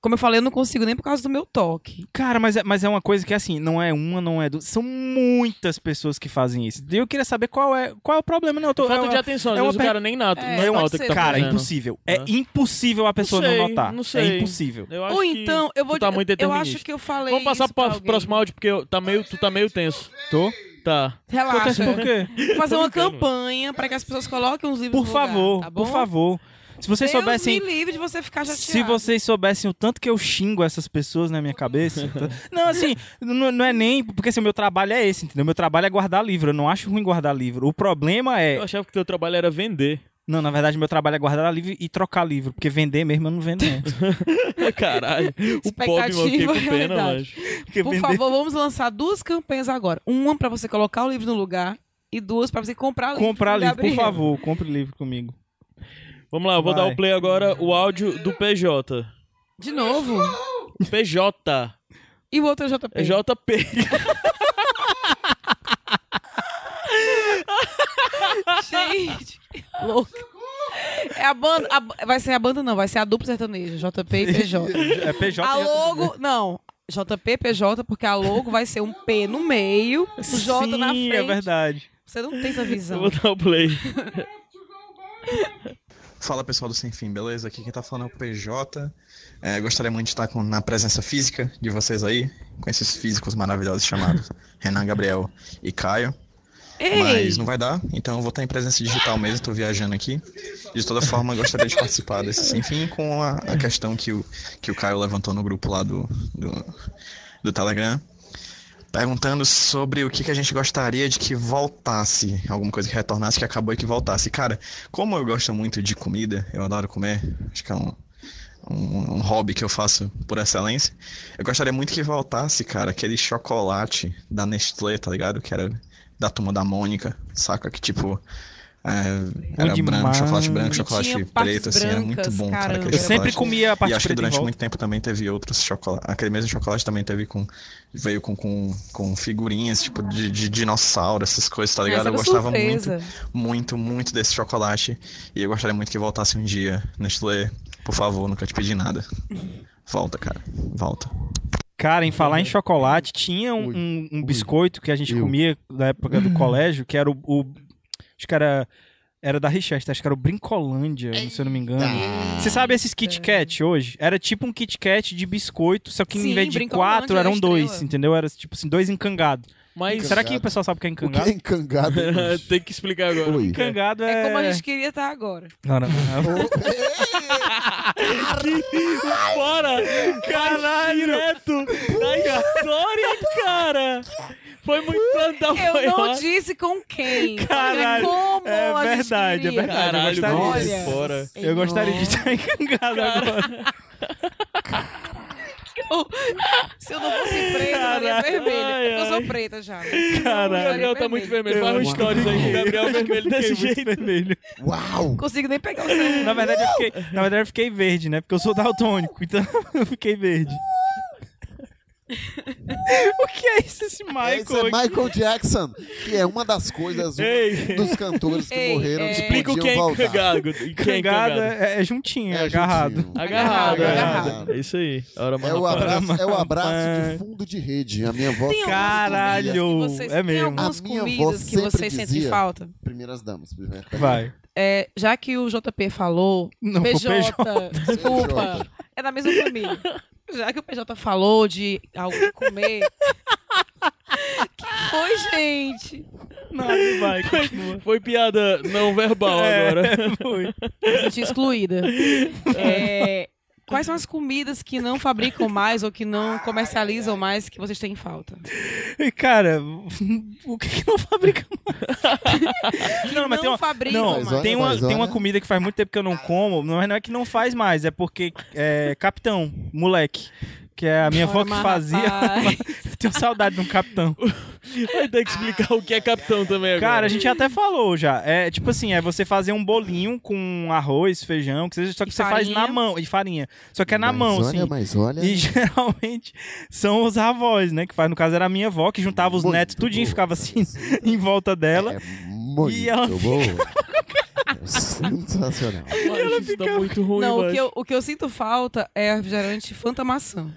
S2: Como eu falei, eu não consigo nem por causa do meu toque.
S1: Cara, mas é, mas é uma coisa que assim, não é uma, não é duas. São muitas pessoas que fazem isso. E eu queria saber qual é, qual é o problema. Não, eu tô,
S3: Falta
S1: é,
S3: de atenção, às
S1: uma
S3: vezes o
S1: per-
S3: cara nem nota- É, não
S1: é uma,
S3: nota que tá
S1: Cara, é
S3: fazendo.
S1: impossível. É
S3: Hã?
S1: impossível a pessoa não,
S3: sei,
S1: notar.
S3: Não sei.
S1: É impossível.
S3: Eu
S2: Ou
S3: acho que
S2: então, eu vou
S3: tu tá
S2: di-
S3: muito
S2: eu
S3: determinista.
S2: acho que eu falei
S3: Vamos passar
S2: isso pra
S3: pro
S2: alguém.
S3: próximo áudio, porque eu- tá meio, tu tá meio tenso.
S1: Tô?
S3: Tá.
S2: Relaxa.
S3: Acontece por quê?
S2: Vou Fazer
S3: Tô
S2: uma
S3: brincando,
S2: campanha para que as pessoas coloquem os livros
S1: Por
S2: no lugar,
S1: favor,
S2: tá bom? um
S1: por favor. Se vocês
S2: Deus
S1: soubessem.
S2: me livre de você ficar chateado.
S1: Se vocês soubessem o tanto que eu xingo essas pessoas na minha cabeça. tá- não, assim, não, não é nem. Porque assim, o meu trabalho é esse, entendeu? Meu trabalho é guardar livro. Eu não acho ruim guardar livro. O problema é.
S3: Eu achava que teu trabalho era vender.
S1: Não, na verdade, meu trabalho é guardar livro e trocar livro. Porque vender mesmo eu não vendo, não.
S3: Caralho. O pobre, mano, fiquei
S2: Expectativa
S3: com
S2: e
S3: pena,
S2: realidade.
S3: macho.
S2: Por favor, vamos lançar duas campanhas agora. Uma para você colocar o livro no lugar e duas para você comprar livro.
S1: Comprar
S2: com
S1: livro, por
S2: Gabriel.
S1: favor, compre livro comigo.
S3: Vamos lá, eu vou
S1: Vai.
S3: dar o play agora, o áudio do PJ.
S2: De novo?
S3: PJ.
S2: E o outro é JP.
S3: É JP.
S2: Gente, que louco. É a banda, a- vai ser a banda não, vai ser a dupla sertaneja, JP e PJ.
S1: É PJ.
S2: A logo, não, JP PJ, porque a logo vai ser um P no meio, um J na
S1: Sim,
S2: frente.
S1: é verdade.
S2: Você não tem essa
S3: Eu
S2: visão.
S3: vou dar o play.
S15: Fala pessoal do Sem Fim, beleza? Aqui quem tá falando é o PJ. É, gostaria muito de estar com- na presença física de vocês aí, com esses físicos maravilhosos chamados Renan, Gabriel e Caio.
S2: Ei!
S15: Mas não vai dar, então eu vou estar em presença digital mesmo, tô viajando aqui. De toda forma, gostaria de participar desse Sem Fim com a, a questão que o, que o Caio levantou no grupo lá do, do, do Telegram. Perguntando sobre o que, que a gente gostaria de que voltasse, alguma coisa que retornasse, que acabou e que voltasse. Cara, como eu gosto muito de comida, eu adoro comer, acho que é um, um, um hobby que eu faço por excelência. Eu gostaria muito que voltasse, cara, aquele chocolate da Nestlé, tá ligado? Que era da turma da Mônica, saca? Que tipo. é, era
S1: Bom
S15: branco, chocolate
S1: demais.
S15: branco,
S1: E
S15: chocolate
S1: tinha partes
S15: preto, assim, era muito
S1: brancas,
S15: bom, cara.
S1: caramba.
S15: aquele
S1: Eu sempre
S15: chocolate.
S1: comia a parte
S15: E acho que
S1: preta em
S15: durante
S1: volta.
S15: muito tempo também teve outros chocolates. Aquele mesmo chocolate também teve com. Veio com, com, com figurinhas, tipo, de, de dinossauro, essas coisas, tá
S2: Ah,
S15: ligado?
S2: essa
S15: eu
S2: era
S15: gostava
S2: surpresa.
S15: muito muito, muito desse chocolate. E eu gostaria muito que voltasse um dia. Nestlé, por favor, nunca te pedi nada. Volta, cara. Volta.
S1: Cara, em falar em chocolate, tinha um, um- um biscoito que a gente comia na época do colégio, que era o. o- acho que era. Era da Richester, acho que era o Brincolândia, se eu não me engano. Você sabe esses Kit Kat hoje? Era tipo um Kit Kat de biscoito, só que
S3: Sim,
S1: em vez de
S3: Brincolândia
S1: quatro,
S3: era
S1: eram dois,
S3: estrela.
S1: entendeu? Era tipo assim, dois encangados.
S3: Mas-
S1: Será que o pessoal sabe o que é encangado?
S3: O que é
S4: encangado?
S3: Tem que explicar agora.
S1: Encangado
S2: É como a
S1: é-
S2: gente queria estar agora.
S1: Não, não, não.
S3: Bora! Caralho! Direto da história, cara! Foi muito plantão,
S2: Eu
S3: foi
S2: não
S3: ótimo.
S2: disse com quem.
S3: Caralho,
S2: Como
S3: é
S2: a gente
S1: verdade, é
S2: queria.
S1: verdade. eu gostaria disso.
S3: fora.
S1: Eu gostaria de estar encangado agora.
S2: Que eu. Se eu não fosse preta, eu estaria
S3: Caralho,
S2: vermelha.
S3: ai,
S2: Eu sou
S3: ai.
S2: preta já.
S3: Caralho. O Gabriel tá muito vermelho. Fala um stories aí. Gabriel vermelho desse jeito.
S1: Vermelho.
S4: Uau!
S2: Não consigo nem pegar o celular.
S1: Na verdade, eu fiquei, na verdade, eu fiquei verde, né? Porque eu sou daltônico, então eu fiquei verde.
S2: o que é isso, esse
S1: Michael?
S4: Esse é Michael Jackson, que é uma das coisas, um dos cantores que
S2: Ei,
S4: morreram.
S2: é-
S4: que
S2: Explica o
S4: podiam
S2: que é
S4: voltar.
S3: encangado,
S1: Cangada é, é juntinho, é agarrado.
S3: Agarrado,
S4: Agarrado,
S3: agarrado. É isso aí. Ora,
S4: É o abraço, é o abraço de fundo de rede. A minha avó.
S2: Tem algumas comidas que vocês-
S1: É
S3: é
S2: tem algumas
S4: A minha avó
S2: comidas que
S4: sempre
S2: vocês sentem
S4: dizia-
S2: falta?
S4: Primeiras damas. primeiro.
S1: Vai.
S2: É, já que o JP falou,
S4: Não, foi
S2: PJ,
S4: PJ.
S2: desculpa, é da mesma família. Já que o PJ falou de algo de comer, que foi, gente?
S3: Nada, vai, continua. É, Foi piada não verbal agora.
S1: Foi.
S2: Me senti excluída. É, quais são as comidas que não fabricam mais ou que não comercializam mais que vocês têm falta?
S1: E, Cara, o que, que não fabrica mais?
S2: Que não fabricam
S1: não,
S2: mais.
S1: Tem, uma,
S2: Mas olha-
S1: tem uma comida que faz muito tempo que eu não como, mas não é que não faz mais, é porque é capitão, moleque. Que é a minha avó
S3: Ora,
S1: que
S3: mas
S1: fazia.
S3: rapaz.
S1: Tenho saudade de um capitão.
S3: Vai ter que explicar o que é capitão também agora.
S1: Cara, a gente até falou já. É tipo assim, é você fazer um bolinho com arroz, feijão, que seja, só que você faz
S3: farinha.
S1: na mão, e farinha. Só que é na mão,
S4: olha,
S1: assim.
S4: mas olha.
S1: E geralmente são os avós, né? Que faz, no caso era a minha avó, que juntava os netos tudinho e ficava assim em volta dela.
S4: É Muito
S1: e ela
S4: boa. Sensacional.
S3: ela fica muito ruim,
S2: não, o que,
S3: mas-
S2: eu, o que eu sinto falta é refrigerante Fanta Maçã.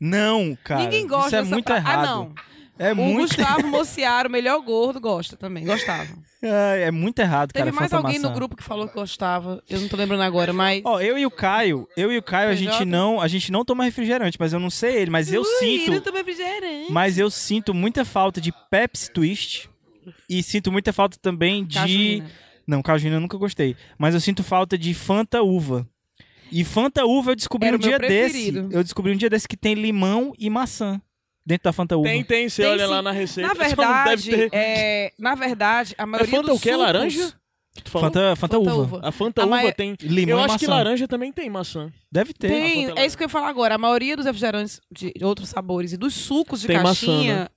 S1: Não, cara.
S2: Ninguém gosta
S1: Isso é
S2: dessa
S1: muito
S2: pra-
S1: errado.
S2: Ah, não.
S1: É
S2: o
S1: muito...
S2: Gustavo Mociaro, o melhor gordo, gosta também. Gostava.
S1: É, é muito errado,
S2: Teve
S1: cara.
S2: mais
S1: Fanta
S2: alguém no
S1: maçã.
S2: grupo que falou que gostava. Eu não tô lembrando agora, mas.
S1: Ó, eu e o Caio, eu e o Caio, a
S2: PJ?
S1: gente não, a gente não toma refrigerante, mas eu não sei ele, mas eu sinto.
S2: não toma refrigerante.
S1: Mas eu sinto muita falta de Pepsi Twist e sinto muita falta também de.
S2: Cajuína.
S1: Não, Cajuína eu nunca gostei. Mas eu sinto falta de Fanta Uva. E Fanta Uva eu descobri
S3: Era
S1: um
S3: o meu
S1: dia desse.
S3: preferido.
S1: Eu descobri um dia desse que tem limão e maçã dentro da Fanta Uva.
S3: Tem, tem, você
S2: Tem
S3: olha
S2: sim.
S3: lá na receita.
S2: Na
S3: só não
S2: verdade,
S3: deve ter.
S2: é, na verdade, a maioria
S3: Fanta
S2: dos
S1: É
S3: o quê?
S2: sucos-
S3: Laranja? Tu falou?
S1: Fanta- Fanta Fanta uva. uva.
S3: A Fanta
S1: A
S3: uva
S1: mai-
S3: tem.
S1: Limão
S3: eu
S1: e
S3: acho que
S1: maçã.
S3: laranja também tem maçã.
S1: Deve ter.
S2: Tem, é isso que eu ia falar agora. A maioria dos refrigerantes de outros sabores e dos sucos de
S3: Tem maçã,
S2: caixinha,
S3: né?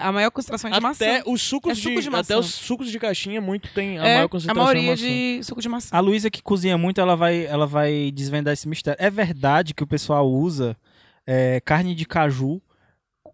S2: a maior concentração é de maçã.
S3: Até os sucos
S2: é
S3: de,
S2: suco de, maçã.
S3: até os sucos de caixinha muito tem a
S2: É,
S3: maior assim.
S2: a
S3: concentração
S2: maioria
S3: maçã.
S2: de suco de maçã.
S1: A Luísa que cozinha muito, ela vai, ela vai desvendar esse mistério. É verdade que o pessoal usa é, carne de caju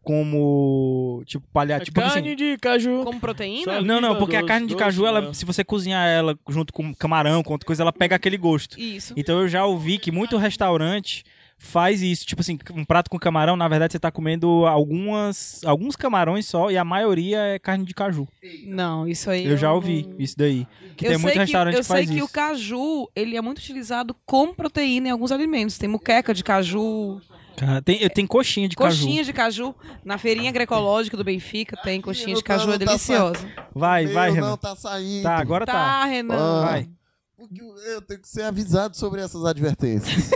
S1: como tipo
S3: É
S1: paliativo. Tipo assim,
S3: Carne de caju.
S2: Como proteína?
S1: Não, não, porque a carne de caju,
S3: né?
S1: ela, se você cozinhar ela junto com camarão, com outra coisa, ela pega aquele gosto.
S2: Isso.
S1: Então eu já ouvi que muito restaurante faz isso. Tipo assim, um prato com camarão, na verdade você tá comendo algumas, alguns camarões só e a maioria é carne de caju.
S2: Não, isso aí.
S1: Eu já
S2: não-
S1: ouvi isso daí. Que
S2: eu
S1: tem
S2: sei
S1: muito restaurante
S2: que,
S1: que,
S2: eu
S1: faz
S2: sei que
S1: isso.
S2: o caju, ele é muito utilizado como proteína em alguns alimentos. Tem muqueca de caju,
S1: Cara, tem, eu tenho coxinha de
S2: coxinha de caju. Na feirinha grecológica do Benfica tem coxinha de caju, é
S4: não tá
S2: deliciosa.
S1: caju. Vai, vai,
S4: Meu,
S1: Renan.
S4: Não, tá saindo.
S1: Tá, agora tá. Tá,
S2: Renan.
S1: Vai.
S4: Eu tenho Ah. que ser avisado sobre essas advertências.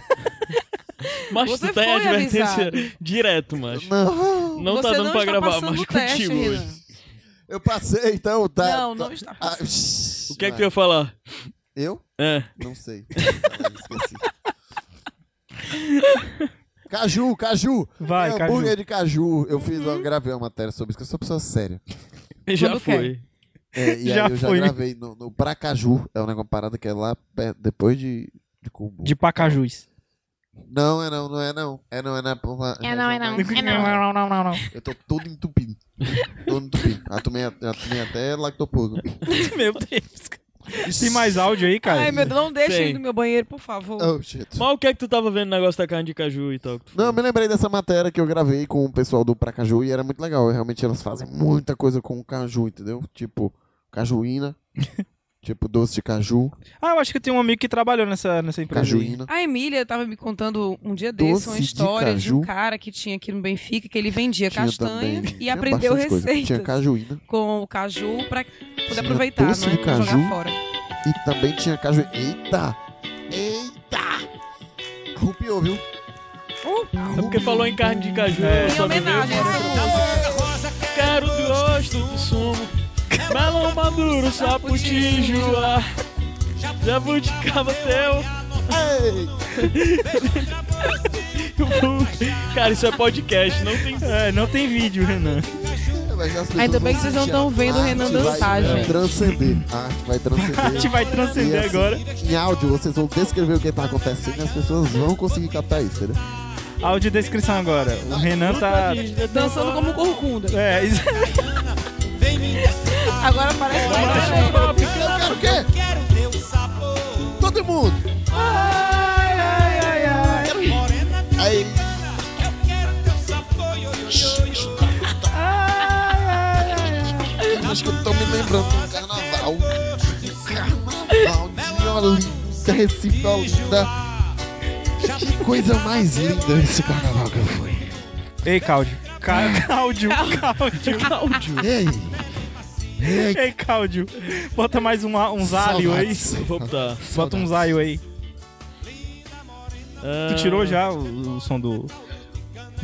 S3: Mas
S4: Você
S3: tu tem
S4: foi
S3: advertência
S4: avisado.
S3: É, direto, mas.
S4: Não.
S3: Não tá
S4: Você
S3: dando
S4: não
S3: pra
S4: está
S3: gravar
S4: passando
S3: mais
S4: o teste,
S3: contigo
S4: Renan.
S3: hoje.
S4: Eu passei, então tá.
S2: Não, não
S4: tá-
S2: está
S4: Ah,
S3: O que é que tu ia falar?
S4: Eu?
S3: É.
S4: Não sei. Esqueci. Caju, caju.
S1: Vai,
S4: É,
S1: caju.
S4: Hambúrguer de caju. Eu fiz, eu gravei uma matéria sobre isso, que eu sou pessoa séria.
S3: Já
S4: Uhum. Quando
S3: foi.
S4: quer. É, e
S1: Já
S4: aí eu já
S1: foi.
S4: gravei no, no Pracaju. É um negócio uma parada que é lá perto, depois de, de Cumbu.
S1: De pacajus.
S4: Não, é não, não é não. É não, é na porra.
S16: É não, é não, é não,
S1: não, não, não, não.
S4: Eu tô todo entupido. todo entupido. Já Ah, tomei, já tomei até lactoporco.
S1: Meu Deus. cara. Tem mais áudio aí, cara?
S2: Ai, meu Deus, não deixa
S3: Tem.
S2: ir no meu banheiro, por favor.
S4: Oh, shit.
S3: Mas o que é que tu tava vendo no negócio da carne de caju e tal?
S4: Não, eu me lembrei dessa matéria que eu gravei com o pessoal do Pracaju e era muito legal. Realmente elas fazem muita coisa com o caju, entendeu? Tipo, cajuína, tipo doce de caju.
S1: Ah, eu acho que tem um amigo que trabalhou nessa, nessa empresa. aí.
S4: Cajuína.
S2: A Emília tava me contando um dia desse
S1: Doce
S2: uma
S1: de
S2: história de, um
S1: caju.
S2: cara que tinha aqui no Benfica que ele vendia
S4: Tinha
S2: castanha
S4: também-
S2: e
S4: tinha
S2: aprendeu
S4: bastante coisa.
S2: receitas
S4: Tinha cajuína.
S2: com o caju pra poder
S4: Tinha
S2: aproveitar,
S4: doce
S2: não é?
S4: de
S2: Pra jogar
S4: caju.
S2: fora.
S4: E também tinha caju. Eita! Eita! Rupiou, viu?
S3: É porque falou em carne de caju.
S4: É.
S3: só me veio
S2: homenagem né? a essa
S3: uma- Quero gosto do sumo. Melão maduro, sapo tijuá. Jabuticaba teu. Cara, isso é podcast, não tem. Ah.
S1: É, não tem vídeo, Renan.
S2: Ainda bem que vocês não estão vendo o Renan dançar,
S4: vai
S2: gente.
S4: transcender. A arte vai transcender.
S1: A arte vai transcender
S4: E, assim,
S1: agora.
S4: Em áudio, vocês vão descrever o que tá acontecendo e as pessoas vão conseguir captar isso, né? entendeu?
S1: Áudio descrição agora. O Renan tá.
S2: Dançando como corcunda.
S1: É, isso.
S2: Agora parece mais
S4: Eu quero o quê? Todo mundo!
S2: Ah!
S1: Ai, ai, ai, ai.
S4: Aí. Acho que eu tô me lembrando do carnaval. Carnaval de Olinda, Recife, Olinda. Que coisa mais linda esse carnaval que eu fui.
S1: Ei, Cláudio. Ca- Cláudio, Cláudio.
S4: Cláudio. Ei.
S1: Ei, Cláudio. Bota mais um, a- um zálio aí.
S3: Saudades. Vou botar.
S1: Bota um zálio aí.
S3: Ah.
S1: Tu tirou já o, o som do.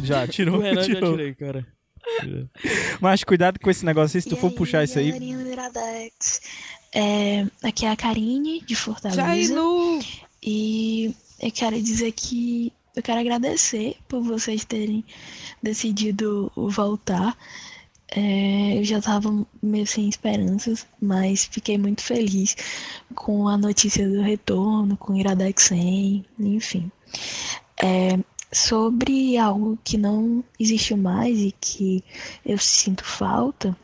S1: Já, tirou.
S3: O Renan já
S1: tirou.
S3: tirei, cara. Tirei.
S1: Mas cuidado com esse negócio aí, se tu for puxar isso aí.
S16: Galerinha do Iradex. É, aqui é a Karine, de Fortaleza.
S2: Jainu!
S16: E eu quero dizer que eu quero agradecer por vocês terem decidido voltar. É, eu já estava meio sem esperanças, mas fiquei muito feliz com a notícia do retorno, com o Iradex 100, enfim. É, sobre algo que não existiu mais e que eu sinto falta,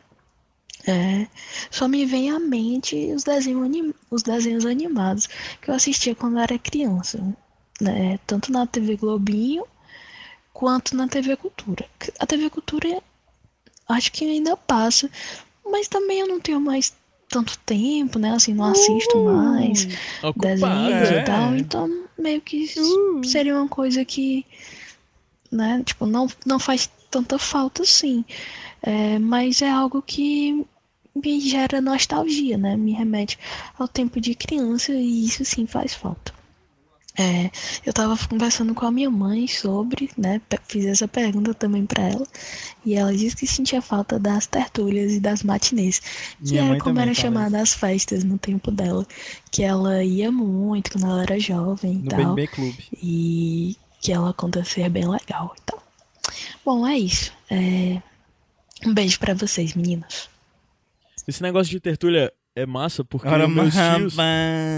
S16: é, só me vem à mente os desenhos, anim- os desenhos animados que eu assistia quando era criança, né? Tanto na TV Globinho quanto na TV Cultura. A TV Cultura acho que ainda passa, mas também eu não tenho mais tanto tempo, né? Assim, não assisto mais
S17: ocupada,
S16: desenhos
S1: né?
S17: é.
S16: e
S2: tá,
S16: tal, então meio que s- seria uma coisa que, né? Tipo, não, não faz tanta falta assim, É, mas é algo que me gera nostalgia, né? Me remete ao tempo de criança e isso sim faz falta. É, eu tava conversando com a minha mãe sobre, né? pe- Fiz essa pergunta também pra ela. E ela disse que sentia falta das tertúlias e das matinês, que
S17: Minha
S16: era
S17: mãe
S16: como
S17: também
S16: eram
S17: fala
S16: chamadas as festas no tempo dela. Que ela ia muito quando ela era jovem e
S1: No
S16: tal.
S1: BBB Clube.
S16: E que ela conta ser bem legal e tal. Bom, é isso. É, Um beijo pra vocês, meninas.
S3: Esse negócio de tertúlia é massa porque
S1: Ora,
S3: meus
S1: mamãe.
S3: tios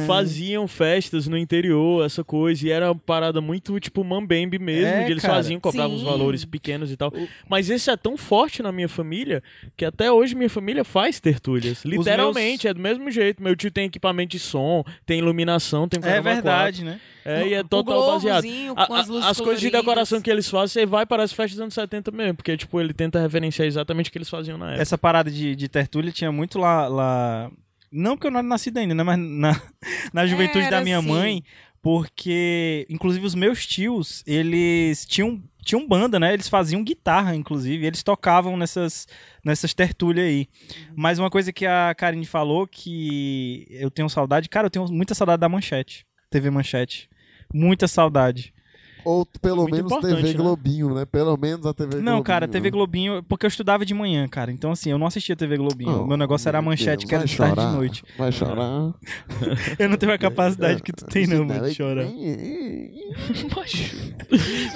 S3: faziam festas no interior, essa coisa, e era uma parada muito tipo mambembe mesmo,
S1: É,
S3: de eles
S1: cara.
S3: faziam, cobravam os
S1: Sim.
S3: valores pequenos e tal. Mas esse é tão forte na minha família que até hoje minha família faz tertúlias. Literalmente, é do mesmo jeito. Meu tio tem equipamento de som, tem iluminação, tem
S1: É
S3: caramba quatro.
S1: verdade, né?
S3: É, e é
S1: O
S3: total baseado.
S1: globozinho
S3: A-
S1: com as
S3: a-
S1: luzes
S3: as coisas de
S1: coloridas.
S3: decoração que eles fazem, você vai para as festas dos anos 70 mesmo, porque tipo, ele tenta referenciar exatamente o que eles faziam na época.
S1: Essa parada de, de tertúlia tinha muito lá, lá- Não porque eu não era nascido ainda, né? Mas na, na juventude
S3: Era
S1: da minha
S3: sim.
S1: mãe, porque, inclusive, os meus tios, eles tinham, tinham banda, né? Eles faziam guitarra, inclusive, e eles tocavam nessas, nessas tertúlias aí.
S3: Uhum.
S1: Mas uma coisa que a Karine falou que eu tenho saudade, cara, eu tenho muita saudade da manchete. TV Manchete. Muita saudade.
S4: Ou pelo
S1: Muito
S4: menos
S1: importante,
S4: TV
S1: né?
S4: Globinho, né? Pelo menos a TV Globinho.
S1: Não, cara, TV
S4: né?
S1: Globinho, porque eu estudava de manhã, cara. Então, assim, eu não assistia TV Globinho.
S4: Oh,
S1: Meu negócio era a
S4: meu
S1: manchete,
S4: Deus,
S1: que era
S4: vai
S1: de tarde e de
S4: chorar,
S1: noite.
S4: Vai chorar. É,
S1: Eu não tenho a capacidade que tu tem, não, mano, de chorar.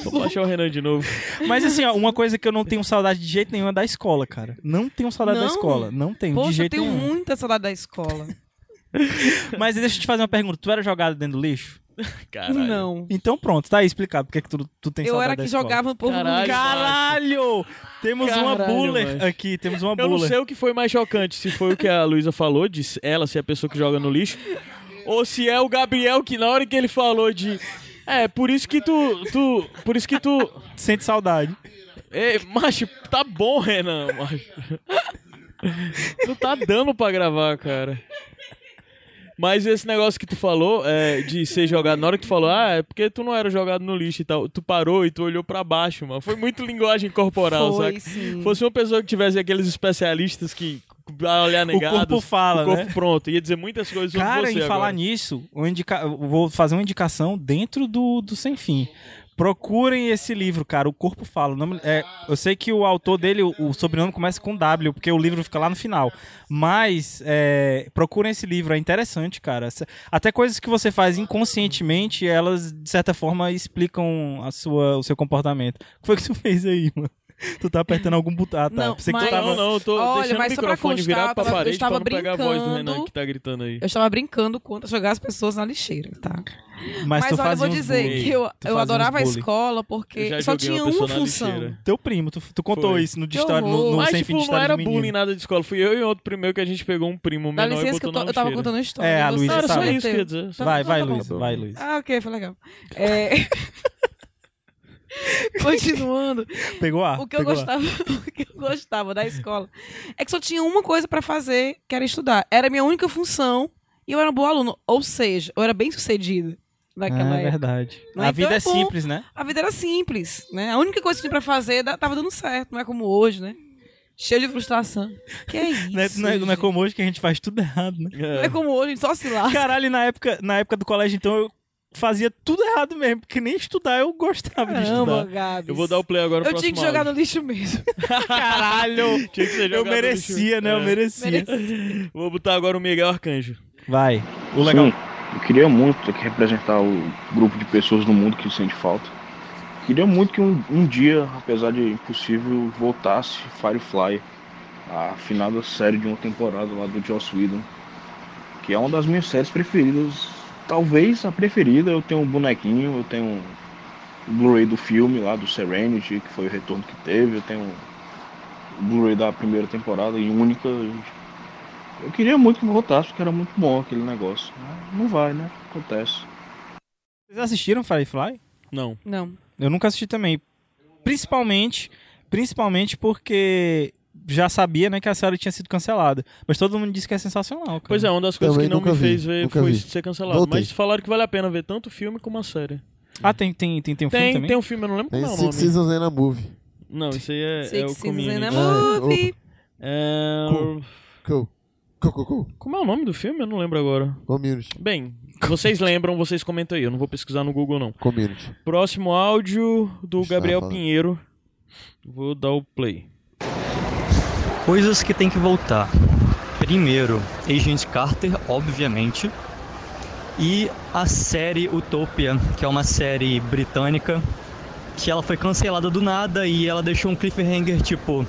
S3: Vou baixar o Renan de novo.
S1: Mas assim, ó, uma coisa que eu não tenho saudade de jeito nenhum é da escola, cara. Não tenho saudade da
S2: Não?
S1: escola. Não tenho,
S2: Poxa,
S1: de jeito
S2: eu tenho
S1: nenhum.
S2: muita saudade da escola.
S1: Mas deixa eu te fazer uma pergunta. Tu era jogado dentro do lixo?
S2: Caralho. Não.
S1: Então pronto, tá aí explicado porque é que tu, tu tem
S2: Eu
S1: saudade
S2: era
S1: da
S2: que
S1: escola.
S2: jogava o povo no
S1: Caralho!
S2: lixo.
S1: Caralho! Temos uma
S3: Caralho,
S1: buller
S3: macho.
S1: aqui, temos uma
S3: Eu
S1: buller.
S3: não sei o que foi mais chocante, se foi o que a Luísa falou, de ela ser a pessoa que joga no lixo, ou se é o Gabriel que na hora que ele falou de. É, por isso que tu. tu por isso que tu.
S1: Sente saudade.
S3: Ei, macho, tá bom, Renan, macho. Tu tá dando pra gravar, cara. Mas esse negócio que tu falou é, de ser jogado, na hora que tu falou, ah, é porque tu não era jogado no lixo e tal, tu parou e tu olhou pra baixo, mano. Foi muito linguagem corporal,
S1: Foi,
S3: saca?
S1: sim.
S3: Fosse uma pessoa que tivesse aqueles especialistas que a olhar negado.
S1: corpo fala,
S3: o corpo
S1: né?
S3: pronto, ia dizer muitas coisas sobre
S1: Cara,
S3: você
S1: em falar
S3: agora.
S1: nisso, uma indica- eu vou fazer uma indicação dentro do, do Sem Fim. Procurem esse livro, cara. O Corpo Fala. O nome- é, eu sei que o autor dele, o, o sobrenome começa com W, porque o livro fica lá no final. Mas é, procurem esse livro, é interessante, cara. Se- Até coisas que você faz inconscientemente, elas, de certa forma, explicam a sua, o seu comportamento. O que foi que tu fez aí, mano? Tu tá apertando algum botão. Ah, tá. Pensei que tu tava...
S3: Não, não, eu tô
S2: Olha,
S3: deixando
S2: mas
S3: o
S2: só pra
S3: microfone
S2: constar,
S3: virado pra
S2: eu
S3: parede pra
S2: estava
S3: não pegar a voz do
S2: brincando.
S3: Renan que tá gritando aí.
S2: Eu estava brincando contra jogar as pessoas na lixeira, tá?
S3: Mas
S2: olha,
S3: tu
S2: eu vou
S3: fazia uns
S2: dizer
S3: bullying.
S2: que eu,
S3: Tu
S2: eu
S3: fazia
S2: adorava
S3: uns
S2: a
S3: bullying.
S2: escola
S3: Eu
S2: porque
S3: já
S2: só
S3: joguei uma
S2: tinha
S3: pessoa
S2: uma
S3: na
S2: função.
S3: lixeira.
S1: Teu primo, tu, tu contou
S3: Foi.
S1: isso no, de história, no, no
S3: Mas,
S1: Sem
S3: tipo,
S1: Fim de
S3: não
S1: História
S3: era
S1: do Menino.
S3: bullying nada de escola. Fui eu e outro primeiro que a gente pegou um primo
S2: Dá
S3: menor e
S2: licença que
S3: botou
S2: eu, tô-
S3: na
S2: eu tava
S3: lixeira.
S2: contando uma história.
S1: É, a
S2: você
S1: Luísa
S2: era
S1: sabe.
S2: só
S1: Isso que eu ia dizer.
S2: Tá,
S1: Vai,
S2: tá
S1: vai,
S2: bom.
S1: Luísa, vai, Luísa.
S2: Ah, ok, foi legal. É... Continuando.
S1: Pegou ar,
S2: O que, eu
S1: pegou ar.
S2: gostava, o que eu gostava da escola é que só tinha uma coisa pra fazer, que era estudar. Era a minha única função e eu era um bom aluno. Ou seja, eu era bem sucedida naquela
S1: Ah, é
S2: época.
S1: verdade.
S2: Não
S1: a
S2: então
S1: vida é
S2: bom.
S1: simples, né?
S2: A vida era simples, né? A única coisa que tinha pra fazer da- tava dando certo, não é como hoje, né? Cheio de frustração. Que é isso?
S1: Não é, não é- não é como hoje que a gente faz tudo errado, né?
S2: Não é como hoje, a gente só se lasca.
S1: Caralho, na época, na época do colégio, então, eu fazia tudo errado mesmo, porque nem estudar eu gostava de
S2: Caramba,
S1: estudar.
S2: Gabs.
S3: Eu vou dar o play agora
S2: Eu
S3: próximo
S2: tinha que jogar
S3: áudio.
S2: no lixo mesmo.
S1: Caralho!
S3: Tinha que ser
S1: eu
S3: jogado no
S1: merecia,
S3: lixo.
S1: né? Eu
S3: É.
S1: merecia.
S3: Vou botar agora o Miguel Arcanjo.
S1: Vai. O
S17: legal. eu queria muito ter que representar Tá o grupo de pessoas no mundo que sente falta. Queria muito que um, um dia, apesar de impossível, voltasse Firefly, a final da série de uma temporada lá do Joss Whedon, que é uma das minhas séries preferidas. Talvez a preferida, eu tenho um bonequinho, eu tenho o Blu-ray do filme lá, do Serenity, que foi o retorno que teve, eu tenho o Blu-ray da primeira temporada e única. Eu queria muito que voltasse, porque era muito bom um aquele negócio. Mas Não vai, né? Acontece.
S1: Vocês assistiram Firefly?
S3: Não.
S2: Não.
S1: Eu nunca assisti também. Principalmente, principalmente porque já sabia, né, que a série tinha sido cancelada. Mas todo mundo disse que é sensacional, cara.
S3: Pois é, uma das coisas
S1: Também
S3: que não
S1: nunca
S3: me
S1: vi,
S3: fez ver
S1: nunca
S3: foi
S1: vi.
S3: ser cancelado.
S1: Voltei.
S3: Mas falaram que vale a pena ver tanto o filme como a série.
S1: Ah, tem, tem, tem, tem um filme
S3: Tem,
S1: também?
S3: tem um filme, eu não lembro
S4: Tem
S3: qual é o
S4: Six
S3: nome.
S4: Seasons and a Movie.
S3: Não, isso aí é, é
S4: Six
S3: o
S4: Seasons and a
S3: Community.
S4: Movie.
S3: É, o-
S4: Cool. Cool, cool, cool.
S3: Como é o nome do filme? Eu não lembro agora.
S4: Community.
S3: Bem, vocês lembram, vocês comentam aí. Eu não vou pesquisar no Google, não.
S4: Community.
S3: Próximo áudio do Gabriel
S15: falando.
S3: Pinheiro. Vou dar o play.
S18: Coisas que tem que voltar. Primeiro, Agent Carter, obviamente. E a série Utopia, que é uma série britânica, que ela foi cancelada do nada e ela deixou um cliffhanger tipo.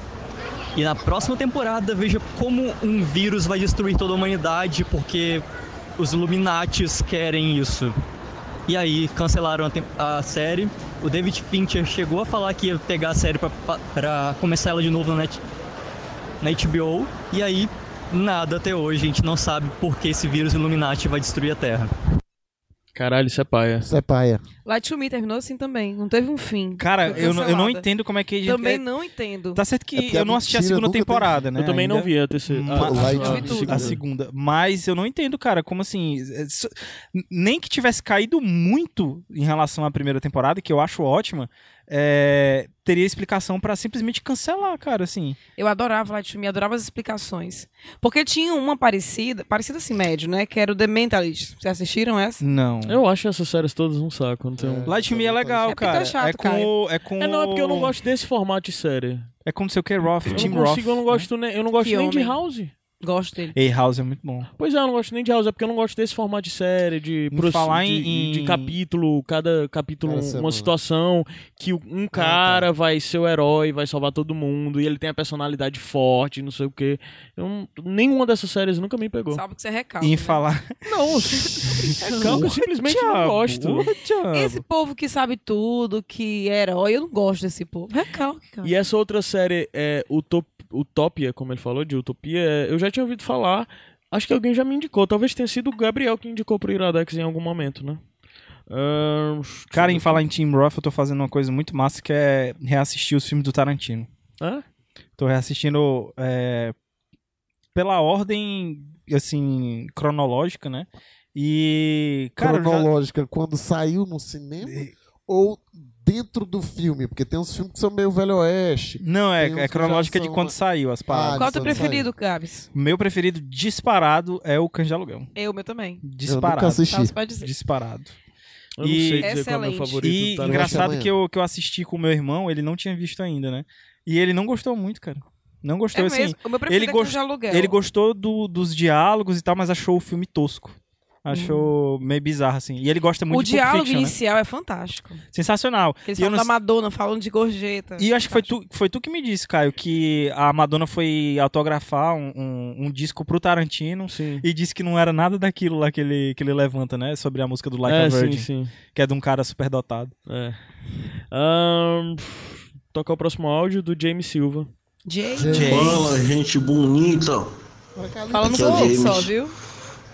S18: E na próxima temporada veja como um vírus vai destruir toda a humanidade porque os Illuminates querem isso. E aí cancelaram a, tem- a série. O David Fincher chegou a falar que ia pegar a série pra- pra pra começar ela de novo na, net, na HBO e aí nada até hoje, a gente não sabe por que esse vírus Illuminati vai destruir a Terra.
S3: Caralho, isso é paia.
S4: Isso é paia.
S2: Light to Me terminou assim também. Não teve um fim.
S1: Cara,
S2: Foi
S1: eu não, eu não
S2: cancelada.
S1: entendo como é que a gente...
S2: Também
S1: é-
S2: não entendo.
S1: Tá certo que
S3: É a
S1: eu não assisti a
S3: mentira
S1: segunda
S3: nunca tem
S1: temporada,
S3: fim. Ah,
S1: né?
S3: Eu também não
S1: ainda.
S3: vi a terceira-
S1: Ma-
S3: a- a-
S1: a-
S3: Eu vi
S1: a-
S3: tudo.
S1: a segunda. Mas eu não entendo, cara, como assim... é, so- Nem que tivesse caído muito em relação à primeira temporada, que eu acho ótima, é, teria explicação pra simplesmente cancelar, cara, assim.
S2: Eu adorava Light to Me, adorava as explicações. Porque tinha uma parecida, parecida assim, médio, né? Que era o The Mentalist. Vocês assistiram essa?
S1: Não.
S3: Eu acho essas séries todas um saco. Não tem um...
S1: Light to Me é legal,
S2: porque tu é
S1: cara.
S2: chato,
S1: é com
S2: Caio.
S1: o- É com
S3: É, não, é porque eu não
S1: o-
S3: gosto desse formato de série.
S1: É com não sei o que, Roth,
S3: Eu
S1: Tim
S3: não
S1: Roth. né?
S3: consigo, eu não gosto, nem, eu não gosto
S2: Que
S3: nem de
S2: homem.
S3: House.
S2: Gosto dele.
S1: Ei, House é muito bom.
S3: Pois é, eu não gosto nem de House, é porque eu não gosto desse formato de série, de,
S1: Em falar
S3: de,
S1: em-
S3: de- de
S1: em-
S3: capítulo, cada capítulo
S1: Cada
S3: um- uma
S1: semana.
S3: situação, que o-
S1: Ah,
S3: um
S1: tá.
S3: cara vai ser o herói, vai salvar todo mundo, e ele tem a personalidade forte, não sei o quê. Eu não- nenhuma dessas séries nunca me pegou.
S2: Salvo que você recalca. né?
S1: Em falar...
S3: Não, calma, eu simplesmente não
S1: Thiago,
S3: gosto.
S1: ô, Thiago.
S2: Esse povo que sabe tudo, que é herói, eu não gosto desse povo. Recalque, cara.
S3: E essa outra série é Utop... Utopia, como ele falou, de Utopia, é, eu já tinha ouvido falar. Acho que alguém já me indicou. Talvez tenha sido o Gabriel que indicou pro Iradex em algum momento, né? Ahn,
S1: Cara, em falar em Tim Roth, eu tô fazendo uma coisa muito massa que é reassistir os filmes do Tarantino.
S3: Hã?
S1: Tô reassistindo é, pela ordem, assim, cronológica, né? E. Cara, eu já-
S4: Cronológica, quando saiu no cinema ou dentro do filme? Porque tem uns filmes que são meio velho oeste.
S1: Não, é,
S4: Tem né? uns
S1: é
S4: que já
S1: cronológica de
S4: são-
S1: quando saiu
S4: Ah,
S3: Ah,
S1: as paradas.
S2: Qual é o teu preferido, Gabs?
S1: Meu preferido disparado é o Cães de Aluguel.
S2: Eu, meu também.
S1: Disparado.
S2: Tá, você pode dizer.
S1: Disparado.
S3: Eu não sei dizer qual é o meu Excelente. favorito do
S1: E
S3: Tarantino.
S1: engraçado que eu, que eu assisti com o meu irmão, ele não tinha visto ainda, né? E ele não gostou muito, cara. Não gostou,
S2: É
S1: assim.
S2: mesmo? O meu preferido
S1: ele,
S2: é Cães de Aluguel.
S1: ele gostou do- dos diálogos e tal, mas achou o filme tosco. Achou meio bizarro, assim. E ele gosta muito
S2: Hum. o
S1: de Pulp
S2: diálogo
S1: Fiction, né?
S2: inicial é fantástico.
S1: Sensacional.
S2: Porque Eles
S1: E eu
S2: falam
S1: não
S2: da
S1: sei-
S2: Madonna, falando de gorjeta.
S1: E eu acho que foi tu, foi tu que me disse, Caio, que a Madonna foi autografar um, um, um disco pro Tarantino e disse que não era nada daquilo lá que ele, que ele levanta, né? Sobre a música do Like
S3: É,
S1: a
S3: sim,
S1: Virgin.
S3: sim.
S1: Que é de um cara super dotado.
S3: É. Ahn, tocar o próximo áudio do James Silva.
S2: James.
S19: Fala, gente bonita
S2: Falando
S19: Aqui é o
S2: pouco só,
S19: James.
S2: viu?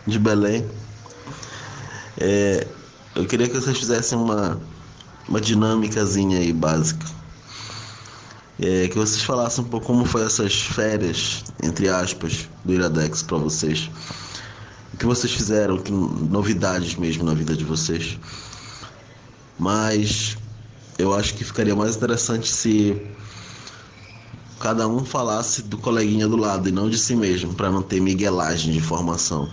S19: de Belém. É, eu queria que vocês fizessem uma, uma dinâmicazinha aí básica. É, que vocês falassem um pouco como foi essas férias, entre aspas, do Iradex pra vocês. O que vocês fizeram, que novidades mesmo na vida de vocês. Mas eu acho que ficaria mais interessante se cada um falasse do coleguinha do lado e não de si mesmo, para não ter miguelagem de informação.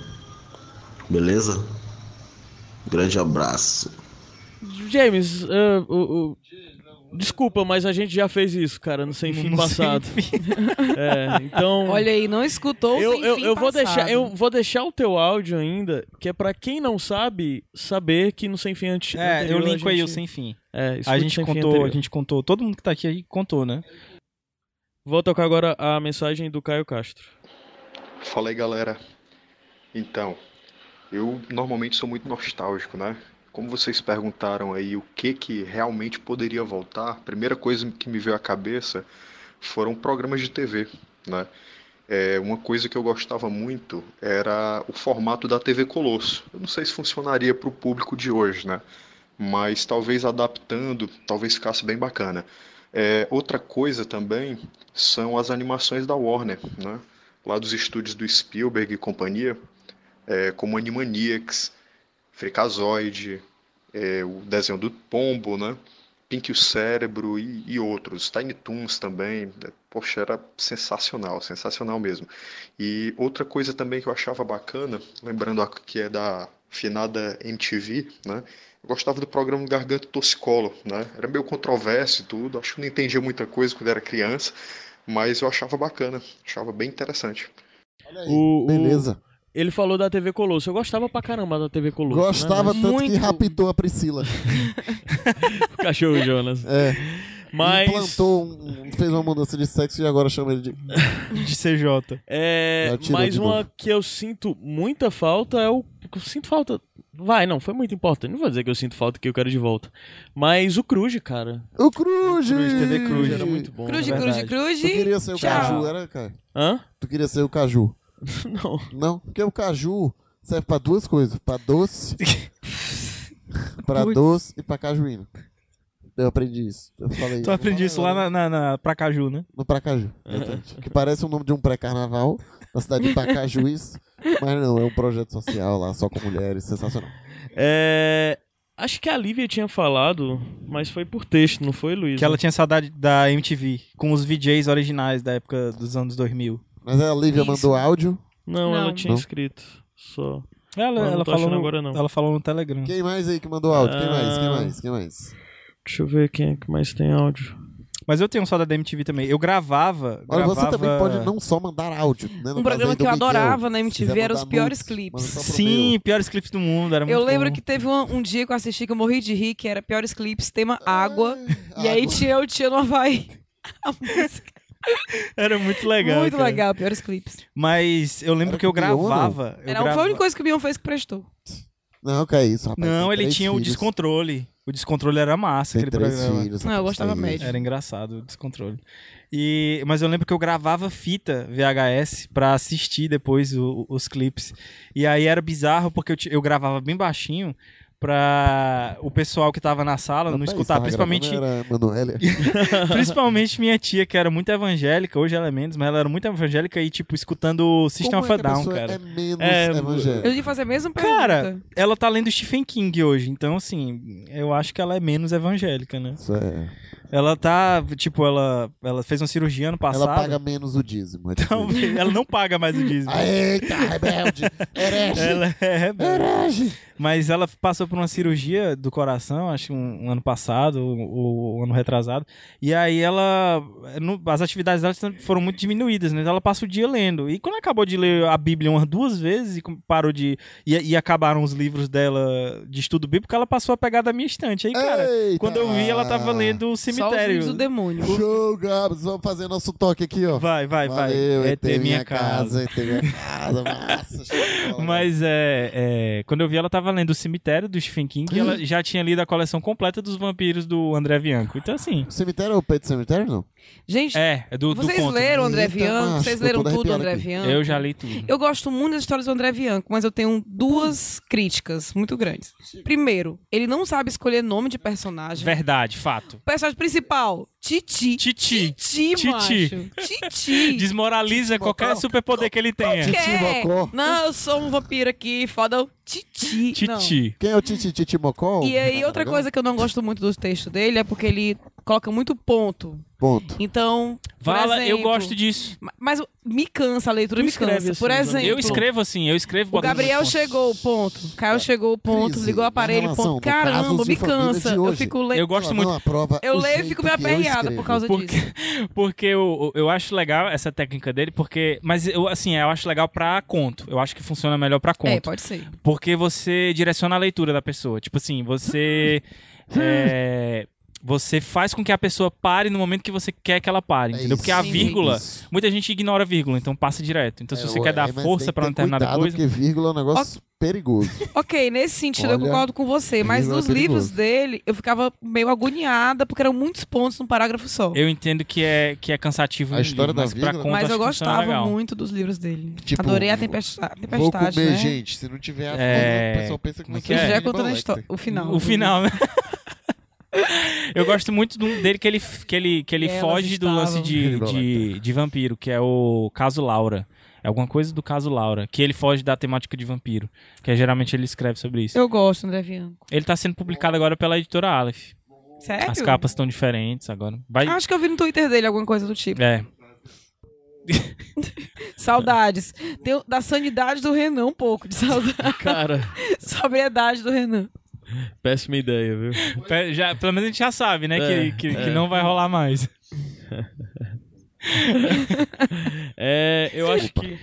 S19: Beleza? Grande abraço.
S3: James, ah, o- o- desculpa, mas a gente já fez isso, cara, no Sem
S2: No
S3: Fim
S2: Sem
S3: Passado. É, então...
S2: Olha aí, não escutou o
S3: eu,
S2: Sem
S3: eu,
S2: Fim
S3: eu vou
S2: Passado.
S3: deixar eu vou deixar o teu áudio ainda que é pra quem não sabe saber que no sem fim
S1: É,
S3: antes
S1: eu
S3: anterior a
S1: linko aí o
S3: gente-
S1: Sem Fim.
S3: é,
S1: a
S3: escute o
S1: gente
S3: Sem Fim
S1: contou,
S3: anterior.
S1: a gente contou, todo mundo que tá aqui aí contou, né?
S3: vou tocar agora a mensagem do Caio Castro
S20: Fala aí, galera. Então, eu normalmente sou muito nostálgico, né? Como vocês perguntaram aí o que que realmente poderia voltar, a primeira coisa que me veio à cabeça foram programas de TV, né? É, uma coisa que eu gostava muito era o formato da TV Colosso. Eu não sei se funcionaria para o público de hoje, né? Mas talvez adaptando, talvez ficasse bem bacana. É, outra coisa também são as animações da Warner, né? Lá dos estúdios do Spielberg e companhia, é, como Animaniacs, Freakazoid, é, o desenho do Pombo, né? Pink e o Cérebro e, e outros. Tiny Toons também. né? Poxa, era sensacional, sensacional mesmo. E outra coisa também que eu achava bacana, lembrando a- que é da finada MTV, né? Eu gostava do programa Garganta Toxicolo, né? Era meio controverso e tudo, acho que não entendia muita coisa quando era criança, mas eu achava bacana, achava bem interessante.
S3: O- o-
S20: beleza.
S3: ele falou da TV Colosso eu gostava pra caramba da TV Colosso né?
S4: Gostava
S3: Mas-
S4: tanto que raptou a Priscila.
S3: cachorro Jonas
S4: É.
S3: Mas-
S4: Implantou um, fez uma mudança de sexo e agora chama ele de.
S1: de CJ.
S3: É,
S4: Já tirou
S3: mas
S4: de
S3: uma
S4: novo.
S3: que eu sinto muita falta é o. que Eu sinto falta. Vai, não, foi muito importante. Não vou dizer que eu sinto falta que eu quero de volta. Mas o Cruz, cara.
S4: O Cruz!
S3: Cruz, TV Cruz. Era muito bom, Cruz, na Cruz, verdade. Cruz,
S4: Tu queria ser o
S3: tchau.
S4: Caju, era, cara?
S3: Hã?
S4: Tu queria ser o Caju?
S3: Não.
S4: Não, porque o Caju serve pra duas coisas: pra doce, pra
S1: Putz.
S4: doce e pra cajuína. Eu aprendi isso. Eu falei.
S1: Tu Então aprendi isso lá na, na, na Pracaju, né?
S4: No Pracaju. Exatamente.
S3: É.
S4: Que parece o nome de um pré-carnaval na cidade de Pacajuiz, mas não, é um projeto social lá, só com mulheres, sensacional.
S3: É, acho que a Lívia tinha falado, mas foi por texto, não foi, Luiz?
S1: Que ela tinha saudade da MTV, com os VJs originais da época dos anos 2000.
S4: Mas a Lívia
S1: Isso.
S4: mandou áudio.
S3: Não, ela tinha
S1: Não?
S3: escrito. Só.
S1: Ela,
S3: Mas não
S1: ela
S3: tô
S1: falou
S3: achando
S1: no,
S3: agora, não.
S1: ela falou no Telegram.
S4: Quem mais aí que mandou áudio? Quem mais? Quem
S3: Ah.
S4: mais? Quem mais?
S3: Deixa eu ver quem é que mais tem áudio.
S1: Mas eu tenho saudade da MTV também. Eu gravava.
S4: Olha, você
S1: gravava-
S4: também pode não só mandar áudio, né? Não
S1: Um
S4: faz
S1: programa
S4: aí do
S1: que eu
S4: Miguel.
S1: adorava
S2: na
S4: Se
S2: MTV
S4: quiser
S2: era os
S4: mandar
S2: piores
S4: nudes,
S2: clipes.
S4: manda só pro
S1: Sim, piores clipes do mundo. Era
S2: Eu
S1: muito
S2: lembro
S1: bom.
S2: que teve um, um dia que eu assisti que eu morri de rir, que era Piores Clipes, tema
S1: Ah,
S2: água. e aí tinha o Tia no Havaí. A música.
S1: Era muito legal.
S2: Muito
S1: cara.
S2: legal, Piores Clipes.
S1: Mas eu lembro que eu
S4: com o Mion, não?
S1: gravava. eu
S2: Era, um, Foi a
S1: grava-
S2: única coisa que o Mion fez que prestou.
S4: Não, que é isso, rapaz.
S1: Não,
S4: tem
S1: ele
S4: três
S1: tinha um o
S4: filhos.
S1: descontrole. O descontrole era massa.
S4: Tem
S1: aquele
S4: três
S1: programa.
S4: filhos, Não, eu gostava tem médio.
S1: Era engraçado o descontrole. E, mas eu lembro que eu gravava fita VHS pra assistir depois o- os clipes. E aí era bizarro porque eu, ti- eu gravava bem baixinho pra o pessoal que tava na sala não
S4: Rapaz,
S1: escutar,
S4: tava
S1: principalmente
S4: gravando, Era Manoelia.
S1: Principalmente minha tia, que era muito evangélica, hoje ela é menos, mas ela era muito evangélica e, tipo, escutando System
S2: Como
S1: of
S2: é
S1: a
S2: que a
S1: Down,
S2: pessoa
S1: cara.
S2: é
S4: menos
S2: Eu devia fazer a mesma pergunta.
S1: Cara, ela tá lendo Stephen King hoje, então, assim, eu acho que ela é menos evangélica, né?
S4: Isso é.
S1: Ela tá, tipo, ela, ela fez uma cirurgia ano passado.
S4: Ela paga menos o dízimo. é tipo
S1: Então, ela não paga mais o dízimo.
S4: Eita, é rebelde! Herege!
S1: Ela é rebelde. Mas ela passou por uma cirurgia do coração, acho que um, um ano passado, ou um ano retrasado. E aí ela. no- as atividades dela foram muito diminuídas, né? Então ela passa o dia lendo. E quando ela acabou de ler a Bíblia umas duas vezes e com- parou de. E, e acabaram os livros dela de estudo bíblico, ela passou a pegar da minha estante. Aí, cara, quando eu vi, ela tava lendo o cemitério.
S2: demônio.
S4: Show, Gabs. Vamos fazer nosso toque aqui, ó.
S1: Vai, vai, vai.
S4: Valeu,
S1: É
S4: ET
S1: ter minha
S4: minha
S1: casa.
S4: casa. ET minha casa, massa.
S1: Mas é, é, Quando eu vi, ela tava lendo o cemitério do Stephen King e ela já tinha lido a coleção completa dos vampiros do André Bianco. Então, assim.
S4: Cemitério é o peito cemitério, não?
S2: Gente,
S1: É, é do, do
S2: vocês
S1: conto.
S2: leram André
S1: Eita,
S2: Bianco?
S1: macho,
S2: Vocês
S1: tô
S2: leram
S1: todo
S2: tudo,
S1: arrepiado
S2: André
S1: aqui.
S2: Bianco?
S1: Eu já li tudo.
S2: Eu gosto muito das histórias do André Bianco, mas eu tenho duas críticas muito grandes. Primeiro, ele não sabe escolher nome de personagem.
S1: Verdade, fato.
S2: O personagem principal, Titi.
S1: Titi.
S2: Titi, macho. Titi.
S1: Desmoraliza qualquer superpoder que ele tenha.
S2: Quer? é? Não, eu sou um vampiro aqui, foda. Titi. Não.
S4: Quem é o Titi? Titi Mocó?
S2: E aí, outra coisa que eu não gosto muito do texto dele é porque ele coloca muito ponto.
S4: Ponto.
S2: Então, por
S1: Vala, eu
S2: exemplo-
S1: gosto disso.
S2: Ma- Mas o- me cansa, a leitura
S3: Tu
S2: me
S3: escreve
S2: cansa.
S3: assim,
S2: Por
S3: Zana?
S2: exemplo,
S1: Eu escrevo assim, eu escrevo
S2: o
S1: botando
S2: Gabriel
S1: ponto.
S2: chegou, ponto. Caio chegou, ponto. Ligou o aparelho,
S1: relação
S2: ponto.
S1: do caso
S2: Caramba,
S1: de
S2: me
S1: família
S2: cansa.
S1: de
S2: Eu
S1: hoje.
S2: fico lendo.
S1: Eu gosto muito.
S2: Eu leio e fico meio aperreada por causa
S1: porque,
S2: disso.
S1: Porque eu, eu acho legal essa técnica dele, porque. Mas eu, assim, eu acho legal pra conto. Eu acho que funciona melhor pra conto.
S2: É, pode ser.
S1: Porque você direciona a leitura da pessoa. Tipo assim, você. é, você faz com que a pessoa pare no momento que você quer que ela pare, entendeu? Porque a
S4: Sim.
S1: vírgula.
S4: É Isso. É,
S1: Muita gente ignora a vírgula, então passa direto. Então, se você quer dar força pra uma determinada
S4: cuidado,
S1: coisa.
S4: Porque vírgula é um negócio perigoso.
S2: Ok, nesse sentido eu
S4: Olha,
S2: concordo com você, mas
S4: vírgula
S2: nos
S4: é perigoso.
S2: livros dele eu ficava meio agoniada porque eram muitos pontos num parágrafo só.
S1: Eu entendo que é, que é cansativo
S4: A
S1: no
S4: história
S1: livro,
S4: da né?
S1: mas pra
S4: vírgula-
S1: conto
S2: Mas
S1: acho
S2: eu
S1: que funciona
S2: gostava
S1: legal.
S2: muito dos livros dele.
S1: Tipo,
S2: Adorei a Tempestade.
S4: Vou
S2: tempestade
S4: comer,
S2: né?
S4: gente. Se não tiver a
S1: É,
S4: fome, o pessoal pensa que
S1: como é
S4: você
S1: que é?
S2: Já contou a história. O final.
S1: O final, né? Eu gosto muito de um dele que ele, que ele, que ele
S2: É, Elas
S1: foge do lance
S2: estavam-
S1: de, de, de vampiro, que é o caso Laura. É alguma coisa do caso Laura, que ele foge da temática de vampiro, que é, geralmente ele escreve sobre isso.
S2: Eu gosto, André Bianco.
S1: Ele tá sendo publicado agora pela editora Aleph.
S2: Sério? Ah,
S1: As capas estão diferentes agora. Vai...
S2: Acho que eu vi no Twitter dele alguma coisa do tipo.
S1: É.
S2: Saudades. Tem o- da sanidade do Renan um pouco, de saudade.
S3: Cara.
S2: Sobriedade do Renan.
S3: Péssima ideia, viu?
S1: Pe- Já, pelo menos a gente já sabe, né?
S3: É,
S1: que, que,
S3: é.
S1: que não vai rolar mais.
S3: É, eu acho que.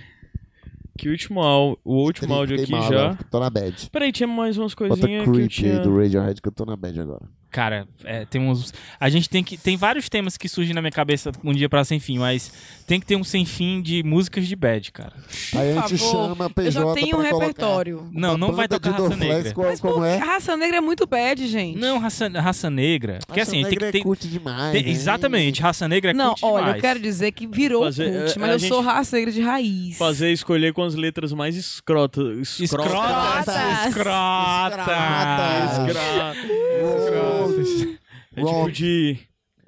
S3: Que o último, au- o último áudio aqui
S4: Fiquei
S3: já.
S4: maluco, né? Tô na bad.
S3: Peraí, tinha mais umas
S4: Bota
S3: coisinhas que eu
S4: creep aí
S3: tinha.
S4: do Radiohead que eu tô na bad agora.
S1: Cara, é, tem uns. A gente tem que. Tem vários temas que surgem na minha cabeça um dia pra sem fim, mas tem que ter um sem fim de músicas de bad, cara.
S4: Aí a gente chama a PJ
S2: eu já tenho um
S4: pra colocar
S2: repertório.
S1: Não, não vai
S4: banda
S1: tocar
S4: de
S1: raça
S4: Dorflex,
S1: negra.
S4: qual- Mas como por- é?
S2: Raça negra é muito bad, gente.
S1: Não, raça, raça negra. Porque
S2: Raça
S1: assim,
S2: negra
S1: tem
S2: é
S1: que ter.
S4: cult demais,
S1: tem-
S4: né?
S1: Exatamente, raça negra é
S2: Não,
S1: cult
S2: olha, eu
S1: demais.
S2: quero dizer que virou
S3: Fazer-
S2: cult,
S3: a-
S2: mas
S3: a
S2: eu
S3: gente-
S2: sou raça negra de raiz.
S3: Fazer é escolher com as letras mais escrota, escrotas.
S2: Escrotas.
S1: Escrotas.
S3: Escrotas. É
S1: Wrong.
S3: tipo de.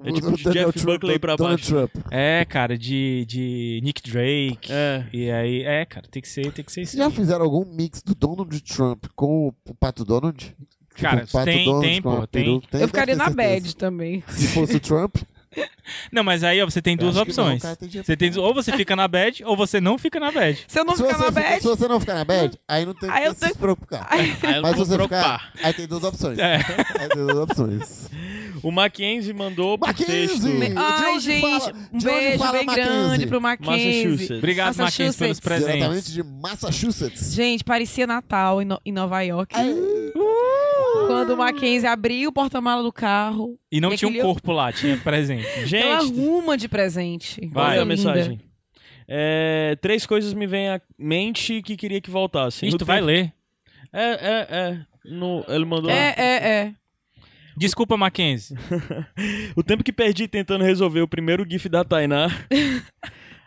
S3: É tipo de Jeff Buckley pra baixo.
S1: É, cara, de, de Nick Drake. E aí, é, cara, tem que ser, tem que ser isso.
S4: Vocês já fizeram algum Um mix do Donald Trump com o o Pato Donald?
S1: Cara,
S4: o Pato
S1: tem-
S4: Donald
S1: tem,
S4: com a
S1: pô, tem.
S4: peruca?
S1: Eu
S4: Deve
S2: eu ficaria
S4: ter
S2: na
S4: certeza.
S2: bad também.
S4: Se fosse o Trump,
S1: Não, mas aí ó, você tem
S4: Eu
S1: duas
S4: acho que não,
S1: opções.
S4: cara, tem dia
S1: você tem, ou você fica na bad, ou você não fica na bad.
S2: Se eu não
S4: Se
S2: ficar
S4: você
S2: na
S4: fica-
S2: bad.
S4: se você não ficar na bad, aí não tem
S2: Aí eu
S4: que se preocupar.
S3: Aí eu não
S4: Mas se
S3: vou
S4: você
S3: preocupar.
S4: ficar, aí tem duas opções.
S3: É.
S4: Aí tem duas opções.
S3: O Mackenzie mandou por texto.
S4: Mackenzie! De
S2: Ai,
S4: onde
S2: gente,
S4: fala-
S2: um
S4: de onde
S2: beijo
S4: fala
S2: bem
S4: Mackenzie?
S2: grande pro Mackenzie.
S3: Massachusetts.
S1: Obrigado, Mackenzie, pelos presentes.
S4: Diretamente de Massachusetts. É.
S2: Gente, parecia Natal em, No- em Nova York. Uh! Quando o Mackenzie abriu o porta-mala do carro.
S1: E não tinha um
S2: aquele-
S1: corpo lá, tinha presente.
S2: Aquela
S3: Gente,
S2: ruma de presente.
S3: vai
S2: Coisa
S3: a mensagem.
S2: tá linda.
S3: É, três coisas me vêm à mente que queria que voltassem.
S1: Ixi,
S3: O
S1: tu vai
S3: tempo-
S1: ler.
S3: É, é, é. No, ele mandou.
S2: É, é, é.
S1: Desculpa, Mackenzie.
S3: O tempo que perdi tentando resolver o primeiro GIF da Tainá.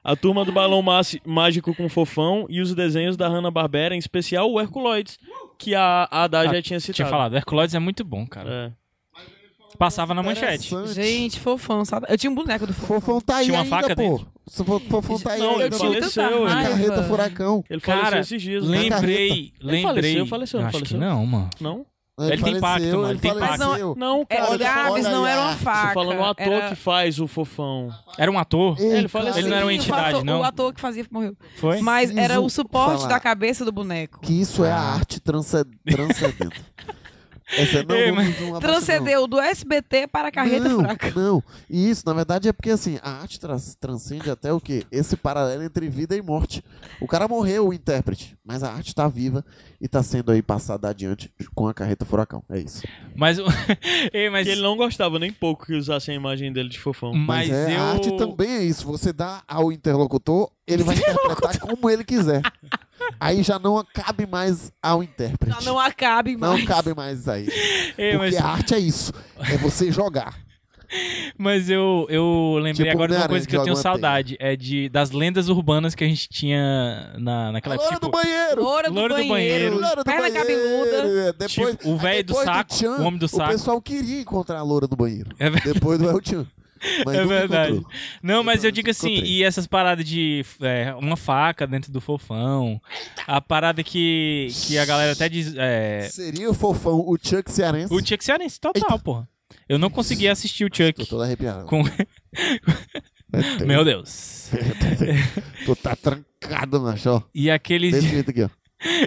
S3: A turma do balão Mas- mágico com fofão e os desenhos da Hanna-Barbera, em especial o Herculoides, que a a Adá já
S1: Ah,
S3: tinha citado. É.
S1: Tinha falado, Herculoides é muito bom, cara. Passava na manchete.
S2: Gente, fofão. saudade. Eu tinha um boneco do fofão.
S4: Fofão tá aí
S1: Tinha uma
S4: ainda,
S1: faca
S4: pô.
S1: dentro.
S4: Se for- Fofão tá aí
S3: Não,
S4: ainda.
S3: ele
S4: no-
S3: faleceu,
S4: Na
S3: ele-
S4: carreta furacão.
S3: Ele faleceu
S1: Cara,
S3: esses dias. né?
S1: lembrei,
S3: Ele
S1: lembrei.
S3: faleceu, faleceu,
S1: Acho
S3: faleceu.
S1: que não, mano.
S3: Não? Ele
S1: Ele tem pacto,
S3: faleceu,
S1: mano.
S3: ele
S1: Ele tem
S3: faleceu.
S1: pacto.
S3: Mas não- não, cara,
S2: É, Gabs não era uma faca.
S3: Tô falando o ator
S2: era-
S3: que faz o fofão.
S1: Era um ator?
S3: Ele faleceu.
S1: Ele não era uma
S2: Sim, o
S1: entidade,
S2: ator-
S1: não?
S2: O ator que fazia morreu.
S1: Foi?
S2: Mas era o
S4: Preciso
S2: suporte
S4: falar.
S2: da cabeça do boneco.
S4: Que isso é a arte transce- transcendente. Essa não
S2: Ei,
S4: é
S2: mas-
S4: uma
S2: Transcendeu do SBT para a carreta
S4: não,
S2: fraca.
S4: Não, e isso, na verdade, é porque assim, a arte trans- transcende até o quê? Esse paralelo entre vida e morte. O cara morreu, o intérprete, mas a arte tá viva e tá sendo aí passada adiante com a carreta furacão. É isso.
S1: Mas,
S3: Que ele não gostava nem pouco que usassem a imagem dele de fofão.
S4: Mas, é, a arte também é isso. Você dá ao interlocutor, ele vai interpretar como ele quiser. Aí já não cabe mais ao intérprete.
S2: Já não acabe mais.
S4: Não cabe mais isso aí.
S1: Ei,
S4: Porque
S1: mas-
S4: a arte é isso. É você jogar.
S1: Mas eu, eu lembrei
S4: Tipo
S1: agora de uma
S4: Homem-Aranha,
S1: coisa que eu
S4: joga
S1: tenho
S4: uma
S1: saudade. É de, das lendas urbanas que a gente tinha na, naquela época. tipo,
S2: Loura do
S1: Loura
S2: banheiro.
S1: do banheiro.
S4: Loura do
S2: Perna
S4: banheiro.
S2: cabeluda.
S4: É, Depois,
S1: Tipo, o velho do
S4: depois
S1: saco,
S4: Tchan,
S1: o homem do
S4: O
S1: saco.
S4: pessoal queria encontrar a loura do banheiro. depois do El Tchan. Mas
S1: é
S4: nunca
S1: verdade.
S4: encontrou.
S1: Não, mas eu digo assim, e essas paradas de é, uma faca dentro do fofão, a parada que, que a galera até diz. É,
S4: Seria o fofão, o Chuck cearense.
S1: o Chuck Cearense, total, porra. Eu não consegui assistir o Chuck. Tô
S4: todo arrepiado.
S1: Com...
S4: É
S1: Meu Deus.
S4: Tu tá trancado, macho. ó.
S1: E aqueles.
S4: Desse jeito aqui, ó.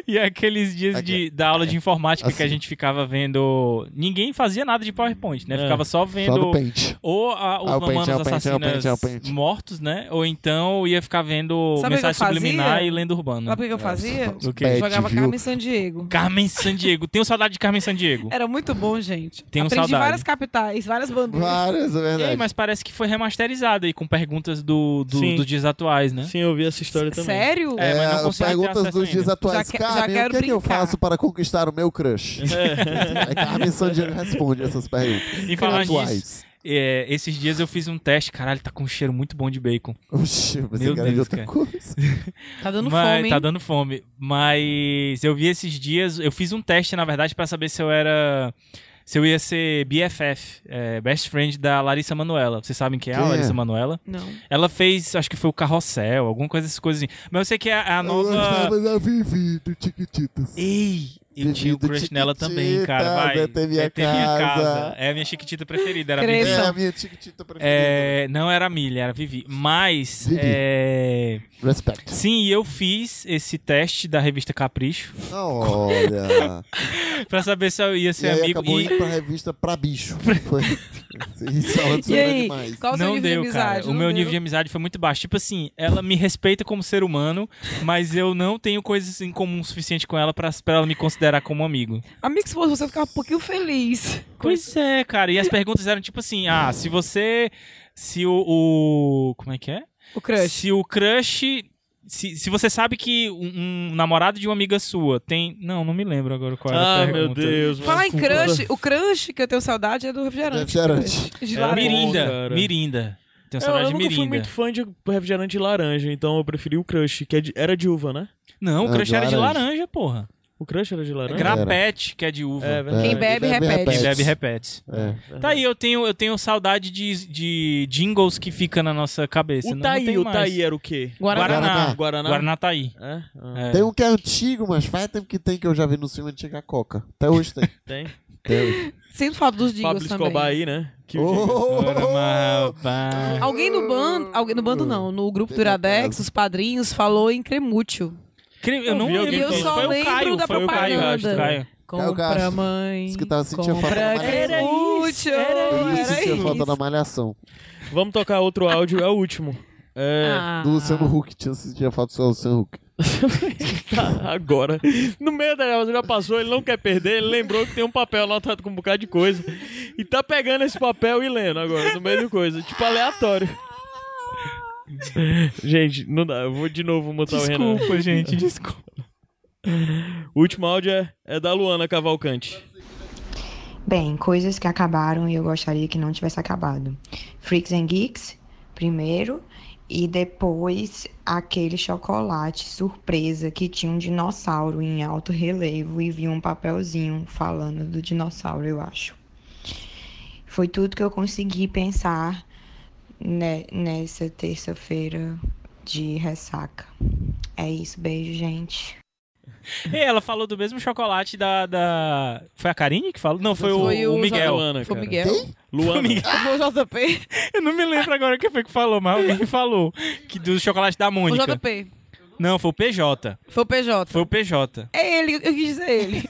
S1: E é aqueles dias de, da aula de informática
S4: Assim.
S1: que a gente ficava vendo. Ninguém fazia nada de PowerPoint, né?
S2: É.
S1: Ficava só vendo.
S4: no Paint.
S1: Ou a- os
S4: Ah, o Paint,
S1: mamonas
S4: é o Paint, é o Paint,
S1: assassinas
S4: é o Paint.
S1: mortos, né? Ou então ia ficar vendo
S2: Sabe o que
S1: mensagem
S2: eu fazia?
S1: subliminar e lenda urbana.
S2: Sabe o que
S4: É,
S2: eu fazia?
S1: O quê?
S2: Jogava Carmen San Diego.
S1: Carmen Sandiego. Tenho saudade de Carmen Sandiego.
S2: Era muito bom, gente.
S1: Tenho
S2: Aprendi
S1: saudade.
S2: várias capitais, várias bandeiras.
S4: é
S1: Ei, mas parece que foi remasterizado aí com perguntas do, do-
S3: Sim.
S1: dos dias atuais, né?
S3: Sim, eu vi essa história
S2: também. sério?
S1: É, mas
S4: É,
S1: não consigo ter
S4: perguntas
S1: acesso
S4: dos dias
S1: ainda.
S4: atuais.
S2: Já que- já
S4: Carmen,
S2: quero
S4: o que, é que eu
S2: brincar.
S4: faço para conquistar o meu crush?
S1: É.
S4: Aí Carmen Sandiego responde essas perguntas.
S1: E falar
S4: atuais.
S1: nisso, é, esses dias eu fiz um teste. Caralho, tá com um cheiro muito bom de bacon.
S4: Oxi, você
S1: Meu
S4: quer
S1: Deus,
S4: ver outra
S1: cara.
S4: coisa?
S2: Tá dando
S1: Mas-
S2: fome.
S1: Tá
S2: hein?
S1: dando fome. Mas eu vi esses dias, eu fiz um teste, na verdade, pra saber se eu era. Se eu ia ser BFF, é, best friend da Larissa Manuela. Vocês sabem quem é a
S3: Quem é?
S1: Larissa Manuela?
S2: Não.
S1: Ela fez, acho que foi o Carrossel, alguma coisa dessas coisas assim. Mas eu sei que é a, a
S4: Eu
S1: nova.
S4: gostava da Vivi do Tiquititas.
S1: Ei! Eu tinha o crush nela também, cara. Vai.
S4: Até minha
S1: Até minha
S4: casa.
S1: É a minha chiquitita preferida. Era a Vivi.
S4: É a minha Tiquitita preferida.
S1: É, não era a Milha, era a Vivi. Mas.
S4: Vivi.
S1: É...
S4: Respect.
S1: Sim, e eu fiz esse teste da revista Capricho.
S4: Ah, Olha.
S1: pra saber se eu ia ser
S4: e aí
S1: amigo.
S4: acabou
S1: e-
S4: indo pra revista pra bicho. Foi. Isso é
S2: E aí,
S4: demais.
S2: qual o seu
S1: não
S2: nível de
S1: deu,
S2: amizade?
S1: cara. O
S2: Não
S1: meu
S2: deu.
S1: nível de amizade foi muito baixo. Tipo assim, ela me respeita como ser humano, mas eu não tenho coisas em comum suficiente com ela pra, pra ela me considerar como amigo.
S2: Amigo, se fosse você, eu ficava um pouquinho feliz.
S1: Pois é, cara. E as perguntas eram tipo assim: ah, se você. Se o. o- como é que é?
S2: O crush.
S1: Se o crush. Se, se você sabe que um, um namorado de uma amiga sua tem. Não, não me lembro agora qual era
S3: Ah,
S1: a
S3: meu
S1: pergunta.
S3: Deus,
S2: Falar em crush, o crush que eu tenho saudade é do refrigerante.
S1: Refrigerante.
S2: De
S1: É,
S2: laranja.
S1: Mirinda, Mirinda. um Tenho
S3: É, eu, eu
S1: saudade de
S3: nunca fui
S1: Mirinda.
S3: muito fã de refrigerante de laranja, então eu preferi o crush, que é de- era de uva, né?
S1: Não, o crush era de laranja, porra.
S3: O crush era de laranja?
S1: Grapete, que é de uva.
S3: É verdade. Quem É.
S2: bebe, Quem bebe, repete. repete.
S1: Quem bebe, repete. Tá aí, eu tenho, eu tenho saudade de, de jingles que fica na nossa cabeça.
S3: O
S1: não,
S3: Taí,
S1: não tem
S3: o
S1: mais.
S3: Taí era o quê?
S1: Guaraná.
S3: Guaraná.
S1: Guaraná Taí.
S3: É?
S1: É.
S4: Tem um que é antigo, mas faz tempo que tem que eu já vi no filme antiga Coca. Até hoje tem.
S3: Tem?
S4: Até hoje.
S2: Sinto falta dos
S3: Pablo
S2: Digos também.
S3: Escobar aí, né? Que
S4: Oh!
S2: Alguém no bando, alguém no bando não, no grupo do Iradex, os padrinhos, falou em cremútil.
S1: Cre- Eu não
S2: vi alguém
S1: lembro.
S2: falando. Eu só
S1: foi o
S2: lembro
S1: Caio,
S2: da
S1: foi o Caio, eu acho,
S2: propaganda.
S1: Caio.
S2: Compra,
S4: Castro.
S2: mãe.
S4: Isso que tava sentindo falta
S2: Compra
S4: da malhação.
S2: cremútil.
S4: Isso,
S2: Era
S4: sentia falta
S2: isso.
S4: da malhação.
S3: Vamos tocar outro áudio, é o último. É...
S2: Ah.
S4: Do Luciano Huck, tinha sentia falta do Luciano Huck.
S3: Tá, agora. No meio da gravação já passou, ele não quer perder, ele lembrou que tem um papel anotado com um bocado de coisa. E tá pegando esse papel e lendo agora, no meio de coisa. Tipo, aleatório. Gente, não dá, eu vou de novo mutar o Renan.
S1: Desculpa, gente, desculpa.
S3: O último áudio é, é da Luana Cavalcante.
S21: Bem, coisas que acabaram e eu gostaria que não tivesse acabado. Freaks and Geeks, primeiro, e depois aquele chocolate surpresa que tinha um dinossauro em alto relevo e vinha um papelzinho falando do dinossauro, eu acho. Foi tudo que eu consegui pensar ne- nessa terça-feira de ressaca. É isso, beijo, gente.
S1: Ei, ela falou do mesmo chocolate da, da... Foi a Karine que falou? Não, foi, o, o Miguel.
S3: Luana,
S2: Foi o
S3: cara.
S2: Miguel.
S3: Quem? Luana.
S1: Foi o Miguel.
S2: Foi o JP.
S1: Eu não me lembro agora quem foi que falou, mas alguém falou que do chocolate da
S2: Foi o
S1: Mônica.
S2: JP.
S1: Não, foi o PJ.
S2: Foi o PJ.
S1: Foi o PJ.
S2: É ele, eu quis dizer ele.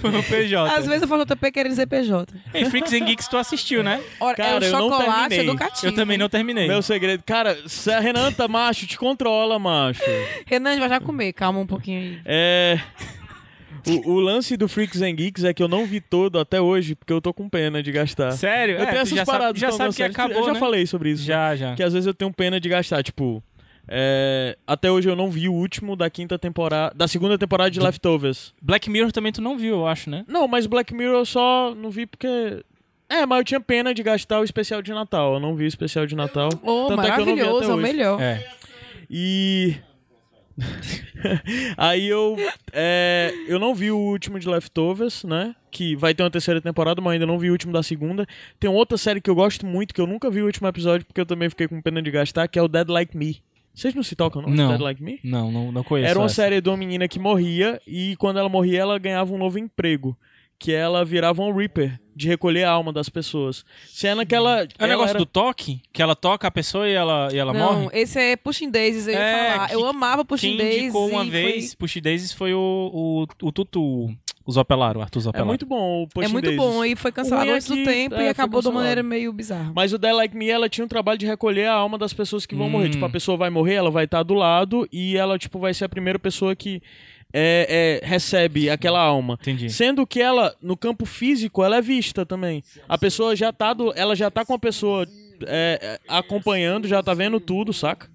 S1: Foi o PJ.
S2: Às vezes eu falo JP querendo dizer PJ.
S1: Ei, Freaks and Geeks, tu assistiu, né?
S2: Olha, é o chocolate educativo.
S1: Eu também não terminei.
S3: Meu segredo. Cara, se a Renata, macho, te controla, macho.
S2: Renan, a gente vai já comer, calma um pouquinho aí.
S3: É. O, o lance do Freaks and Geeks é que eu não vi todo até hoje, porque eu tô com pena de gastar.
S1: Sério?
S3: Eu
S1: É,
S3: tenho
S1: tu
S3: essas
S1: já sabe-
S3: paradas
S1: já
S3: com
S1: sabe
S3: algumas
S1: que
S3: séries.
S1: acabou,
S3: Eu já
S1: né?
S3: falei sobre isso.
S1: Já, já.
S3: Que às vezes eu tenho pena de gastar, tipo... é, até hoje eu não vi o último da quinta temporada... Da segunda temporada de Leftovers.
S1: Black Mirror também tu não viu, eu acho, né?
S3: Não, mas Black Mirror eu só não vi porque... É, mas eu tinha pena de gastar o especial de Natal. Eu não vi o especial de Natal.
S2: Oh,
S3: Tanto é que eu não vi até
S2: maravilhoso, é o
S3: hoje.
S2: melhor.
S1: É.
S3: E. Aí eu. é, eu não vi o último de Leftovers, né? Que vai ter uma terceira temporada, mas ainda não vi o último da segunda. Tem outra série que eu gosto muito, que eu nunca vi o último episódio, porque eu também fiquei com pena de gastar, que é o Dead Like Me. Vocês não se tocam, não?
S1: Não.
S3: Dead Like Me?
S1: Não, não, não conheço.
S3: Era uma
S1: essa.
S3: série de uma menina que morria e quando ela morria ela ganhava um novo emprego. Que ela virava um Reaper, de recolher a alma das pessoas. Sendo que ela.
S1: É o negócio do toque? Que ela toca a pessoa e ela, e ela
S2: não,
S1: morre?
S2: esse é Pushing Daisies, eu ia
S1: Tá É,
S2: falar.
S1: que-
S2: eu amava Pushing
S1: Quem
S2: Daisies.
S1: indicou uma
S2: e
S1: vez,
S2: foi-
S1: Push Daisies, foi o, o, o Tutu, o Zopelaro, o Arthur
S3: É
S1: Zopelaro.
S3: muito bom o Pushing
S2: É muito
S3: Daisies.
S2: bom, e foi cancelado
S3: O ruim é
S2: antes do
S3: que-
S2: tempo
S3: é,
S2: e
S3: foi
S2: acabou de uma
S3: cancelado.
S2: maneira meio bizarra.
S3: Mas o Dead Like Me, ela tinha um trabalho de recolher a alma das pessoas que vão
S1: Hum.
S3: morrer. Tipo, a pessoa vai morrer, ela vai estar do lado e ela, tipo, vai ser a primeira pessoa que é, é, recebe aquela alma.
S1: Entendi.
S3: Sendo que ela, no campo físico, ela é vista também. A pessoa já tá, do, ela já tá com a pessoa é, é, acompanhando, já tá vendo tudo, saca?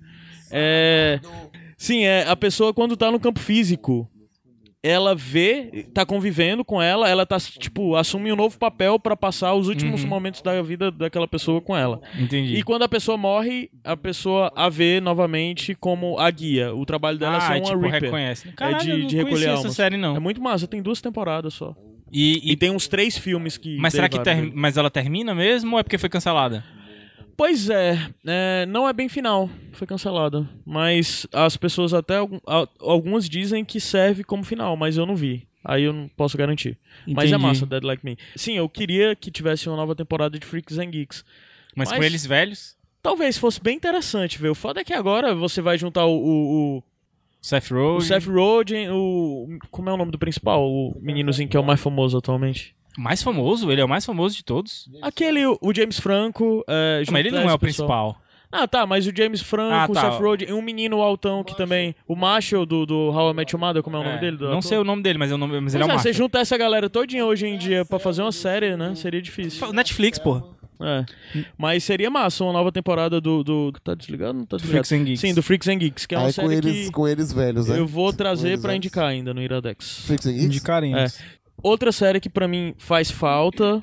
S3: É, sim, é, a pessoa quando tá no campo físico, ela vê, tá convivendo com ela, ela tá, tipo, assume um novo papel pra passar os últimos
S1: Uhum.
S3: momentos da vida daquela pessoa com ela.
S1: Entendi.
S3: E quando a pessoa morre, a pessoa a vê novamente como a guia. O trabalho dela é
S1: Ah,
S3: ser
S1: é
S3: uma
S1: tipo,
S3: Reaper.
S1: reconhece.
S3: é
S1: Caralho,
S3: de,
S1: eu não
S3: de recolher
S1: conhecia essa
S3: almas.
S1: série, não.
S3: É muito massa, tem duas temporadas só.
S1: E,
S3: tem uns três filmes que.
S1: Mas será que
S3: derivaram
S1: ter-
S3: dele.
S1: mas ela termina mesmo ou é porque foi cancelada?
S3: Pois é, é, não é bem final, foi cancelada. Mas as pessoas até algum- a- algumas dizem que serve como final, mas eu não vi. Aí eu não posso garantir. Mas é
S1: Entendi.
S3: massa, Dead Like Me. Sim, eu queria que tivesse uma nova temporada de Freaks and Geeks.
S1: Mas com eles velhos?
S3: Talvez fosse bem interessante ver. O foda é que agora você vai juntar o- o- o
S1: Seth
S3: o
S1: Rogen.
S3: Seth Rogen, o. Como é o nome do principal? O meninozinho que é o mais famoso atualmente.
S1: Mais famoso? Ele é o mais famoso de todos?
S3: Aquele, o o James Franco. É,
S1: Mas ele não
S3: junto
S1: é o
S3: esse pessoal.
S1: principal.
S3: Ah, tá, mas o James Franco,
S1: Ah, tá.
S3: o Seth Rogen, e um menino altão que também. O Marshall do, do How I Met Your Mother, como é o nome
S1: É,
S3: dele? Do
S1: não
S3: ator?
S1: sei o nome dele, mas, é o nome, mas ele é o
S3: Pois é,
S1: Marshall.
S3: você junta essa galera todinha hoje em dia pra fazer uma série, né? Seria difícil.
S1: Netflix, porra.
S3: É. Mas seria massa uma nova temporada do. do... Tá desligado? Não tá desligado?
S1: Freaks and Geeks.
S3: Sim, do Freaks and Geeks, que é uma
S4: Aí
S3: série
S4: com eles,
S3: que...
S4: com eles velhos, né?
S3: Eu vou trazer
S4: eles
S3: pra
S4: antes.
S3: indicar ainda no Iradex.
S4: Freaks and Geeks?
S1: Indicaremos.
S3: É. Outra série que pra mim faz falta